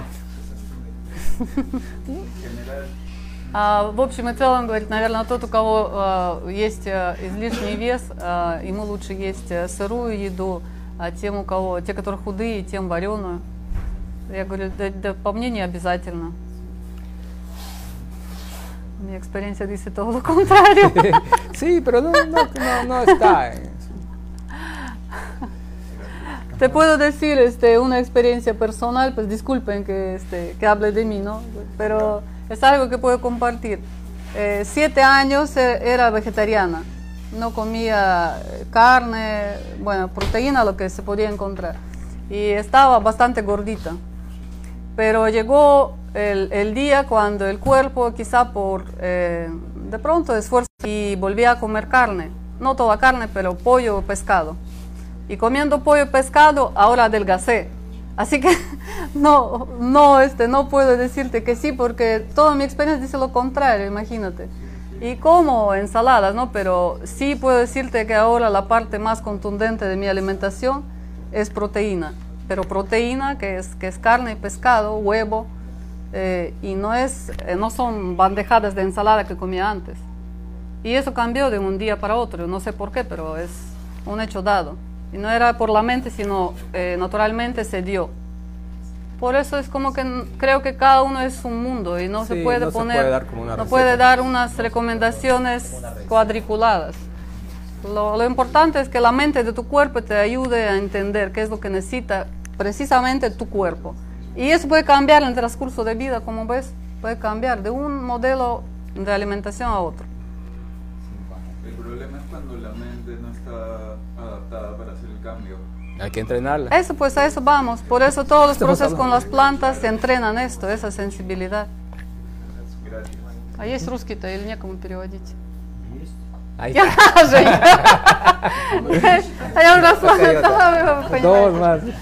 En general, А, в общем и целом, говорит, наверное, тот, у кого а, есть а, излишний вес, а, ему лучше есть а, сырую еду, а тем, у кого, те, которые худые, тем вареную. Я говорю, да, да, по мне не обязательно. Mi experiencia dice todo lo contrario. sí, pero no, no, no, no está. en eso. Te puedo decir este, una experiencia personal, pues disculpen que, este, que hable de mí, ¿no? Pero es algo que puedo compartir. Eh, siete años eh, era vegetariana, no comía eh, carne, bueno, proteína, lo que se podía encontrar. Y estaba bastante gordita. Pero llegó el, el día cuando el cuerpo, quizá por eh, de pronto esfuerzo, y volví a comer carne. No toda carne, pero pollo o pescado y comiendo pollo y pescado, ahora adelgacé. Así que no, no, este, no puedo decirte que sí, porque toda mi experiencia dice lo contrario, imagínate. Y como ensaladas, ¿no? Pero sí puedo decirte que ahora la parte más contundente de mi alimentación es proteína. Pero proteína que es, que es carne y pescado, huevo, eh, y no, es, eh, no son bandejadas de ensalada que comía antes. Y eso cambió de un día para otro, no sé por qué, pero es un hecho dado. Y no era por la mente, sino eh, naturalmente se dio. Por eso es como que n- creo que cada uno es un mundo y no Sí, se puede no se poner, puede dar como una no receta. puede dar unas recomendaciones cuadriculadas. Lo, lo importante es que la mente de tu cuerpo te ayude a entender qué es lo que necesita precisamente tu cuerpo. Y eso puede cambiar en el transcurso de vida, como ves, puede cambiar de un modelo de alimentación a otro. el problema es cuando la mente no está adaptada para hacer el cambio. Hay que entrenarla. Eso, pues a eso vamos. Por eso todos los Estamos procesos con las hablando. plantas se entrenan esto, esa sensibilidad. Gracias. А есть русский-то или некому переводить? Ahí Я, Женя. А я уже сказала, вы Dos понимаете. más.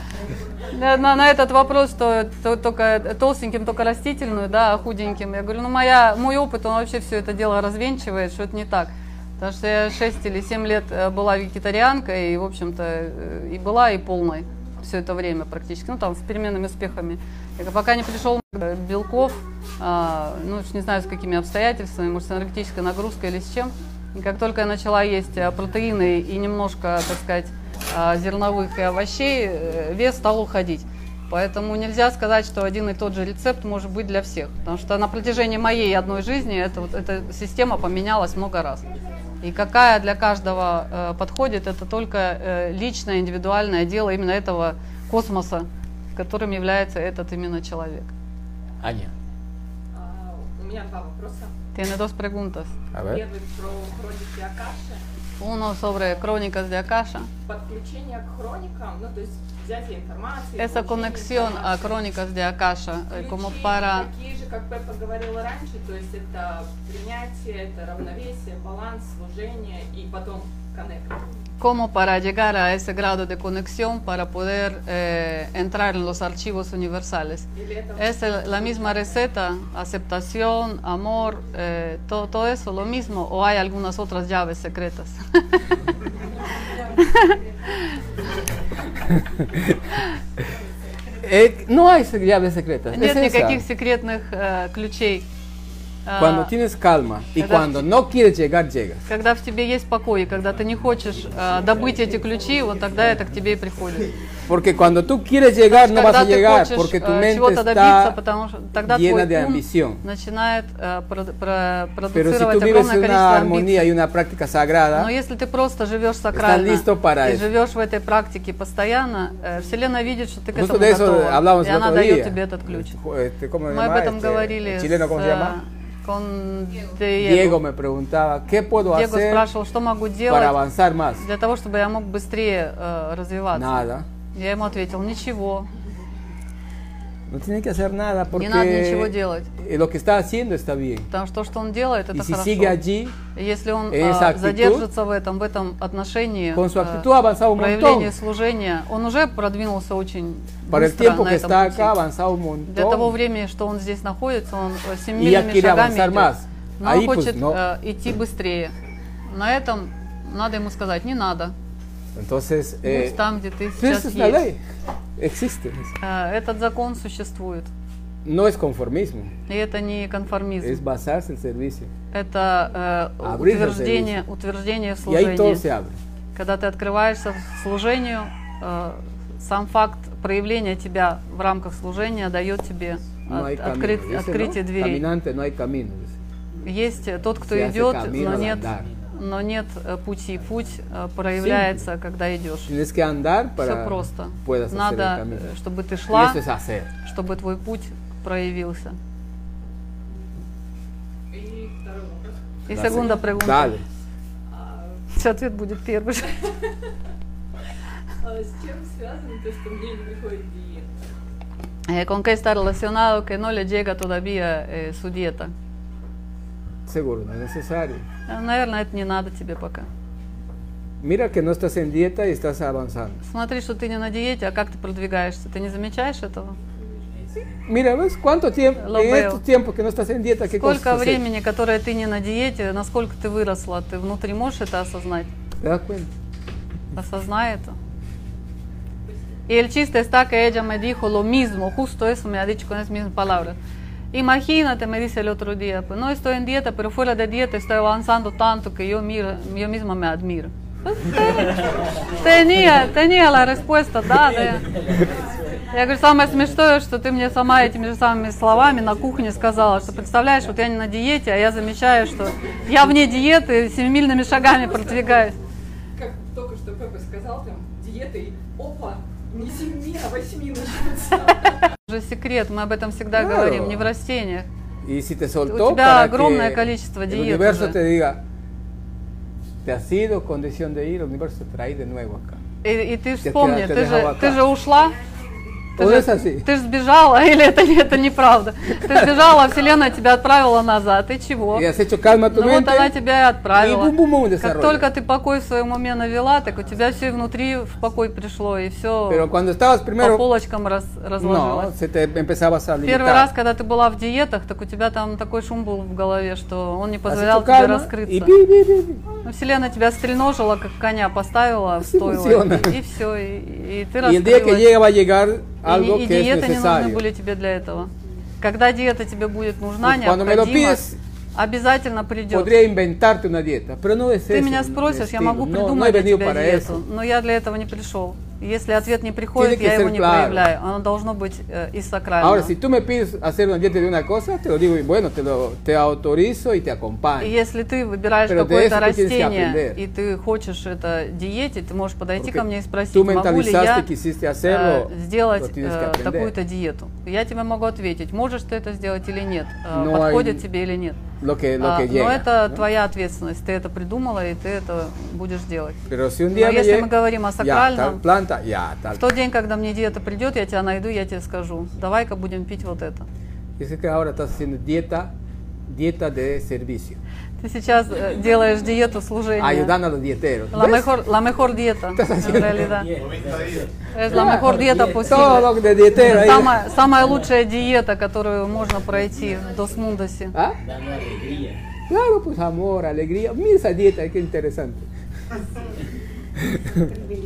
Да, На, на этот вопрос, что то- только толстеньким, только растительную, да, а худеньким. Я говорю, ну моя, мой опыт, он вообще все это дело развенчивает, что это не так. Потому что я 6 или 7 лет э, была вегетарианкой, и, в общем-то, э, и была, и полной все это время практически, ну там с переменными успехами. Я говорю, пока не пришел э, Белков, а, ну уж не знаю с какими обстоятельствами, может с энергетической нагрузкой или с чем. И как только я начала есть э, протеины и немножко, так сказать, а, зерновых и овощей, э, вес стал уходить. Поэтому нельзя сказать, что один и тот же рецепт может быть для всех. Потому что на протяжении моей одной жизни это, вот, эта система поменялась много раз. И какая для каждого э, подходит, это только э, личное, индивидуальное дело именно этого космоса, которым является этот именно человек. Аня, А, У меня два вопроса. Tiene dos preguntas. a ver. Первый про хроники Акаши. Uno sobre crónicas de Akasha. подключение к хроникам, ну то есть взятие информации. Esa получение conexión a информации. crónicas de Akasha, eh, Ключи como para такие же, как Пеппа говорила раньше, то есть это принятие, это равновесие, баланс, служение и потом коннект. cómo para llegar a ese grado de conexión para poder eh, entrar en los archivos universales. Es el- la misma receta, aceptación, amor, eh, todo, todo eso, lo mismo, o hay algunas otras llaves secretas. Eh, no hay se- llaves secretas. es Нет esa. никаких секретных э, ключей. А, Cuando tienes calma y Когда- cuando no quieres llegar, llegas. Когда в тебе есть покой, и когда ты не хочешь э, добыть эти ключи, вот тогда это к тебе и приходит. Porque cuando tú quieres llegar, no vas Когда a ты llegar, хочешь, porque tu э, mente чего-то добиться, está потому что тогда llena твой de ум ambición. начинает э, про- про- Pero si продуцировать tú vives огромное una количество armonía y амбиций. una práctica Но sagrada, если ты просто живешь сакрально listo para и eso. живешь в этой практике постоянно, э, Вселенная видит, что ты к justo этому de eso готова, hablamos и el она otro дает día. тебе этот ключ. Jo- este, ¿Cómo se Мы об llama? этом Este, говорили el с chileno, ¿cómo se э, llama? con Diego Diego. me preguntaba, ¿qué puedo Diego hacer спрашивал, что могу para делать avanzar más? для того, чтобы я мог быстрее э, развиваться. Nada. Я ему ответил, ничего, No tiene que hacer nada porque не надо ничего делать. eh, lo que está haciendo está bien. Потому что то, что он делает, Y это si хорошо. sigue allí, Если он en esa а, actitud, задержится в этом, в этом отношении, con su э, actitud ha avanzado un проявлении montón. служения, он уже продвинулся очень Para el быстро tiempo на que этом está пути. acá ha avanzado un Для того montón. времени, что он здесь находится, он э, Y ya семимильными quiere шагами avanzar идет. más. Но он Ahí pues хочет no. э, идти быстрее. На этом надо ему сказать, не надо. Entonces, eh, Будь там, где Э, ты pues, сейчас es la есть. ley. Existe. Э, Этот закон существует. No es conformismo, И это не es конформизм. basarse en servicio. Это э, Abrirse al утверждение, утверждение в Y ahí todo служении. se abre. Когда ты открываешься в служению, э, сам факт проявления тебя в рамках служения дает тебе No от- hay camino. открыт- dice, ¿no? открытие дверей. Caminante no hay camino. dice. Есть э, тот, кто Se hace идет, camino но al нет, andar. но нет э, пути. Путь э, проявляется, когда идешь. Tienes que andar Все para просто. puedas hacer el Надо, camino. э, чтобы ты Y шла, eso es hacer. чтобы твой путь проявился. И второй вопрос. И segunda pregunta. Dale. Всё, ответ будет первый. же. А С чем связано то, что мне не приходит диета? Eh, ¿Con qué está relacionado que no le llega todavía eh, su dieta? Seguro, no es necesario. Э, Наверное, это не надо тебе пока. Mira que no estás en dieta y estás avanzando. Смотри, что ты не на диете, а как ты продвигаешься. Ты не замечаешь этого? Mira, ¿ves cuánto tiempo? Lo En veo. estos tiempos que no estás en dieta, ¿qué cosas Сколько has hecho? времени, которое ты не на диете, насколько ты выросла? Ты внутри можешь это осознать? ¿Te das cuenta? Осознай это. Y el chiste está que ella me dijo lo mismo, justo eso me ha dicho con esas mismas palabras. Imagínate, me dice el otro día, pues no estoy en dieta, pero fuera de dieta estoy avanzando tanto que yo, miro- yo misma me admiro. Pues, te- Tenía, tenía la respuesta, да, да. Я говорю, самое смешное, что ты мне сама этими же самыми словами на кухне сказала, что представляешь, вот я не на диете, а я замечаю, что я вне диеты семимильными шагами продвигаюсь. Как только что Пеппа сказал, там, диета и опа, не семи, а восьми начнется. Уже секрет, мы об этом всегда Claro. говорим, не в растениях. Y si te soltó У тебя para огромное que количество el диет universo уже. te diga, te has ido condición de ir, el universo te trae de nuevo acá. И, и ты Te вспомни, quedaste ты же, dejaboca. ты же ушла, ты Todo же- es así. ты же сбежала, или это, это неправда. Ты сбежала, а Вселенная тебя отправила назад, и чего? Y has hecho calma tu Ну вот mente. она тебя и отправила. И бум-бум-бум как desarrollo. только ты покой в своем уме навела, так у тебя все и внутри в покой пришло, и Pero все cuando estabas по primero, полочкам раз, no, разложилось. se te empezabas a limitar. Первый раз, когда ты была в диетах, так у тебя там такой шум был в голове, что он не Has позволял hecho тебе calma y раскрыться. pi, pi, pi, pi. Ну, Вселенная тебя стреножила, как коня поставила в стойло, funciona. и, все, и, и ты Y el día que раскрылась. llega va a llegar И, algo не- и que es диеты не нужны necesario. были тебе для этого. Когда диета тебе будет нужна, Вот cuando me lo необходима, pides, обязательно придет. Podría inventarte una dieta, pero no es Ты eso, меня mi спросишь, я estilo. могу no, no he придумать для venido тебя para диету, eso. но я для этого не пришел. Если ответ не приходит, Tiene que я его ser не claro. проявляю. Оно должно быть э, из сакрального. Ahora, si tú me pides hacer una dieta de una cosa, te lo digo y bueno, te, lo, te autorizo y te acompaño. И Если ты выбираешь Pero de какое-то eso tú tienes que растение aprender. и ты хочешь это диете, ты можешь подойти ко мне и спросить, tú могу ли я mentalizaste, quisiste э, hacerlo, lo сделать tienes que э, aprender. такую-то диету. Я тебе могу ответить, можешь ты это сделать или нет, э, No hay- подходит тебе или нет. lo que, lo А, que llega. но это ¿no? твоя ответственность, ты это придумала и ты это будешь делать. Pero si un día Но me если llega- мы говорим о Ya, сакральном, tal planta, ya, tal. В тот день, когда мне диета придет, я тебя найду, я тебе скажу, давай-ка будем пить вот это. Dice que ahora estás haciendo dieta, dieta de servicio, Ты сейчас э, делаешь диету служения. ayudando a los dieteros. La ¿Ves? mejor, la mejor dieta, en realidad. Es la mejor dieta Todo lo posible. de dietero. ahí. Самая, самая лучшая диета, которую можно пройти в Досмундосе. А? ¿Ah? Claro, pues amor, alegría. Mira esa dieta, qué interesante.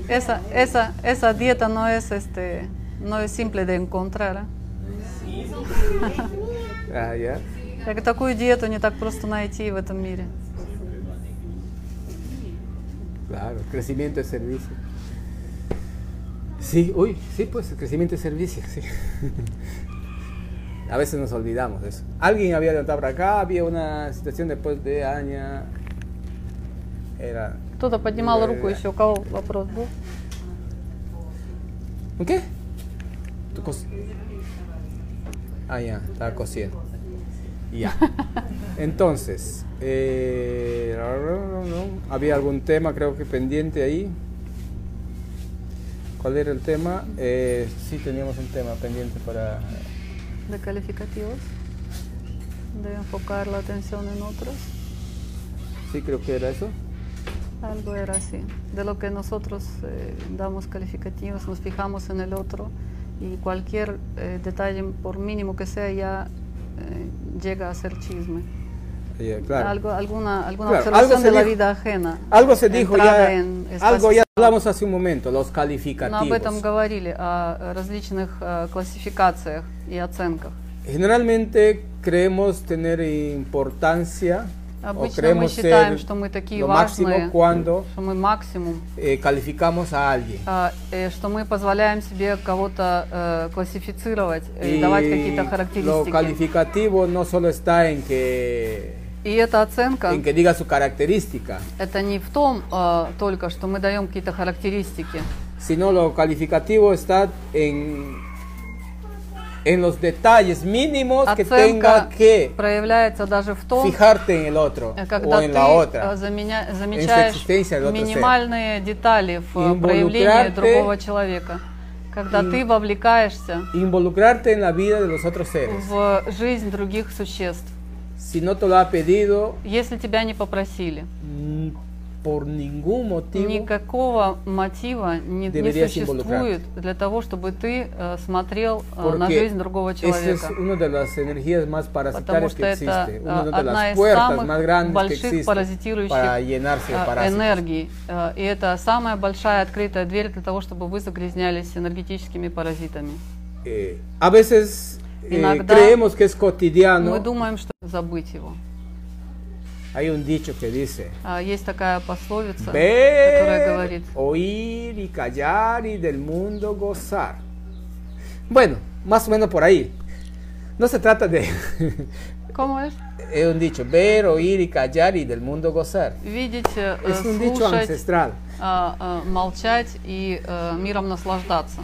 Esa, esa, esa dieta no es, este, no es simple de encontrar. а. Ah, ya. Так, такую диету не так просто найти в этом мире. Claro, crecimiento de servicio. Sí, uy, sí, pues el crecimiento de servicio, sí. A veces nos olvidamos de eso. Alguien había levantado para acá, había una situación después de Aña. Era. Кто-то поднимал руку еще, у кого вопрос был? ¿Un qué? Tu cos- Ah, ya, estaba cosiendo. Ya. Entonces, eh, ra, ra, ra, ra. había algún tema, creo que pendiente ahí. ¿Cuál era el tema? Eh, sí, teníamos un tema pendiente para. de calificativos. De enfocar la atención en otros. Sí, creo que era eso. Algo era así. De lo que nosotros eh, damos calificativos, nos fijamos en el otro y cualquier eh, detalle, por mínimo que sea, ya eh, llega a ser chisme. Ya, Eh, claro. Algo, alguna alguna Claro, algo observación se de la dijo- vida ajena. Algo se dijo entrada ya. en pues, Algo espacios ya hablamos hace un momento, los Но об этом calificativos. говорили, о э, различных э, классификациях и оценках. Generalmente creemos tener importancia Ah, o Обычно мы creemos считаем, ser что мы такие lo máximo важные, cuando что мы максимум, eh, calificamos а alguien. а, э, что мы позволяем себе кого-то э, классифицировать и, Y давать какие-то lo характеристики. calificativo no solo está en que, И эта оценка, en que diga su característica, это не в том э, только, что мы даем какие-то характеристики, sino lo calificativo está en, en los detalles mínimos que tenga Оценка que проявляется даже в том, fijarte en el otro э, o когда en ты la э, otra. заменя- existencia del otro замечаешь минимальные детали в э, проявлении Involucrarte. другого человека, когда In- ты вовлекаешься Involucrarte en la vida de los otros seres. в жизнь других существ, Si no te lo ha pedido если тебя не попросили. mm, por ningún motivo, Никакого мотива не, не Deberías существует для того, чтобы ты э, смотрел э, на Porque жизнь другого esa es человека. una de las energías más Потому parasitarias что que это existe, э, una de одна las из puertas más самых grandes que больших existe паразитирующих para llenarse de э, parásitos. энергий. Э, И это самая большая открытая дверь для того, чтобы вы загрязнялись энергетическими паразитами. Eh, a veces eh, Иногда creemos que es Мы cotidiano. думаем, что забыть его. Hay un dicho que dice, А Есть такая Ah, пословица, которая ver, говорит, oír y callar y del mundo gozar. Bueno, más o menos por ahí. No se trata de... ¿Cómo es? Es un dicho, ver, oír y callar y del mundo gozar. видеть, э, Es un dicho слушать, ancestral. а, а, молчать и э, миром наслаждаться.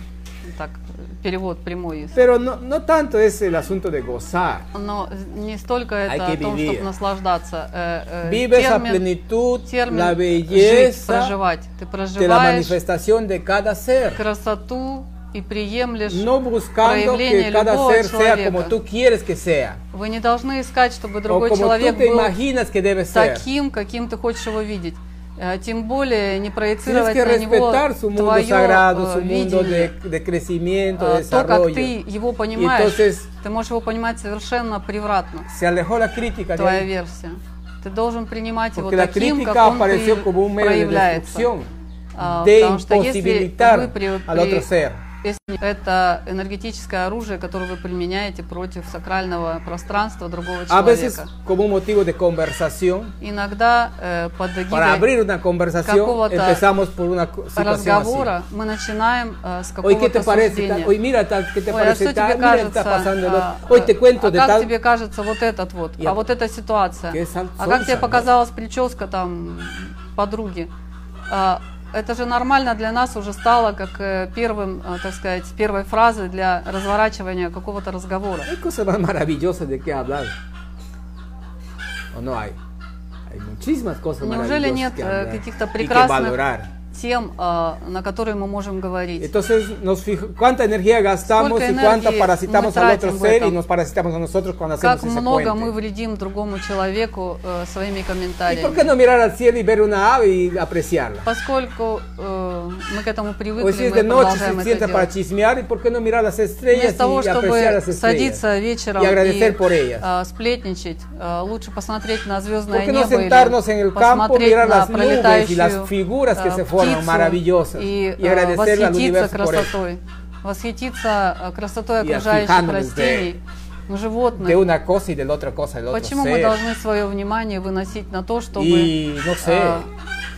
Так, э, перевод прямой. из- Pero no, no tanto es el asunto de gozar. Но не столько Hay это que о том, vivir. чтобы наслаждаться. э, э, Vives a термин- plenitud термин la «жить», belleza проживать. Ты de la проживаешь manifestación de cada ser, красоту и приемлешь no buscando que проявление cada любого ser sea человека. como tú quieres que sea Вы не должны искать, чтобы o другой como tú человек te был imaginas que debe ser. таким, каким ты хочешь его видеть. Э, Тем более не Tienes проецировать que на него respetar su mundo твое sagrado, э, su mundo видение. de, de crecimiento, de А, то, desarrollo. как ты его Y понимаешь, entonces ты можешь его понимать совершенно превратно, se alejó la crítica de твоя ahí, версия. Ты должен принимать его porque la таким, crítica как он при- apareció como un medio de проявляется. destrucción, А, de потому что если вы imposibilitar при- al otro при- ser. если это энергетическое оружие, которое вы применяете против сакрального пространства другого A veces человека. como un motivo de conversación, Иногда э, под эгидой Para abrir una conversación Какого-то empezamos por una co- situación разговора así. мы начинаем э, с Hoy qué te какого-то parece, суждения. tal? hoy mira tal, qué te Ой, а parece что tal, тебе mira está pasando el кажется? otro. Hoy te cuento а de как tal. тебе кажется вот этот вот, Я- а вот эта ситуация? Que es al- А как тебе sonsa, показалась прическа там подруги? А, это же нормально для нас уже стало как э, первым, э, так сказать, первой фразой для разворачивания какого-то разговора. Hay cosas más maravillosas de qué hablar. ¿O no hay? Hay muchísimas cosas Неужели maravillosas нет que э, hablar каких-то y que прекрасных valorar. тем, э, на которые мы можем говорить? Entonces, nos fij- cuánta energía gastamos Сколько y cuánta энергии parasitamos мы al тратим otro в ser y этом? nos parasitamos a nosotros cuando hacemos Как ese много puente. мы вредим другому человеку э, своими ¿Y por комментариями? qué no mirar al cielo y ver una ave y apreciarla? Поскольку э, мы к этому O si привыкли, es de мы noche, se продолжаем это sienta para делать. chismear, ¿y por qué no mirar las estrellas Вместо того, y apreciar чтобы las estrellas? садиться вечером y agradecer por и ellas. э, сплетничать, э, лучше посмотреть на ¿Por звездное qué no небо или sentarnos en el campo, посмотреть mirar на las nubes y las пролетающую figuras que э, se forman птицу maravillosas и y э, agradecerle al восхититься universo por eso? красотой, восхититься э, красотой Y окружающих fijándonos растений, de, животных? de una cosa y de la otra cosa, del otro Почему мы ser. должны свое внимание выносить на то, чтобы И, ну, все. э,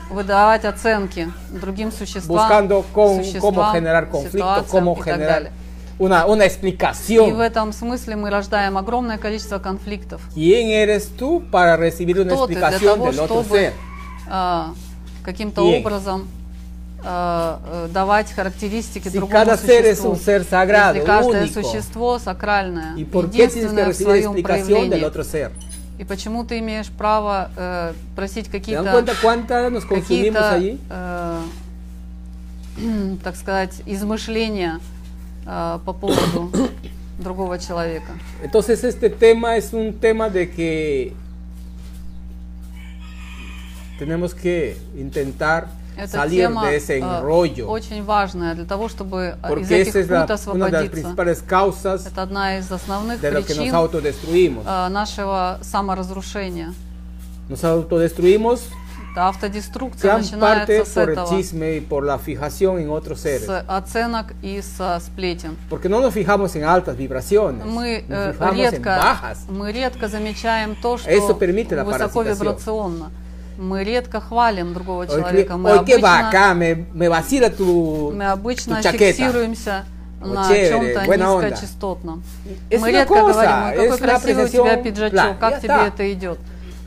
выдавать оценки другим существам, buscando con- cómo существам, generar conflicto, ситуациям cómo и так generar далее. una, una И в explicación. этом смысле мы рождаем огромное количество конфликтов. ¿Quién eres tú para recibir una Кто ты для explicación того, del otro чтобы ser? а, каким-то Bien. образом а, э, давать характеристики Si другому cada ser es существу? un ser sagrado, Если каждое único. существо сакральное, ¿Y por qué tienes que единственное в recibir своем explicación del проявлении? otro ser? И почему ты имеешь право э, просить ¿Te dan какие-то cuenta cuánta nos consumimos какие-то, allí? э, так сказать, измышления э, по поводу другого человека. Entonces este tema es un tema de que tenemos que intentar Эта salir тема de ese э, enrollo, очень важная для того, чтобы э, из porque esa этих es пут la- una de las освободиться. principales causas Это одна из основных de lo que nos причин autodestruimos. э, нашего саморазрушения. Nos autodestruimos Это автодеструкция gran parte начинается с por el этого, chisme y por la fijación en otros seres. с оценок и со сплетен. Porque no nos fijamos en altas vibraciones, Мы э, nos fijamos en редко, bajas. мы редко замечаем то, что Eso permite la высоко parasitación. вибрационно. Мы редко хвалим другого Hoy, человека. Мы hoy, qué vaca, обычно, me, me vacila tu, мы обычно tu chaqueta. фиксируемся О, на chévere, чем-то buena onda. низкочастотном. Es мы una редко cosa, говорим, «Ой, какой es una красивый у тебя apreciación, пиджачок, plan, как ya тебе está. это идет.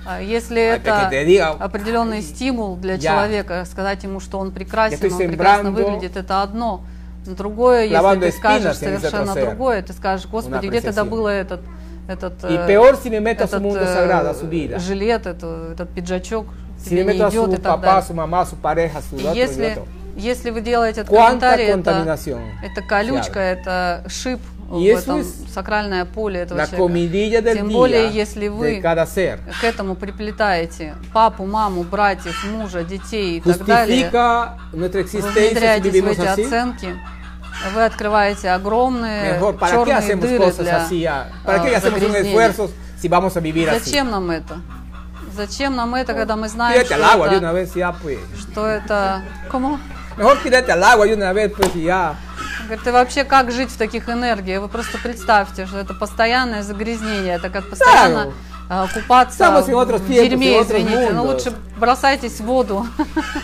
А Если que te это diga, определенный стимул для ya. человека, сказать ему, что он прекрасен, estoy он прекрасно sembrando, выглядит, это одно. Другое, если clavando ты скажешь espinas en ese совершенно trasero. другое, ты скажешь, господи, где ты apreciación. добыла этот этот, Y э, peor si me meto a su mundo э, sagrado, a su vida. жилет, это- этот пиджачок Si тебе me не meto a идет su и так papá, a далее. su mamá, a su pareja, a su И otro, y если, otro. если вы делаете этот Cuánta комментарий, это, contaminación. это колючка, это шип Y в eso этом es сакральное поле этого La comidilla человека. del Тем día более, если вы de cada ser. к этому приплетаете папу, маму, братьев, мужа, детей и так далее, Justifica nuestra вы existencia si внедряетесь в vivimos эти así. оценки, вы открываете огромные Mejor, ¿para qué черные hacemos дыры cosas для así? ah? ¿Para qué э, hacemos unos загрязнения. esfuerzos si vamos a vivir así? Зачем нам это? Zачем нам это, когда мы знаем, Tírate что al agua de это, una vez y ya, pues. что это... Кому? Mejor tírate al agua de una vez, pues, y ya. Говорит, ты вообще как жить в таких энергиях? Вы просто представьте, что это постоянное загрязнение, это как постоянно э, купаться Estamos en otros в tiempos, en дерьме, otros извините. Ну, mundos. лучше бросайтесь в воду.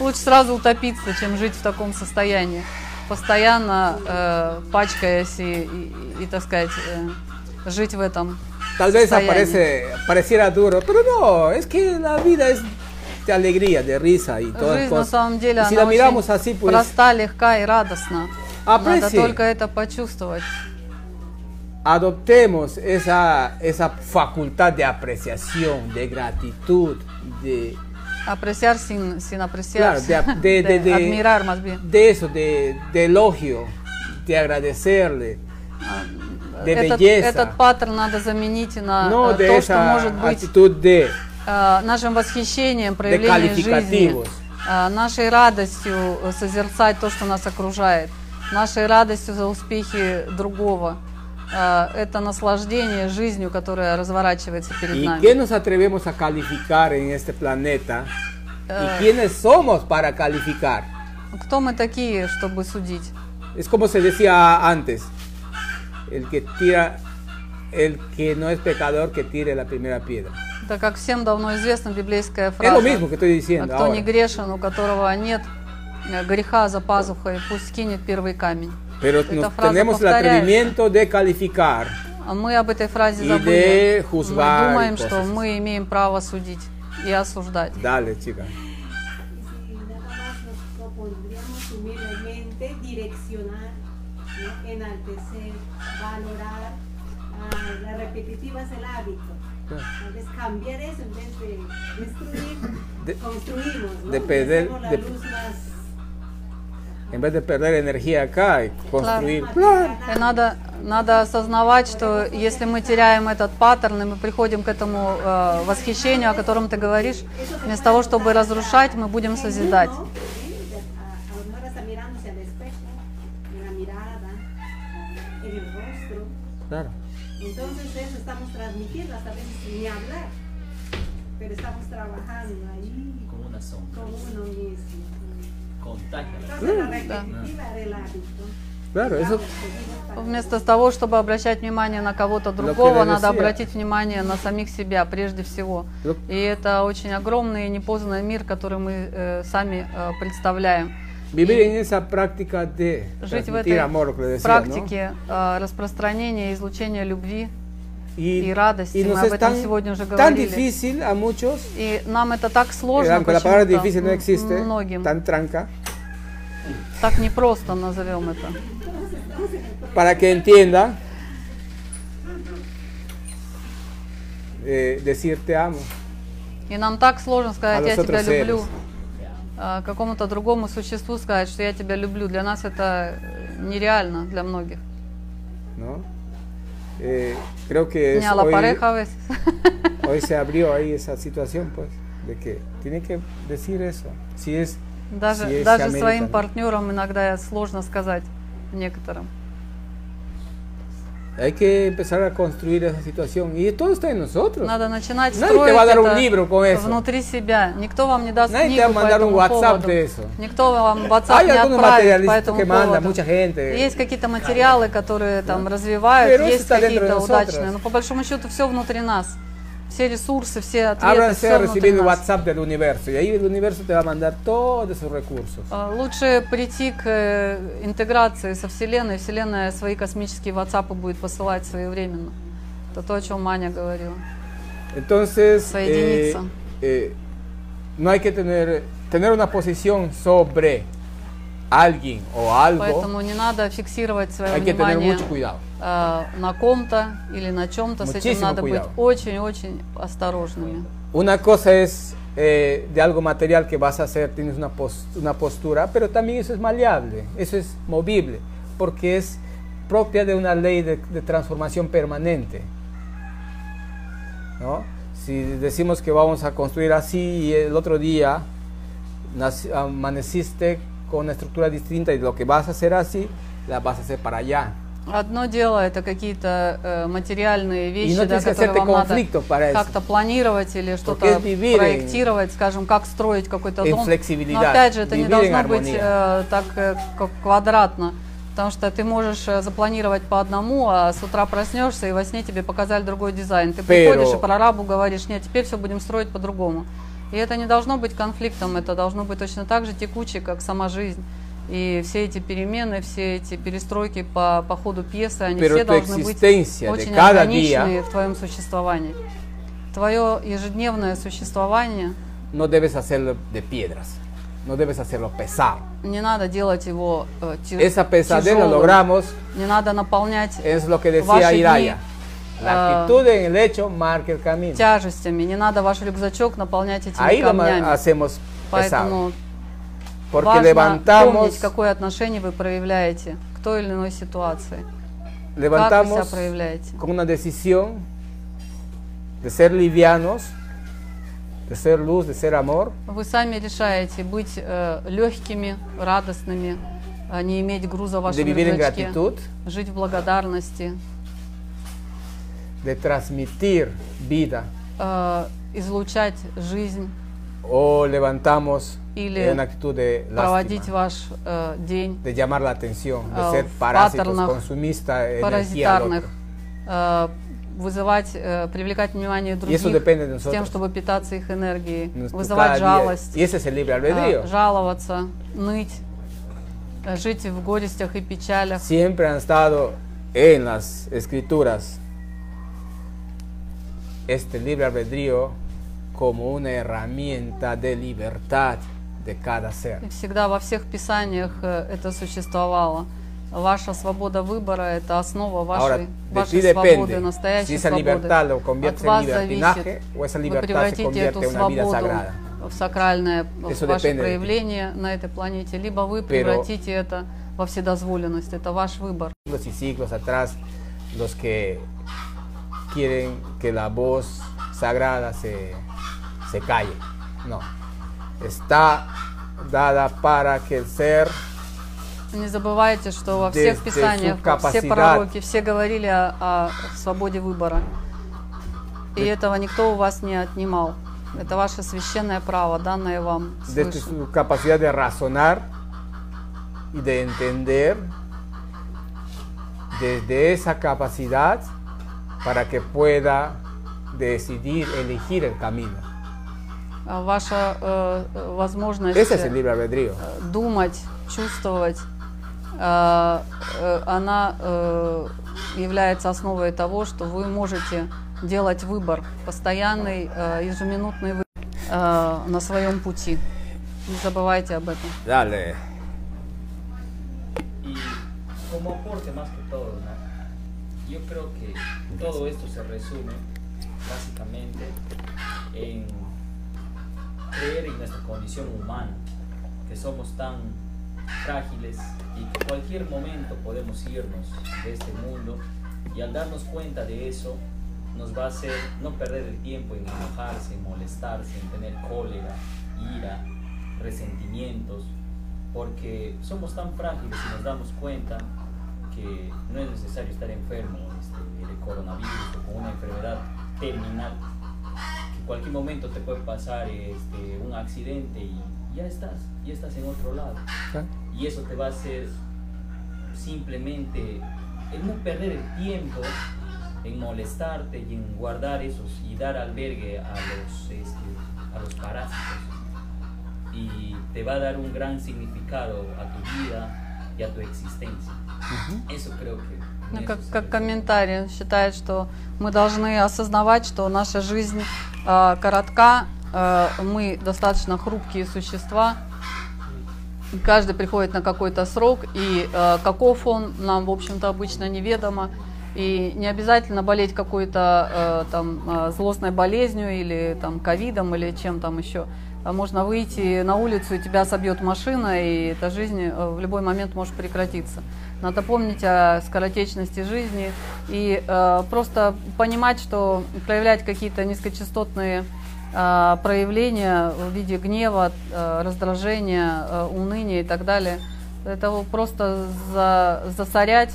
Лучше сразу утопиться, чем жить в таком состоянии. Постоянно э, пачкаясь и, и- и, так сказать, э, жить в этом Tal vez состоянии. aparece, pareciera duro, pero no, es que la vida es de alegría, de risa y todas Жизнь на cosas. самом деле, Y si la она miramos очень así, pues проста, легка и радостна. Надо Апрессии. только это почувствовать. adoptemos esa, esa facultad de apreciación, de gratitud, de, Apreciar sin, sin apreciar. claro, de, de- de- de- Admirar, más bien. de eso, de, de elogio, de agradecerle, de этот, belleza. этот паттерн надо заменить на no э, de то, что esa может быть actitud de, э, нашим восхищением, проявлением жизни, calificativos. э, нашей радостью э, созерцать то, что нас окружает, нашей радостью за успехи другого. Э, Это наслаждение жизнью, которая разворачивается перед ¿Y нами. qué nos atrevemos a calificar en este planeta? Eh. ¿Y quiénes somos para calificar? Кто мы такие, чтобы судить? Es como se decía antes, el que tira, el que no es pecador que tire la primera piedra. Это как всем давно известна библейская Es фраза. lo mismo que estoy А diciendo кто не ahora. грешен, у которого нет э, греха за пазухой, пусть кинет первый камень. Pero Эта nos- фраза tenemos el повторяется. atrevimiento de calificar. А Мы об этой фразе И забыли. де Мы хузбар, думаем, и что косас. мы имеем право судить и осуждать. Dale, chica. Y nada más nos propondríamos humildemente direccionar, ¿no? enaltecer, valorar. Ah, la repetitiva es el hábito. claro. Entonces cambiar eso en vez de destruir, De- construimos, ¿no? de Y perder- hacemos la de- luz más En vez de perder energía acá y construir. И Э, надо, надо осознавать, что если мы теряем этот паттерн, и мы приходим к этому э, восхищению, о котором ты говоришь, вместо того, чтобы разрушать, мы будем созидать. a lo mejor hasta mirándose al espejo, en la mirada, en el rostro. Claro. Entonces eso estamos transmitiendo, hasta a veces ni hablar, pero estamos trabajando ahí Como una sombra. con uno mismo. Contagia. Entonces la Да. repetitiva era el hábito. Claro, eso. Ну, Вместо того, чтобы обращать внимание на кого-то другого, надо Локализация. обратить внимание на самих себя прежде всего. Лок- И это очень огромный и непознанный мир, который мы э, сами э, представляем. Vivir en esa práctica de Жить в transmitir этой amor, lo que decía, ¿no? практике э, распространения и излучения любви Y, и радости. y Мы nos об es этом tan, сегодня уже tan говорили. difícil a muchos, И нам это так eh, сложно aunque la palabra почему-то, difícil mm, no м- existe, многим. tan tranca, Так непросто назовем это. para que entienda eh, decir te amo. И нам так сложно сказать, А я los тебя otros seres? люблю. А Какому-то другому существу сказать, что я тебя люблю. Для нас это э, нереально, для многих. ¿no? Eh, creo que es Не а la hoy, pareja a veces. hoy se abrió ahí esa situación, pues, de que tiene que decir eso. Si es, si Даже, es даже americano. своим партнерам иногда сложно сказать некоторым. Hay que empezar a construir esa situación y todo está en nosotros. Надо начинать Nadie te строить va a dar un это libro con eso. внутри себя. Никто вам не даст Nadie te книгу va a по mandar un этому WhatsApp поводу. de eso. Никто вам WhatsApp Hay не algunos отправит по этому materialistas que mandan, поводу. mucha gente. Есть какие-то материалы, которые там развивают, Pero eso есть está dentro de какие-то nosotros. удачные, но по большому счету все внутри нас. Все ресурсы, все ответы, Ábranse a все внутри recibir el нас. WhatsApp del universo y ahí el universo te va a mandar todos esos recursos. А, Лучше прийти к э, интеграции со Вселенной. Вселенная свои космические WhatsApp будет посылать своевременно. Это то, о чем Маня говорила. Entonces, eh, Соединиться. eh, no hay que tener, tener una posición sobre alguien o algo. Поэтому не надо фиксировать свое Hay que tener внимание mucho cuidado. э, на ком-то или на чем-то. С этим Muchísimo надо быть cuidado. очень-очень осторожными. Una cosa es eh, de algo material que vas a hacer, tienes una, pos- una postura, pero también eso es maleable, eso es movible, porque es propia de una ley de, de transformación permanente. ¿no? Si decimos que vamos a construir así y el otro día naci- amaneciste con una estructura distinta y lo que vas a hacer así, la vas a hacer para allá. Одно дело это какие-то э, материальные Y вещи, no да, tienes que которые hacerte вам надо conflictos para eso. как-то планировать или что-то es vivir en- проектировать, скажем, как строить какой-то en дом. flexibilidad, Но опять же, это не vivir en должно быть armonía. э, так э, как квадратно, потому что ты можешь э, запланировать по одному, а с утра проснешься и во сне тебе показали другой дизайн. Ты Pero- приходишь и прорабу говоришь, нет, теперь все будем строить по-другому. И это не должно быть конфликтом, это должно быть точно так же текуче, как сама жизнь. И все эти перемены, все эти перестройки по, по ходу пьесы, они Pero все tu должны быть existencia de очень cada органичные día- в твоем существовании. Твое ежедневное существование, No debes hacerlo de piedras, no debes hacerlo pesado. не надо делать его э, ти- Esa pesadez la тяжелым. logramos, Не надо наполнять э, es lo que decía ваши дни Iraya. La actitud en el hecho marca el camino. тяжестями. Не надо ваш рюкзачок наполнять этими Ahí lo ma- камнями. hacemos pesado. Поэтому Porque важно levantamos, помнить, какое отношение вы проявляете к той или иной ситуации. Как вы себя levantamos проявляете. con una decisión de ser livianos, de ser luz, de ser amor. Вы сами решаете быть э, легкими, радостными, э, не иметь груза в вашем De vivir en рюкзачке, gratitud. жить в благодарности, de transmitir vida э, излучать жизнь, o levantamos Или en una actitud de проводить lástima, vаш э, день de llamar la atención, de а, ser в parásitos, паттернах consumistas, energía al паразитарных, otro. э, вызывать, э, привлекать внимание других depende de с тем, nosotros. чтобы питаться их энергией, Nuestro cada вызывать día. жалость, Y ese es el libre albedrío. э, жаловаться, ныть, э, жить в горестях и печалях. Siempre han estado en las escrituras este libre albedrío como una herramienta de libertad de cada ser. И всегда во всех писаниях э, это существовало. Ваша свобода выбора – это основа вашей, Ahora, de ti вашей свободы, depende настоящей si esa свободы. libertad lo От convierte en вас libertinaje зависит, o esa вы libertad se превратите convierte эту en una vida свободу sagrada. в сакральное в Eso ваше depende de ti. проявление на этой планете, либо вы превратите это во вседозволенность. Это ваш выбор. Siglos y siglos atrás, los que quieren que la voz sagrada se, se calle. No. Está dada para que el ser Не забывайте, что во Desde всех писаниях, su все capacidad. пророки, все говорили о, о свободе выбора. И De- этого никто у вас не отнимал. Это ваше священное право, данное вам desde свыше. su capacidad de razonar y de entender, desde esa capacidad para que pueda decidir, elegir el camino. А Ваша э, э, возможность Ese es э, el libre albedrío. э, думать, чувствовать, э, э, она э, является основой того, что вы можете делать выбор, постоянный, э, ежеминутный выбор э, на своем пути. Не забывайте об этом. Dale. Y como aporte más que todo, ¿no? yo creo que todo esto se resume básicamente en creer en nuestra condición humana, que somos tan frágiles y que cualquier momento podemos irnos de este mundo y al darnos cuenta de eso nos va a hacer no perder el tiempo en enojarse, en molestarse, en tener cólera, ira, resentimientos, porque somos tan frágiles y nos damos cuenta que no es necesario estar enfermo este, de coronavirus o con una enfermedad terminal. Que en cualquier momento te puede pasar este, un accidente y ya estás, ya estás en otro lado. Claro. Y eso te va a hacer simplemente en no perder el tiempo en molestarte y en guardar esos y dar albergue a los, este, a los parásitos y te va a dar un gran significado a tu vida y a tu existencia. Eso creo que... en Ну, eso как, se как resume. комментарий, он считает, что мы должны осознавать, что наша жизнь э, коротка, э, мы достаточно хрупкие существа, и каждый приходит на какой-то срок, и э, каков он, нам, в общем-то, обычно неведомо. И не обязательно болеть какой-то э, там э, злостной болезнью или там ковидом или чем там еще. А Можно выйти на улицу, и тебя собьет машина, и эта жизнь э, в любой момент может прекратиться. Надо помнить о скоротечности жизни и э, просто понимать, что проявлять какие-то низкочастотные а, проявления в виде гнева, э, раздражения, э, уныния и так далее. Это вот просто за- засорять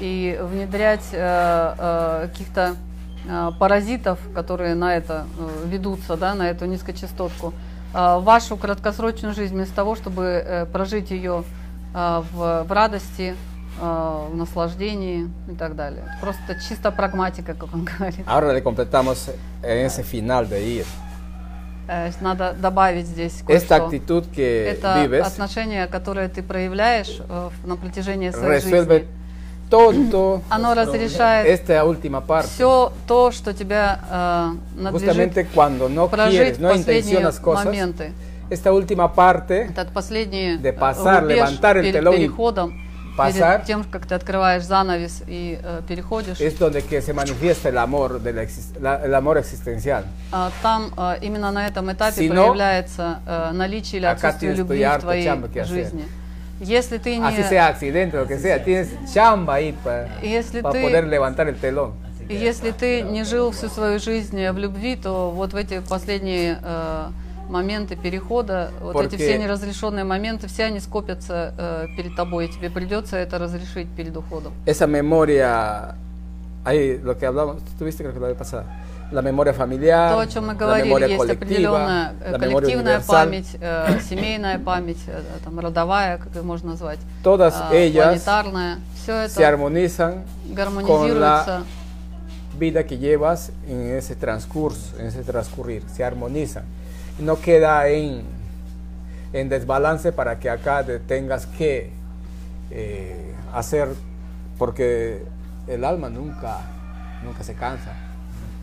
и внедрять э, э, каких-то э, паразитов, которые на это э, ведутся, да, на эту низкочастотку, э, в вашу краткосрочную жизнь, вместо того, чтобы э, прожить ее э, в, в радости, э, в наслаждении и так далее. Просто чисто прагматика, как он говорит. Ahora le completamos en ese final de ir. Э, Надо добавить здесь Esta кое-что. actitud que Это vives отношение, которое ты проявляешь э, в- на протяжении своей resuelve жизни. todo. Оно разрешает Esta última parte. все то, что тебя э, надлежит Justamente cuando no прожить quieres, в no intencionas последние cosas, моменты. esta última parte Этот последний de э, pasar, рубеж levantar el перед telón y переходом, pasar. перед тем, как ты открываешь занавес и э, переходишь, es donde que se manifiesta el amor, de la exis- la- el amor existencial. а, там э, именно на этом этапе Si no, проявляется э, наличие или acá отсутствие tienes tu любви в harto твоей chamba que hacer. жизни. Если ты Así не sea accidente, lo que sea, tienes chamba ahí para Если ты- poder levantar el telón. И Если ты не жил всю свою жизнь в любви, то вот в эти последние э, моменты перехода, вот эти Porque- все неразрешенные моменты, все они скопятся э, перед тобой, и тебе придется это разрешить перед уходом. Esa memoria, ahí lo que hablamos, tú tuviste creo que la vez pasada, la memoria То, familiar, о чем мы la говорили, memoria есть colectiva, определенная э, la memoria коллективная universal, память, э, семейная память, э, там, родовая, как ее можно назвать, Todas э, ellas планетарная. Все se это armonizan con la гармонизируется. vida que llevas en ese transcurso, en ese transcurrir, se armonizan. No queda en, en desbalance para que acá te tengas que eh, hacer, porque el alma nunca, nunca se cansa,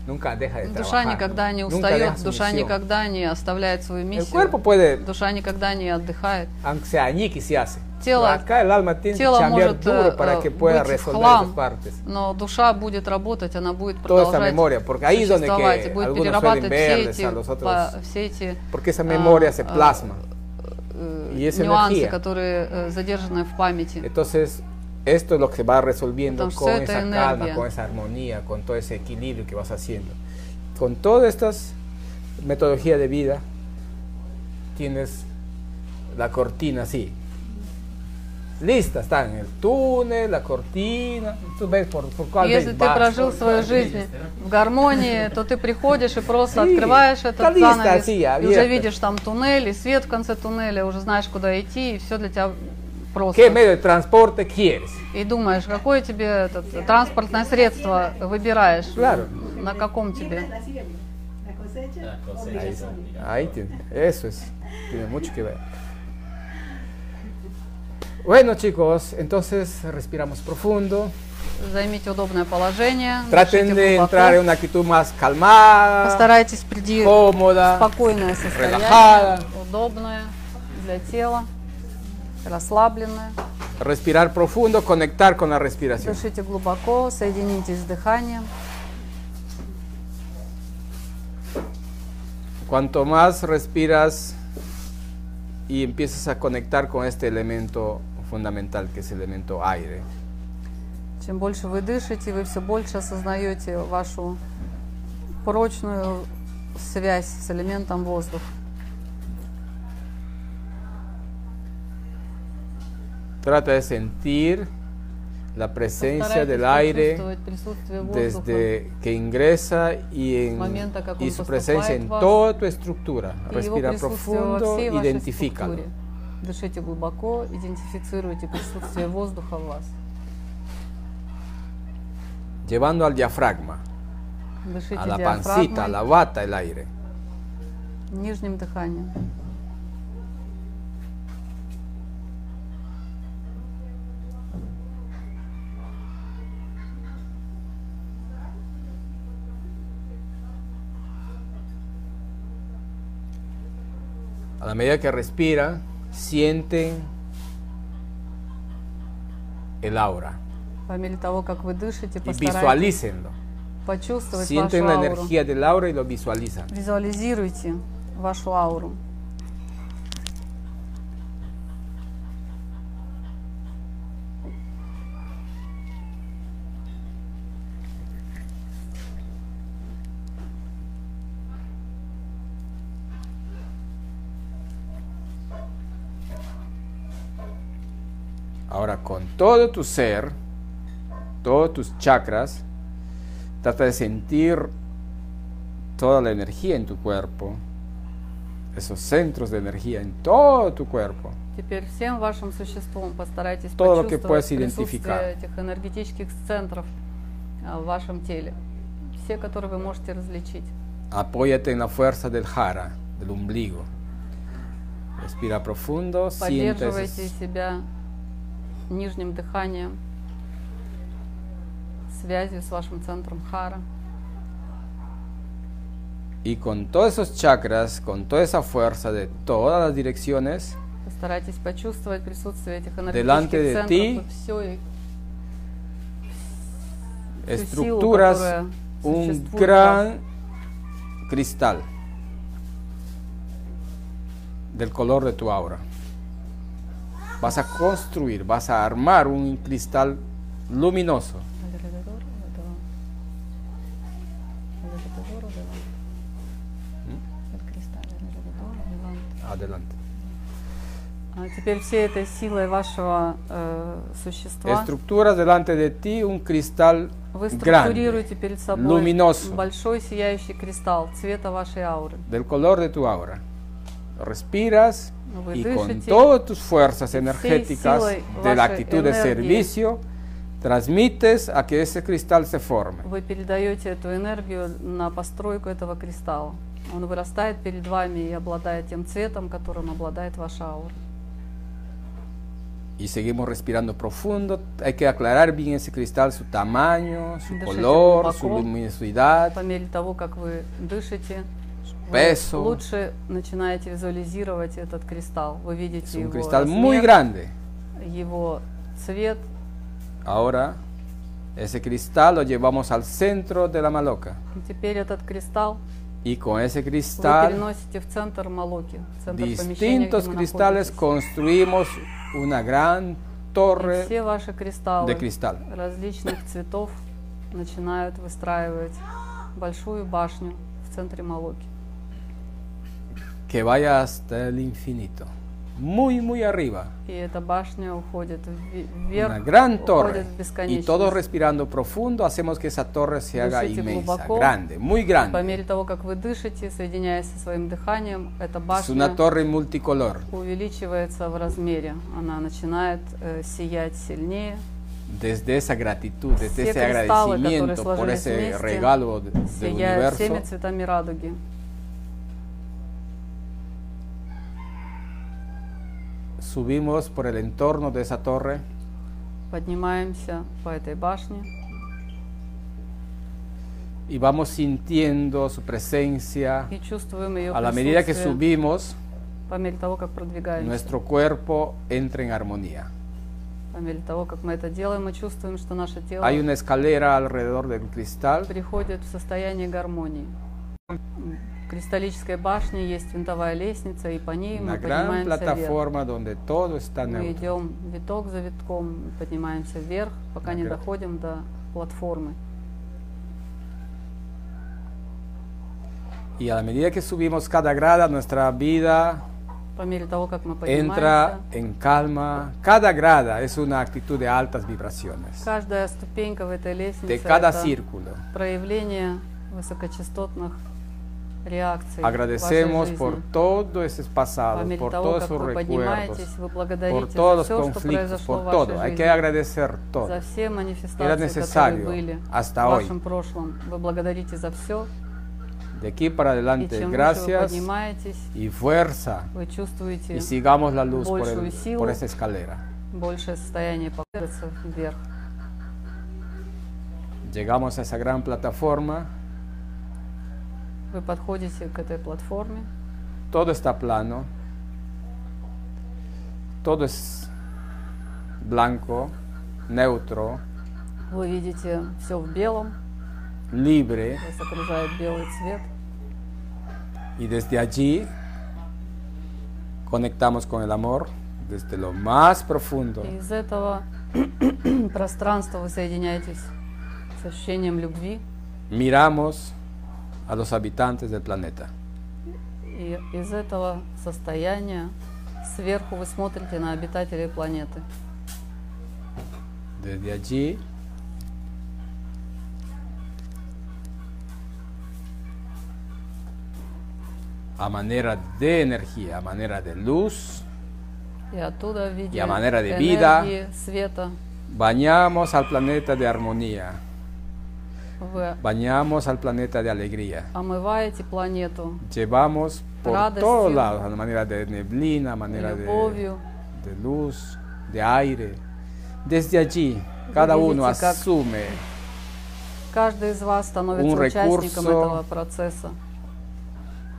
nunca deja de Душа trabajar. никогда не nunca deja устает, su душа misión. никогда не оставляет свою El миссию, cuerpo puede, душа никогда не отдыхает. aunque se añique, se hace. тело, Acá el alma tiene que тело chambear может э, duro para que pueda быть в resolver esas хлам, partes. но душа будет работать, она будет Toda esa продолжать memoria, porque ahí es donde существовать que и будет А algunos suelen перерабатывать все verles эти, a los otros, по- все эти porque esa а, memoria se а, plasma э, y es нюансы, energía. которые э, задержаны в памяти. Entonces, esto es lo que se va resolviendo Entonces, con toda esta esa calma, energía. con esa armonía, con todo ese equilibrio que vas haciendo. Con todas estas metodologías de vida, tienes la cortina así. Lista, está en el túnel, la cortina. Tú ves por, por cuál Если ves, ты vas. прожил свою жизнь в гармонии, то ты приходишь и просто Sí, открываешь está этот lista, занавес, así, и уже abierta. видишь там туннель, и свет в конце туннеля, уже знаешь, куда идти, и все для тебя ¿Qué просто. medio de transporte quieres? И думаешь, какое тебе этот, транспортное средство выбираешь, Claro. на каком тебе. La siembra, la cosecha, La la Ahí, está. Ahí tiene, eso es, tiene mucho que ver. Bueno chicos, entonces respiramos profundo. Займите удобное положение, дышите Traten de глубоко, entrar en una actitud más calmada, постарайтесь прийти в cómoda, спокойное состояние, relajada. удобное для тела, расслабленное. Respirar profundo, conectar con la respiración. Дышите глубоко, соединитесь с дыханием. Cuanto más respiras y empiezas a conectar con este elemento fundamental que es el elemento aire. Чем больше вы дышите, вы все больше осознаете вашу прочную связь с элементом воздуха. Trata de sentir la presencia pues, del aire Постарайтесь почувствовать присутствие воздуха desde que ingresa y, en- Momento que y su acompaña presencia en вас toda tu estructura. и его Respira присутствие во profundo, всей вашей identifícalo. структуре. Дышите глубоко, идентифицируйте присутствие воздуха в вас. Llevando al diafragma, Дышите a la pancita, a la диафрагмой, bata el aire. нижним дыханием. A la medida que respira, sienten el aura По мере того, как вы дышите, y постарайтесь visualícenlo. почувствовать вашу Sienten la ауру. energía del aura y lo visualizan. Визуализируйте вашу ауру. Ahora con todo tu ser, todos tus chakras, trata de sentir toda la energía en tu cuerpo, esos centros de energía en todo tu cuerpo. Теперь всем вашим существом постарайтесь Todo lo que почувствовать puedes присутствие identificar. этих энергетических центров а, в вашем теле. Все, которые вы можете различить. Apóyate en la fuerza del jara, del ombligo. Respira profundo, siente Поддерживайте esos- себя нижним дыханием, связью с вашим центром хара. y con todos esos chakras, con toda esa fuerza de todas las direcciones, Постарайтесь почувствовать присутствие этих Delante de энергетических центров ti и всё их- Su estructuras símbolo, un sustituto. gran cristal del color de tu aura. Vas a construir, vas a armar un cristal luminoso Alrededor этого. Alrededor этого. El cristal alrededor этого. adelante. А Теперь всей этой силой вашего э, существа Estructuras delante de ti un cristal вы grande, структурируете перед собой luminoso, большой сияющий кристалл цвета вашей ауры. del color de tu aura. Respiras Вы y con дышите todas tus fuerzas всей energéticas силой de la вашей actitud de энергии. servicio, transmites a que ese cristal se forme. Вы передаете эту энергию на постройку этого кристалла. Он вырастает перед вами и обладает тем цветом, которым обладает ваша аура. Y seguimos respirando profundo. Hay que aclarar bien ese cristal, su tamaño, su Дышите color, su глубоко. luminosidad. По мере того, как вы дышите, вы Peso. лучше начинаете визуализировать этот кристалл. Вы видите Es un его cristal muy размер. grande. его цвет. Ahora, ese cristal lo llevamos al centro de la maloca. И теперь этот кристалл Y con ese вы cristal, переносите в центр Малоки, в центр помещения, где distintos мы cristales, construimos una находимся. gran И torre все ваши кристаллы de cristal. различных цветов начинают выстраивать большую башню в центре Малоки. que vaya hasta el infinito. Muy, muy arriba. И эта башня уходит ве- Una вверх, gran уходит torre. в Y бесконечность. todos respirando profundo hacemos que esa torre se haga Дышите inmensa, глубоко. grande, muy По grande. мере того, как вы дышите, соединяясь со своим дыханием, эта Es una башня torre multicolor. увеличивается в размере. Она начинает э, сиять сильнее. Desde esa gratitud, desde Все ese кристаллы, которые agradecimiento por сложились ese вместе, regalo de- del сияют всеми universo, цветами радуги. subimos por el entorno de esa torre Поднимаемся по этой башне y vamos sintiendo su presencia. и чувствуем ее A la medida que присутствие subimos, по мере того, как продвигаемся. nuestro cuerpo entra en armonía. По мере того, как мы это делаем, мы чувствуем, что наше тело Hay una escalera alrededor del cristal приходит в состояние гармонии. В кристаллической башне есть винтовая лестница, и по ней мы una gran поднимаемся вверх. plataforma donde todo está Мы neutro. идем виток за витком, поднимаемся вверх, пока не Наград. доходим до платформы. Y a la medida que subimos cada grada, nuestra vida По мере того, как Pues мы поднимаемся, entra en calma. Cada grada es una actitud de altas vibraciones. каждая ступенька в этой лестнице De cada это círculo. проявление высокочастотных реакций. в вашей Agradecemos жизни. por todo ese По pasado, мере por того, todos как sus вы recuerdos, поднимаетесь, вы por благодарите todos los за всё, что conflictos, произошло в por вашей todo. Hay жизни, que agradecer todo. за все Era манифестации, которые necesario были в hasta hoy. вашем прошлом. Вы благодарите за все, De aquí para Y adelante, чем выше вы gracias поднимаетесь, y fuerza. вы чувствуете Y sigamos la luz por, большую el- силу, por esa escalera. большее состояние покажется вверх. Llegamos a esa gran plataforma, Вы подходите к этой платформе, todo está plano, todo es blanco, neutro, вы видите все в белом, libre, вас окружает белый цвет, y desde allí conectamos con el amor desde lo más profundo. и из этого пространства вы соединяетесь с ощущением любви, Miramos a los habitantes del planeta. и из этого состояния сверху вы смотрите на обитателей планеты. Desde allí a manera de energía, a manera de luz, И оттуда в виде Я манера де вида. энергии, света bañamos al planeta de armonía, вы bañamos al planeta de alegría. омываете планету Llevamos por Радостью. todos lados, a manera de neblina, a manera de, любовью. de luz, de aire. Desde allí, cada uno видите, как asume Каждый из вас становится Un участником recurso этого процесса.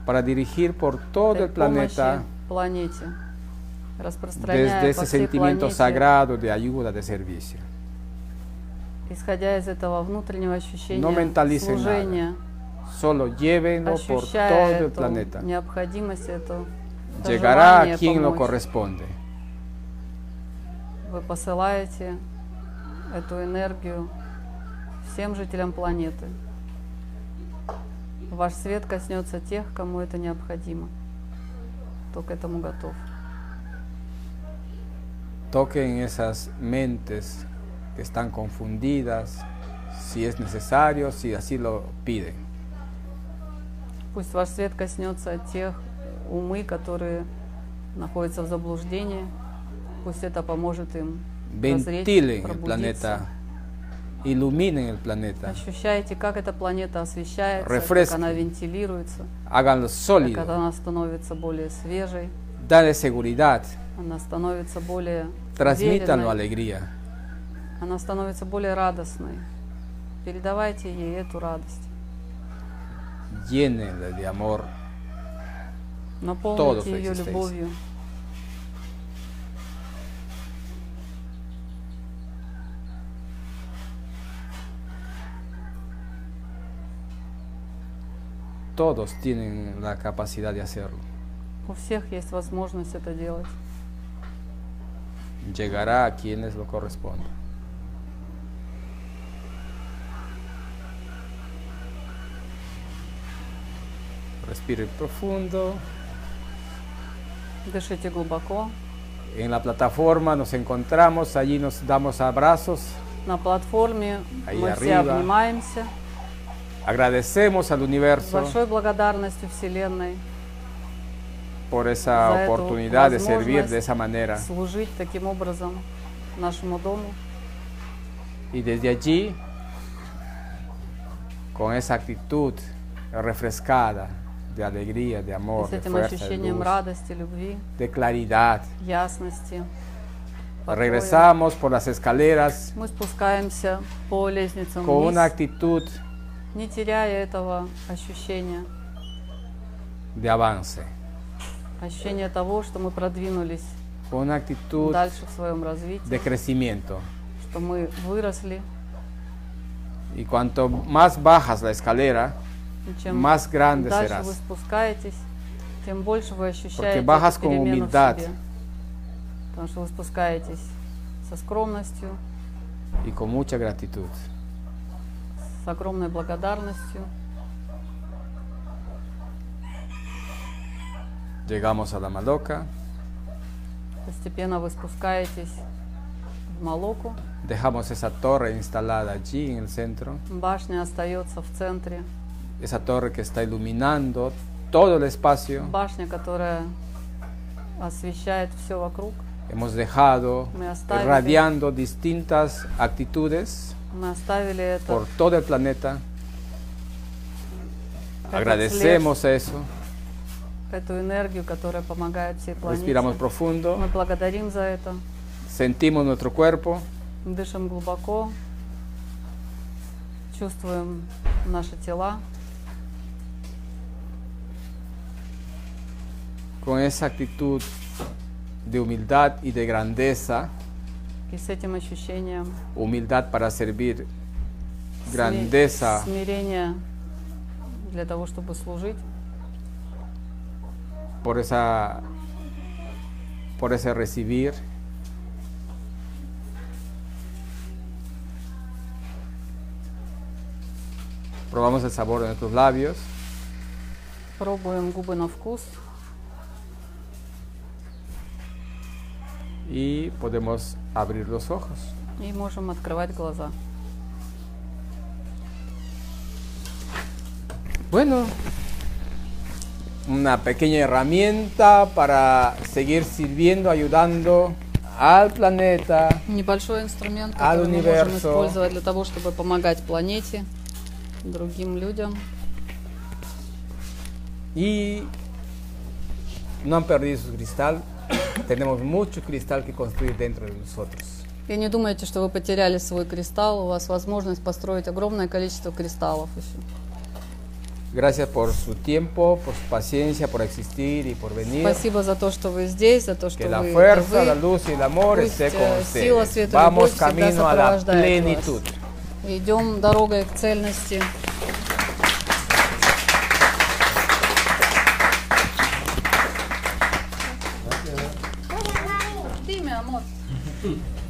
para dirigir por todo при el planeta помощи планете, распространяя desde по ese всей sentimiento планете, sagrado de ayuda, de servicio. исходя из этого внутреннего ощущения No mentalicen служения, nada. Solo llévenlo por todo ощущая el эту planeta. необходимость, это это Llegará a желание quien lo помочь. corresponde. Вы посылаете эту энергию всем жителям планеты. Ваш свет коснется тех, кому это необходимо, кто к этому готов. Toquen esas mentes que están confundidas, si es necesario, si así lo piden. Пусть ваш свет коснется тех умы, которые находятся в заблуждении. Пусть это поможет им прозреть, Ventilen el пробудиться. planeta, iluminen el planeta, Ощущайте, как эта планета освещается, Refresquen. как она вентилируется, háganlo как sólido, она становится более свежей, dale seguridad, она становится более уверенной, transmítanlo alegría. она становится более радостной. Передавайте ей эту радость. llénenle de amor. Наполните su ее existencia. любовью. todos tienen la capacidad de hacerlo. У всех есть возможность это делать. Llegará a quienes lo corresponda. Respire profundo. Дышите глубоко. En la plataforma nos encontramos, allí nos damos abrazos. На платформе Ahí мы все arriba. обнимаемся. Agradecemos al С universo большой благодарностью Вселенной por за esa эту oportunidad de servir возможность de esa manera. служить таким образом нашему дому. Y desde allí, con esa actitud refrescada de alegría, de И amor, с de этим fuerza, de, ощущением luz, радости, любви, de claridad, ясности. regresamos por las escaleras Мы спускаемся по лестницам con una вниз, actitud не теряя этого ощущения. de avance, Ощущение того, что мы продвинулись con una actitud дальше в своем развитии, de crecimiento. что мы выросли. Y cuanto más bajas la escalera, И чем más grande дальше serás. вы спускаетесь, тем больше вы ощущаете эту bajas con перемену в humildad. себе. Потому что вы спускаетесь со скромностью, y con mucha gratitud. с огромной благодарностью. Llegamos a la Maloca, Постепенно вы спускаетесь в Малоку. dejamos esa torre instalada allí en el centro, Башня остается в центре. esa torre que está iluminando todo el espacio. Башня, которая освещает все вокруг. Hemos dejado Me hasta- radiando distintas actitudes Мы оставили это por todo el planeta. Agradecemos eso, эту энергию, которая помогает всей планете. respiramos profundo, Мы благодарим за это, sentimos nuestro cuerpo, дышим глубоко, чувствуем наши тела con esa actitud de humildad y de grandeza, и с этим ощущением humildad para servir, сми- grandeza смирения для того, чтобы служить, por esa por ese recibir probamos el sabor de nuestros labios пробуем губы на вкус y podemos abrir los ojos и можем открывать глаза. bueno una pequeña herramienta para seguir sirviendo ayudando al planeta Небольшой инструмент, Al который мы можем universo. использовать для того, чтобы помогать планете, другим людям. y no han perdido su cristal tenemos mucho cristal que construir dentro de nosotros И не думайте, что вы потеряли свой кристалл. У вас возможность построить огромное количество кристаллов еще. Gracias por su tiempo, por su paciencia, por existir y por venir. Спасибо за то, что вы здесь, за то, что Que la вы, fuerza, вы. la luz y el amor Пусть, esté con э, сила, ustedes. свет и Vamos любовь всегда camino a la сопровождает вас. plenitud. Идем дорогой к цельности. Ты, мой амор.